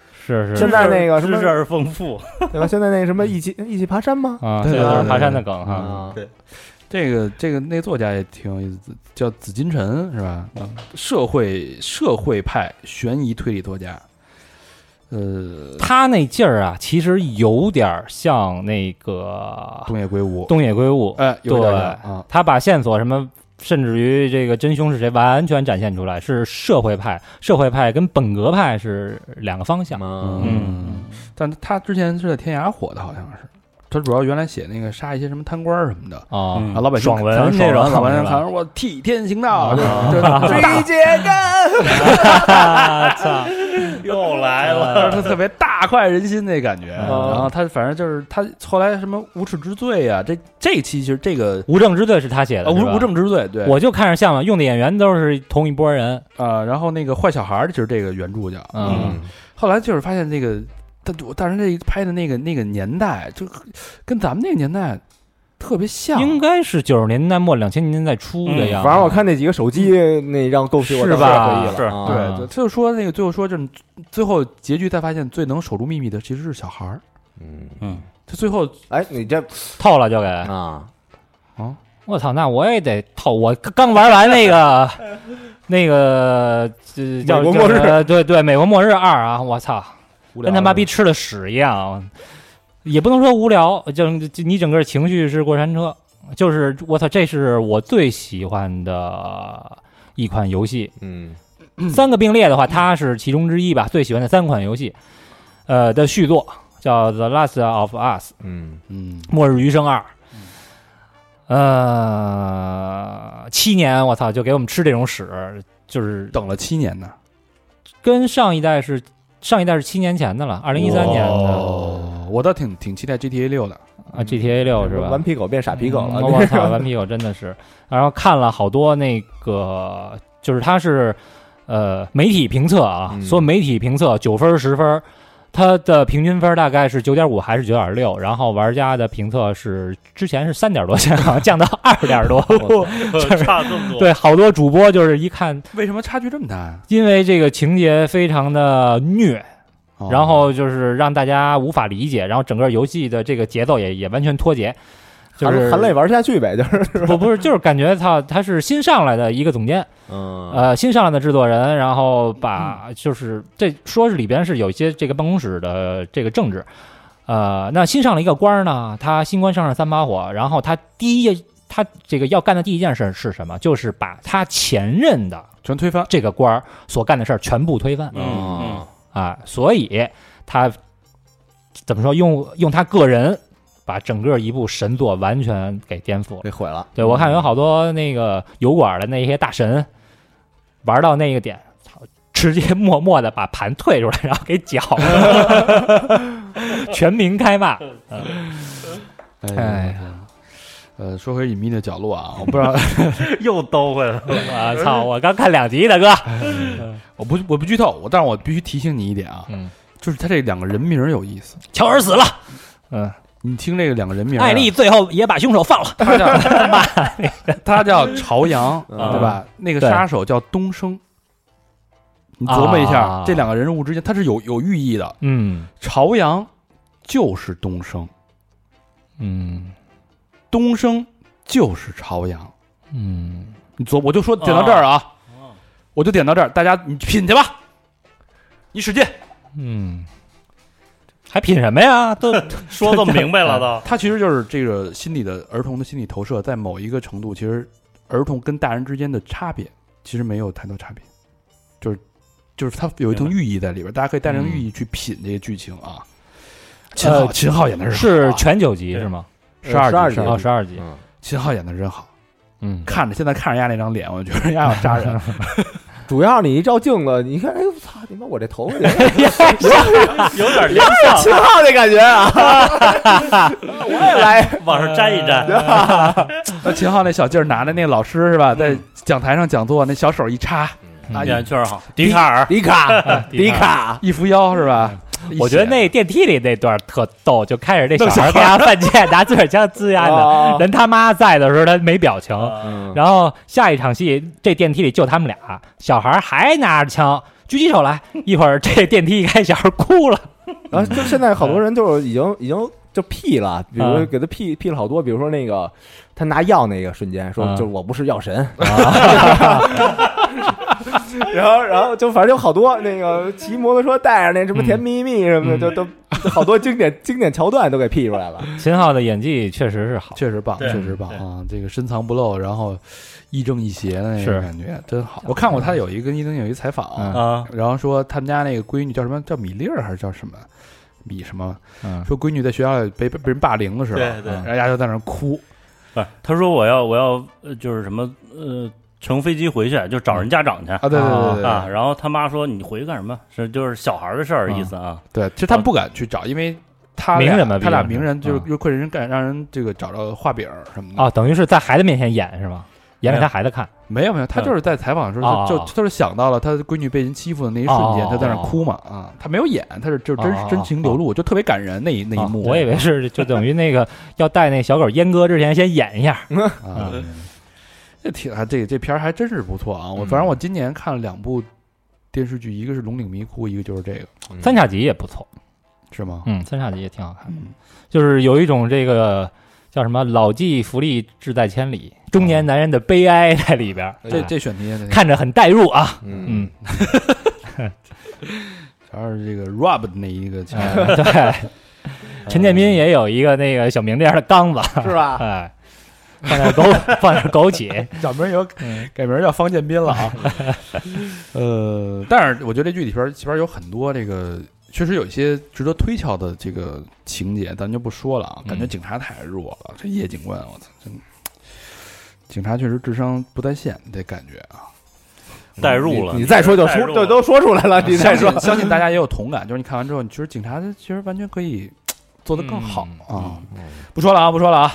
是现是在那个什么知识丰 富， 对吧？现在那什么一起一起爬山吗？啊，对这对都是对爬山对的梗哈。啊，这个这个那作家也挺有意思，叫紫金陈是吧？嗯社会社会派悬疑推理作家。呃，他那劲儿啊，其实有点儿像那个东野圭吾，东野圭吾，呃哎，有对点像啊，他把线索什么，甚至于这个真凶是谁，完全展现出来，是社会派，社会派跟本格派是两个方向。嗯，嗯，但他之前是在天涯火的，好像是。他主要原来写那个杀一些什么贪官儿什么的，啊嗯啊，老百姓爽文嗯看那爽种文，老百是姓吧看说我替天行道，就就 追杰干，啊操！又来了，当时他特别大快人心那感觉。嗯然后他反正就是他后来什么无耻之罪啊，这这期其实这个无证之罪是他写呃的，无是吧无，证之罪对，我就看着像了，用的演员都是同一波人。啊，然后那个坏小孩儿就是这个原著叫，嗯，后来就是发现那个他我当时那拍的那个那个年代就跟咱们那个年代特别像，应该是九十年代末两千年代初的嗯样子。反正我看那几个手机那让勾起我的是吧回忆了，是啊对，啊对，他就说那个最后说就是最后结局才发现最能守住秘密的其实是小孩儿，嗯，嗯，他最后哎，你这透了就给啊，我操，那我也得透。我刚玩完 那个那个这叫美国末日叫什么对对，美国末日二啊！我操，无聊跟他妈逼吃了屎一样，也不能说无聊，就就你整个情绪是过山车，就是我操，这是我最喜欢的一款游戏。嗯三个并列的话，它是其中之一吧，最喜欢的三款游戏，呃的续作叫《The Last of Us》嗯嗯， 《末日余生二》。呃，七年，我操，就给我们吃这种屎，就是等了七年呢，跟上一代是上一代是七年前的了，二零一三年的哦，我倒挺挺期待 GTA 六的，啊，GTA 六是吧？顽皮狗变傻皮狗了嗯，我操，顽皮狗真的是。然后看了好多那个，就是它是呃媒体评测啊，嗯所有媒体评测九分十分，它的平均分大概是九点五还是九点六，然后玩家的评测是之前是三点多，现在好像降到二点多。差这么多，对，好多主播就是一看，为什么差距这么大啊呀？因为这个情节非常的虐，哦然后就是让大家无法理解，然后整个游戏的这个节奏也也完全脱节，就含是含泪玩下去呗，就是不不是，就是感觉他他是新上来的一个总监，嗯呃，新上来的制作人，然后把就是这说是里边是有一些这个办公室的这个政治，呃，那新上了一个官儿呢，他新官上任三把火，然后他第一他这个要干的第一件事是什么？就是把他前任的全推翻，这个官儿所干的事儿全部推翻嗯啊，所以他怎么说用用他个人把整个一部神作完全给颠覆了。给毁了，对我看有好多那个油管的那些大神，玩到那个点，操，直接默默的把盘退出来，然后给搅了，全民开骂。哎哎，呃，说回隐秘的角落啊，我不知道， 嗯，又兜回来了。哎我操！我刚看两集，大哥。我不我不剧透，我但是我必须提醒你一点啊，嗯，就是他这两个人名儿有意思，乔尔死了，嗯，你听这个两个人名儿啊，艾 丽最后也把凶手放了。他叫他叫朝阳，嗯对吧？那个对杀手叫东升。你琢磨一下啊，这两个人物之间，他是有有寓意的。嗯朝阳就是东升，嗯东升就是朝阳。嗯，你琢，我就说点到这儿啊，哦我就点到这儿，大家你品去吧，你使劲。嗯，还品什么呀？都说这么明白了都，他其实就是这个心理的儿童的心理投射，在某一个程度，其实儿童跟大人之间的差别其实没有太多差别，就是就是它有一层明寓意在里边，大家可以带着嗯寓意去品这个剧情啊。秦呃 昊，秦昊演的是好啊全九集对是吗？十二12集，集哦，十二集。嗯秦昊演的真好， 嗯，看着现在看着丫那张脸，我觉得丫要杀人。主要你一照镜子，你看，哎呦，操你妈，我这头发也有点联想，秦昊那感觉啊， 我也来，往上粘一粘。那秦昊那小劲儿拿着那老师是吧，在嗯讲台上讲座，那小手一插，哎啊演员确实好，笛卡尔，迪卡，啊 迪卡，一扶腰是吧？嗯我觉得那电梯里那段特逗，就开始那小孩给他犯贱，拿自个儿枪呲牙的。哦人他妈在的时候他没表情，嗯然后下一场戏这电梯里就他们俩，小孩还拿着枪举起手来，一会儿这电梯一开，小孩哭了。然后嗯就现在好多人就是已经已经就 P 了，比如啊嗯给他 P P 了好多，比如说那个他拿药那个瞬间说，嗯啊就是我不是药神， 然后然后就反正有好多那个骑摩托车带着那什么甜蜜蜜什么的，嗯就都就好多经典经典桥段都给 P 出来了， 秦昊的演技确实是好，确实棒，对确实棒对啊！这个深藏不露，然后亦正亦邪的那是个感觉真好。我看过他有一个跟伊登有一个采访，嗯啊，然后说他们家那个闺女叫什么？叫米粒儿还是叫什么？米什么？嗯说闺女在学校里被被被人霸凌的时候，对对嗯然后丫就在那儿哭，不是，他说我要我要呃就是什么呃，乘飞机回去就找人家长去啊，对对对嗯对啊，对然后他妈说你回去干什么？是就是小孩的事儿意思啊，对，其实他们不敢去找，因为他名俩人嘛他俩毕竟是名人就是嗯又困人干，让人这个找着画饼儿什么的哦，等于是在孩子面前演是吗？演给他孩子看。没有没有，他就是在采访的时哦候就哦就就是想到了他闺女被人欺负的那一瞬哦间，哦他在那儿哭嘛啊，他没有演，他是就真哦哦哦真情流露，就特别感人那一那一啊幕。我以为是就等于那 个要带那小狗阉割之前先演一下。啊，嗯这挺啊，这这片儿还真是不错啊。我嗯反正我今年看了两部电视剧，一个是《龙岭迷窟》，一个就是这个，三下集也不错，是吗？嗯，三下集也挺好看的。嗯，就是有一种这个叫什么“老骥伏枥，志在千里”，中哦年男人的悲哀在里边儿，嗯这这选题也得看着很代入啊。嗯嗯，主要是这个 Rob 的 那一个情况，呃哎嗯对，陈建斌也有一个那个小名这样的缸子，是吧？哎，放 点枸放点枸杞，啊小名有嗯改名叫方建斌了 啊。呃，但是我觉得这剧里边儿其实有很多这个确实有一些值得推敲的这个情节，咱就不说了啊。感觉嗯警察太弱了，这叶警官，我操，真警察确实智商不在线，这感觉啊。嗯代入了，你再说就代说入就了啊都说出来了， 你再相说信相信大家也有同感，就是你看完之后，你其实警察其实完全可以嗯做得更好啊。不说了啊，不说了啊。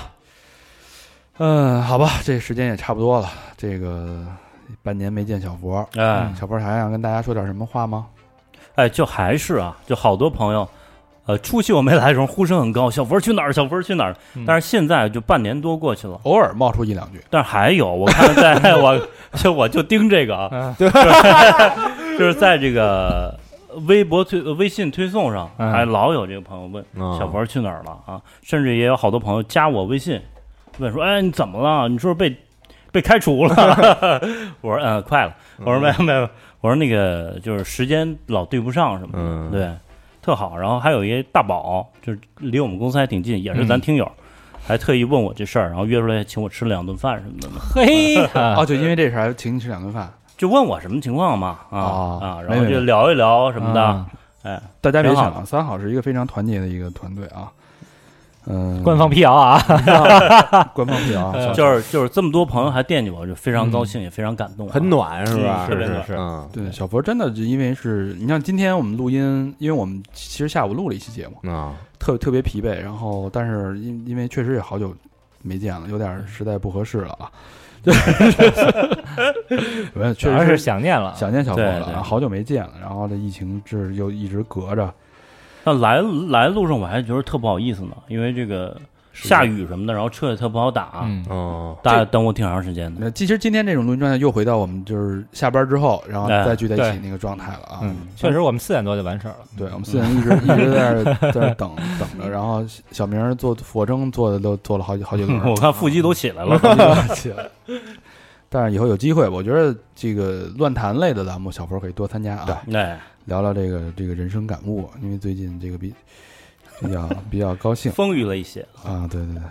嗯，好吧，这时间也差不多了。这个半年没见小佛，嗯哎小佛还想跟大家说点什么话吗？哎，就还是啊，就好多朋友，呃，初期我没来的时候呼声很高，小佛去哪儿？小佛去哪儿嗯？但是现在就半年多过去了，偶尔冒出一两句，但是还有，我看在我就我就盯 这个啊， 嗯就是在这个微博推、微信推送上，嗯还老有这个朋友问嗯小佛去哪儿了啊，甚至也有好多朋友加我微信，问说，哎，你怎么了？你是不是被被开除了？ 我说，嗯，快了。我说没有没有，我说那个就是时间老对不上什么的。嗯，对，特好。然后还有一大宝，就是离我们公司还挺近，也是嗯咱听友，还特意问我这事儿，然后约出来请我吃了两顿饭什么的呢，嘿，啊哦，就因为这事儿还请你吃两顿饭就问我什么情况嘛，啊哦啊，没然后没就聊一聊什么嗯的，啊哎，大家别挺好想，三好是一个非常团结的一个团队啊。嗯，官方辟谣啊， 官方辟谣啊，小就是就是这么多朋友还惦记我，就非常高兴，也非常感动啊，很暖是吧？嗯是是是， 嗯对小佛真的就因为是你像今天我们录音，因为我们其实下午录了一期节目，啊，特特别疲惫，然后但是因因为确实也好久没见了，有点儿实在不合适了啊。 没有主确要实是是想念了，想念小朋友对了，对然后好久没见了，然后这疫情这又一直隔着，但来来路上我还觉得特不好意思呢，因为这个下雨什么的，然后车也特不好打，嗯嗯，大家等我挺长时间的。那其实今天这种录音状态又回到我们就是下班之后，然后哎，再聚在一起对那个状态了啊。嗯，确实我们四点多就完事儿了，对，我们四人一直一直在那儿在那儿等等着，然后小明儿做俯卧撑做的都做了好几好几轮我 我看腹肌都起来了，起来。但是以后有机会，我觉得这个乱谈类的栏目，小佛可以多参加啊。哎，聊聊这个这个人生感悟，因为最近这个比比较比较高兴丰腴了一些。啊，对对对，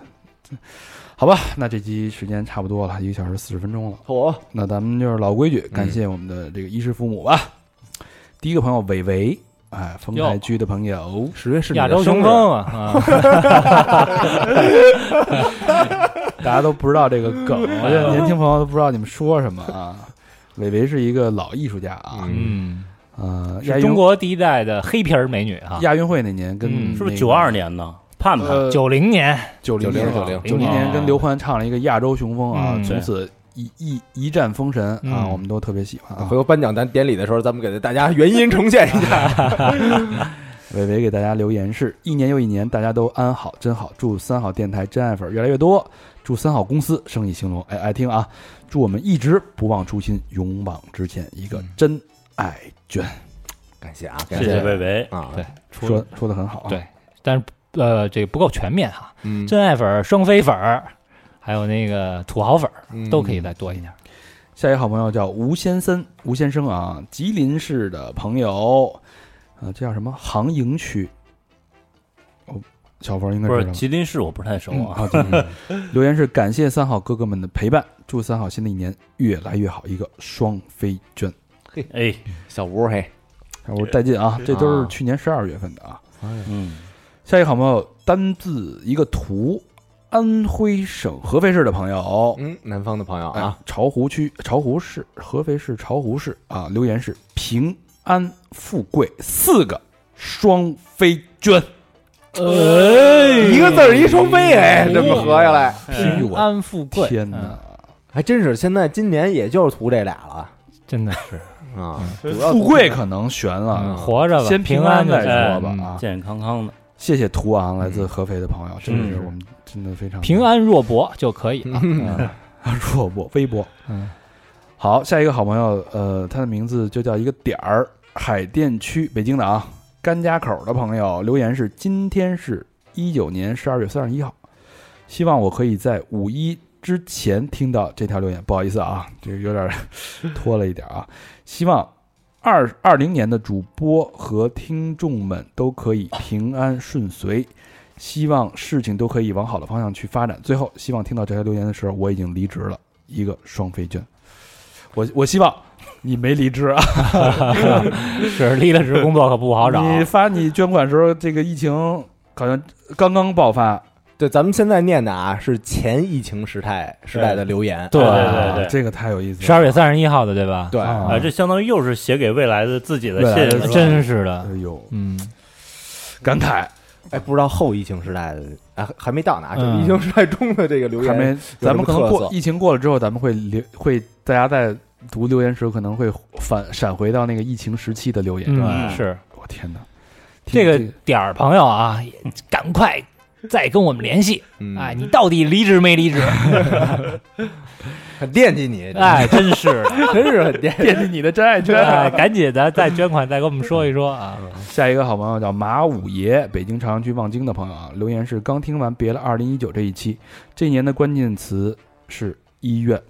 好吧，那这期时间差不多了，一个小时四十分钟了，我那咱们就是老规矩，感谢我们的这个衣食父母吧。第一个朋友伟伟，哎，丰台区的朋友，十月是你的亚洲生雄日风啊，啊大家都不知道这个梗，我觉得年轻朋友都不知道你们说什么啊。伟伟是一个老艺术家啊，嗯，呃，亚是运中国第一代的黑皮儿美女啊，亚运会那年跟嗯是不是九二年呢？盼盼，呃九零年，九零年90九零年跟刘欢唱了一个《亚洲雄风》啊，嗯从此一一一战封神啊，嗯我们都特别喜欢啊回。头颁奖咱典礼的时候，咱们给大家原音重现一 下。伟伟给大家留言是：一年又一年，大家都安好，真好。祝三好电台真爱粉越来越多，祝三好公司生意兴隆。哎，爱听啊！祝我们一直不忘初心，勇往直前。一个真爱卷，感谢啊，感谢谢谢贝贝，啊，对除说说的很好啊。对但是呃，这个不够全面哈，嗯，真爱粉儿、双飞粉儿，还有那个土豪粉儿嗯都可以再多一点。下一个好朋友叫吴先生，吴先生啊，吉林市的朋友，啊，这叫什么杭营区？哦，小佛应该不知是道吧。吉林市，我不太熟嗯啊。好吉林 留言是感谢三好哥哥们的陪伴，祝三好新的一年越来越好，一个双飞卷。哎，小吴嘿，我说带劲啊，这都是去年十二月份的啊。嗯，下一个好朋友单字一个图，安徽省合肥市的朋友，嗯，南方的朋友啊啊，，巢湖区、巢湖市、合肥市巢湖市啊，留言是平安富贵四个双飞娟，哎哎一个字儿一双飞，嗯哎，这么合下来，哎平安富贵，天嗯哪！还真是，现在今年也就是图这俩了真的是啊，主要富贵可能悬了，嗯活着吧，先平平安就再行说吧嗯啊！健健康康的，谢谢图昂来自合肥的朋友，真的是嗯我们真的非常平安若薄就可以了。啊， 弱博微博。嗯，好，下一个好朋友，呃，他的名字就叫一个点儿，海淀区北京的啊，甘家口的朋友留言是：今天是一九年十二月三十一号，希望我可以在五一之前听到这条留言。不好意思啊，这个有点儿 拖了一点啊，希望。二二零年的主播和听众们都可以平安顺遂，希望事情都可以往好的方向去发展。最后，希望听到这条留言的时候，我已经离职了，一个双飞卷。我我希望你没离职啊。是离了职工作可不好啊找。 你发你捐款的时候，这个疫情好像刚刚爆发，对，咱们现在念的啊是前疫情时代时代的留言，对对对对啊这个太有意思了。十二月三十一号的对吧？对哎啊啊，这相当于又是写给未来的自己的未来信的 是吧，真是的，哎呦，嗯，感慨哎，不知道后疫情时代的，哎，还没到呢啊，就嗯疫情时代中的这个留还言，没，有咱们什可么特能过色疫情过了之后，咱们会留会大家在读留言时，可能会反闪回到那个疫情时期的留言。嗯是我天哪，这听个 点儿，朋友啊，也赶快再跟我们联系。嗯哎，，你到底离职没离职？很惦记你，哎，真是的，真是很惦记。惦记你的真爱圈。哎，赶紧咱再捐款，再跟我们说一说啊。下一个好朋友叫马五爷，北京朝阳区望京的朋友啊，留言是刚听完《别了2019》这一期，这一年的关键词是医院，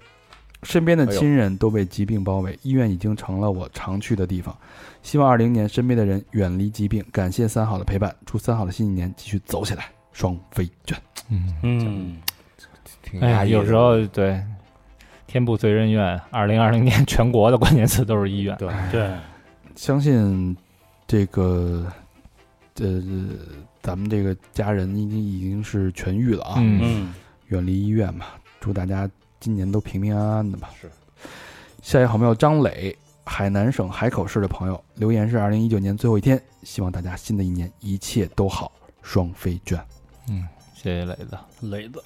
身边的亲人都被疾病包围，医院已经成了我常去的地方。希望20年身边的人远离疾病，感谢三好的陪伴，祝三好的新一年继续走起来，双飞卷。嗯，嗯，挺压哎，抑的有时候对，天不遂人愿。啊二零二零年 全国的关键词都是医院。嗯对，相信这个，呃，咱们这个家人已经已经是痊愈了啊。嗯，嗯，远离医院吧，祝大家今年都平平安安的吧。是，下一位好朋友张磊，海南省海口市的朋友留言是：二零一九年最后一天，希望大家新的一年一切都好，双飞卷。谢谢磊子。雷子，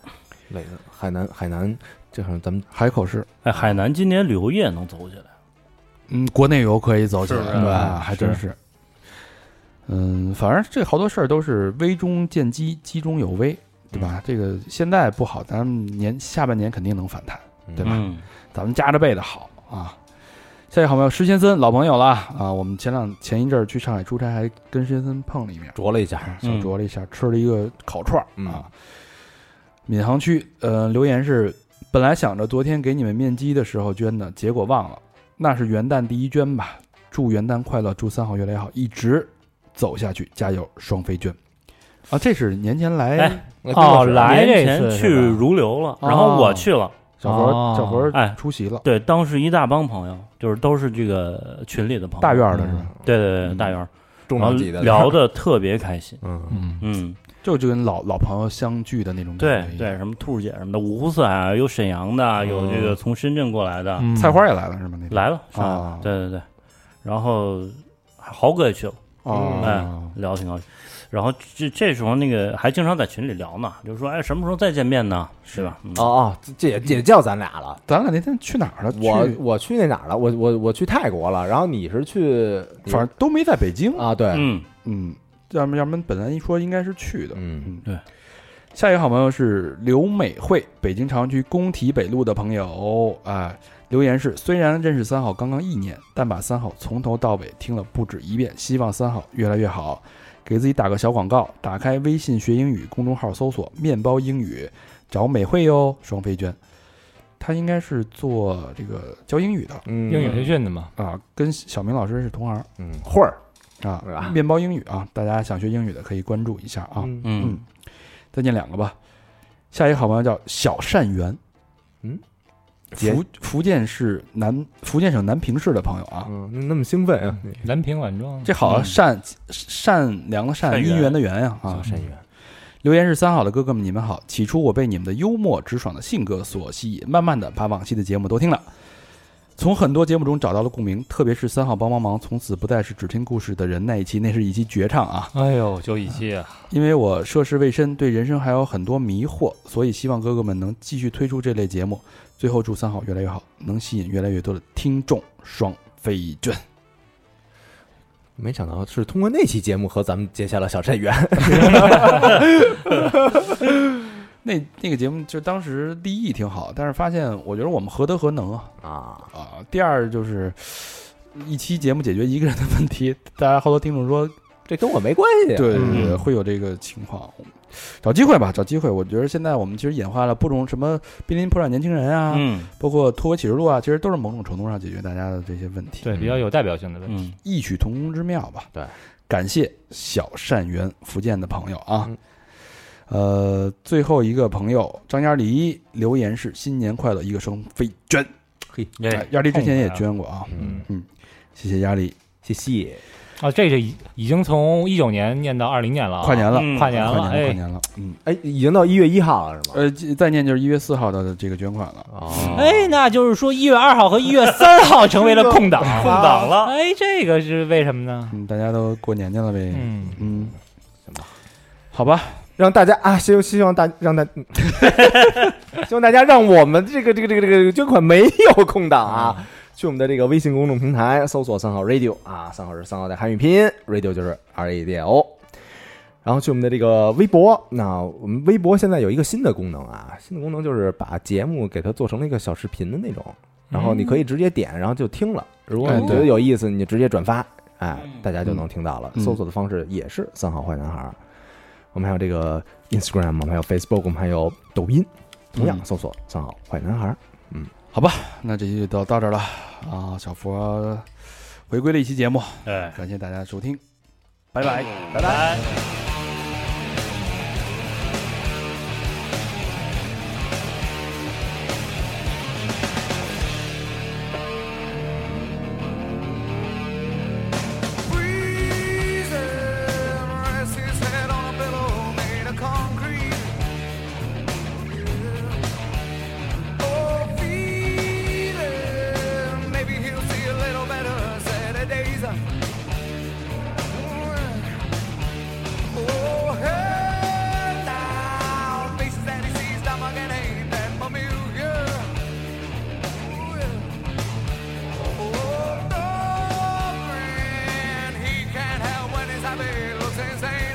累的，海南海南，这好像咱们海口市，哎，海南今年旅游业能走起来，嗯，国内游可以走起来是啊对吧？嗯还真是。嗯，反正这好多事儿都是危中见机，机中有危，对吧？这个现在不好，咱们年下半年肯定能反弹。对吧嗯，咱们加着倍的好啊。下一个好朋友施先森，老朋友了啊啊！我们前两前一阵儿去上海出差，还跟施先森碰了一面，啄了一下，小酌了一下，吃了一个烤串儿嗯啊。闵行区，呃，留言是：本来想着昨天给你们面基的时候捐的，结果忘了，那是元旦第一捐吧。祝元旦快乐，祝三好越来越好，一直走下去，加油，双飞捐。啊，这是年前来、哎哦，来这年前次去是吧如流了，哦然后我去了，小佛、哦小佛哎出席了，对，当时一大帮朋友，就是都是这个群里的朋友，大院儿的是吧？嗯，对对对，嗯大院儿，重然后量级的聊，的特别开心，嗯，嗯，嗯，就就跟老老朋友相聚的那种对感觉一样。对，什么兔儿姐什么的，五湖四海啊，有沈阳的，有这个从深圳过来的，嗯菜花也来了是吗？那天来了，上海啊对对对，然后呃豪哥也去了，哦，哎聊得挺高兴。然后这这时候那个还经常在群里聊呢，就是说哎什么时候再见面呢，是吧？嗯哦哦，这这也也叫咱俩了。咱俩那天去哪儿了？我去我去那哪儿了？我我我去泰国了，然后你是去，反正都没在北京。啊，对，嗯，嗯，要么要么本来一说应该是去的。嗯，下一个好朋友是刘美惠，北京朝阳区工体北路的朋友啊、留言是：虽然认识三好刚刚一年，但把三好从头到尾听了不止一遍，希望三好越来越好。给自己打个小广告，打开微信学英语公众号，搜索“面包英语”，找美惠哟，双飞娟。她应该是做这个教英语的英嗯英语培训的嘛，啊，跟小明老师是同行嗯，会儿啊是吧。面包英语啊，大家想学英语的可以关注一下啊。嗯嗯嗯，再念两个吧。下一个好朋友叫小善缘，嗯，福福建市南福建省南平市的朋友啊，嗯，那那么兴奋啊，南平晚装。这好啊嗯善善良的善，善缘姻缘的缘呀小！啊善缘，留言是三好的哥哥们，你们好。起初我被你们的幽默直爽的性格所吸引，慢慢的把往期的节目都听了，从很多节目中找到了共鸣，特别是三好帮帮忙，从此不再是只听故事的人那一期，那是一期绝唱啊！哎呦，就一期啊，因为我涉世未深，对人生还有很多迷惑，所以希望哥哥们能继续推出这类节目。最后祝三好越来越好，能吸引越来越多的听众，双飞卷。没想到是通过那期节目和咱们结下了小善缘， 那那个节目就当时立意挺好，但是发现我觉得我们何德何能啊啊，啊！第二就是一期节目解决一个人的问题，大家好多听众说，这跟我没关系，啊对对对，嗯会有这个情况。找机会吧，找机会。我觉得现在我们其实演化了不同什么濒临破产年轻人啊，嗯包括脱轨启示录啊，其实都是某种程度上解决大家的这些问题，对，比较有代表性的问题。嗯，异曲同工之妙吧。对，感谢小善缘福建的朋友啊。嗯呃，最后一个朋友张丫离留言是“新年快乐，一个双飞捐哎”，丫离之前也痛快啊捐过啊，嗯，谢谢丫离，谢谢，啊，这是已已经从一九年念到二零年了啊，跨年了，嗯跨年快年了，跨了，哎年了，嗯，哎，已经到一月一号了是哎吗？呃，再念就是一月四号的这个捐款了，哦哎，那就是说一月二号和一月三号成为 了空档，空档了，哎，这个是为什么呢？嗯，大家都过年去了呗，嗯，嗯，好吧，让大家啊，希希望大让大，嗯 希望大家让我们这个这个这个这个捐款没有空档啊，去我们的这个微信公众平台搜索三好 radio 啊，三好是三好的汉语拼音，radio 就是 R A D I O。然后去我们的这个微博，那我们微博现在有一个新的功能啊，新的功能就是把节目给它做成了一个小视频的那种，然后你可以直接点，然后就听了。如果哎你觉得对有意思，你就直接转发，哎嗯，大家就能听到了。嗯搜索的方式也是三好坏男孩儿，我们还有这个 Instagram，我们还有 Facebook，我们还有抖音，同样嗯搜索“三好坏男孩”。那这期就到到这儿了啊，小佛回归了一期节目，哎，感谢大家收听。拜拜，拜拜。 Looks insane.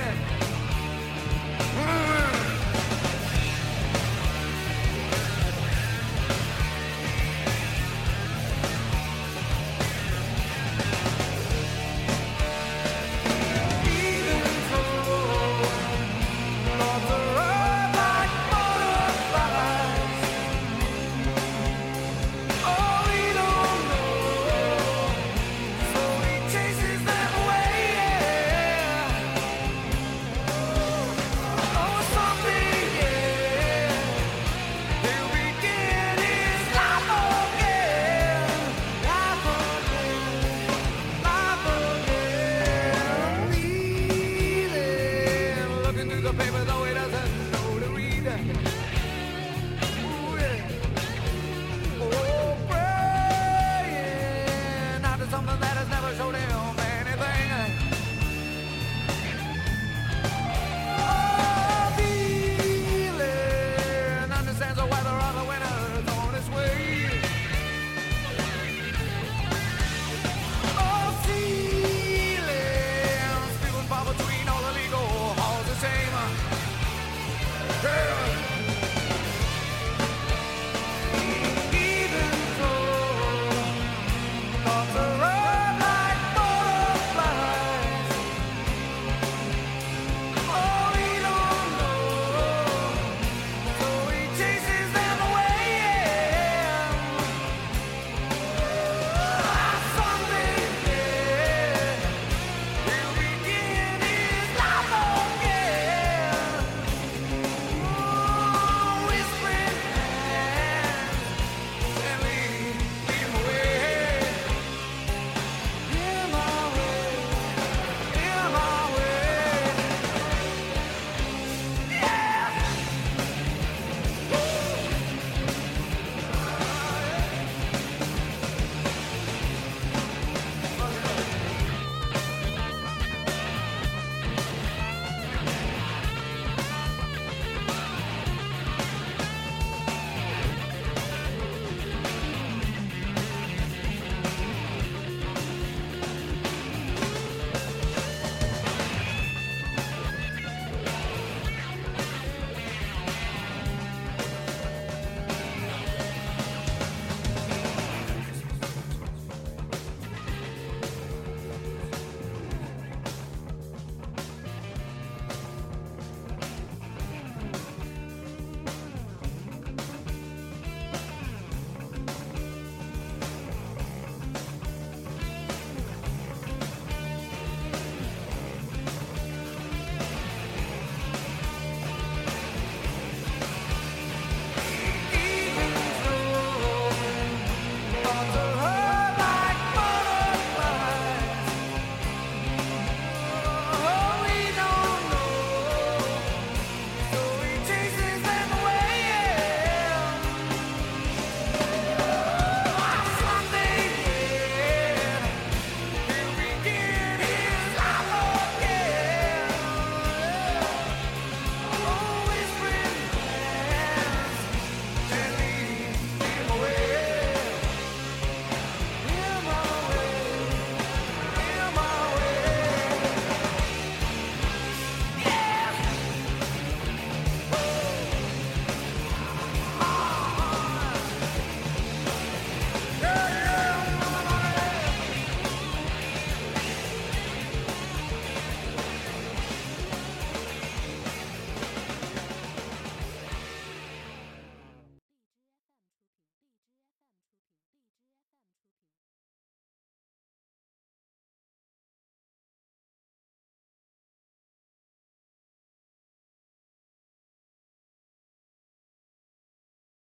Paper though it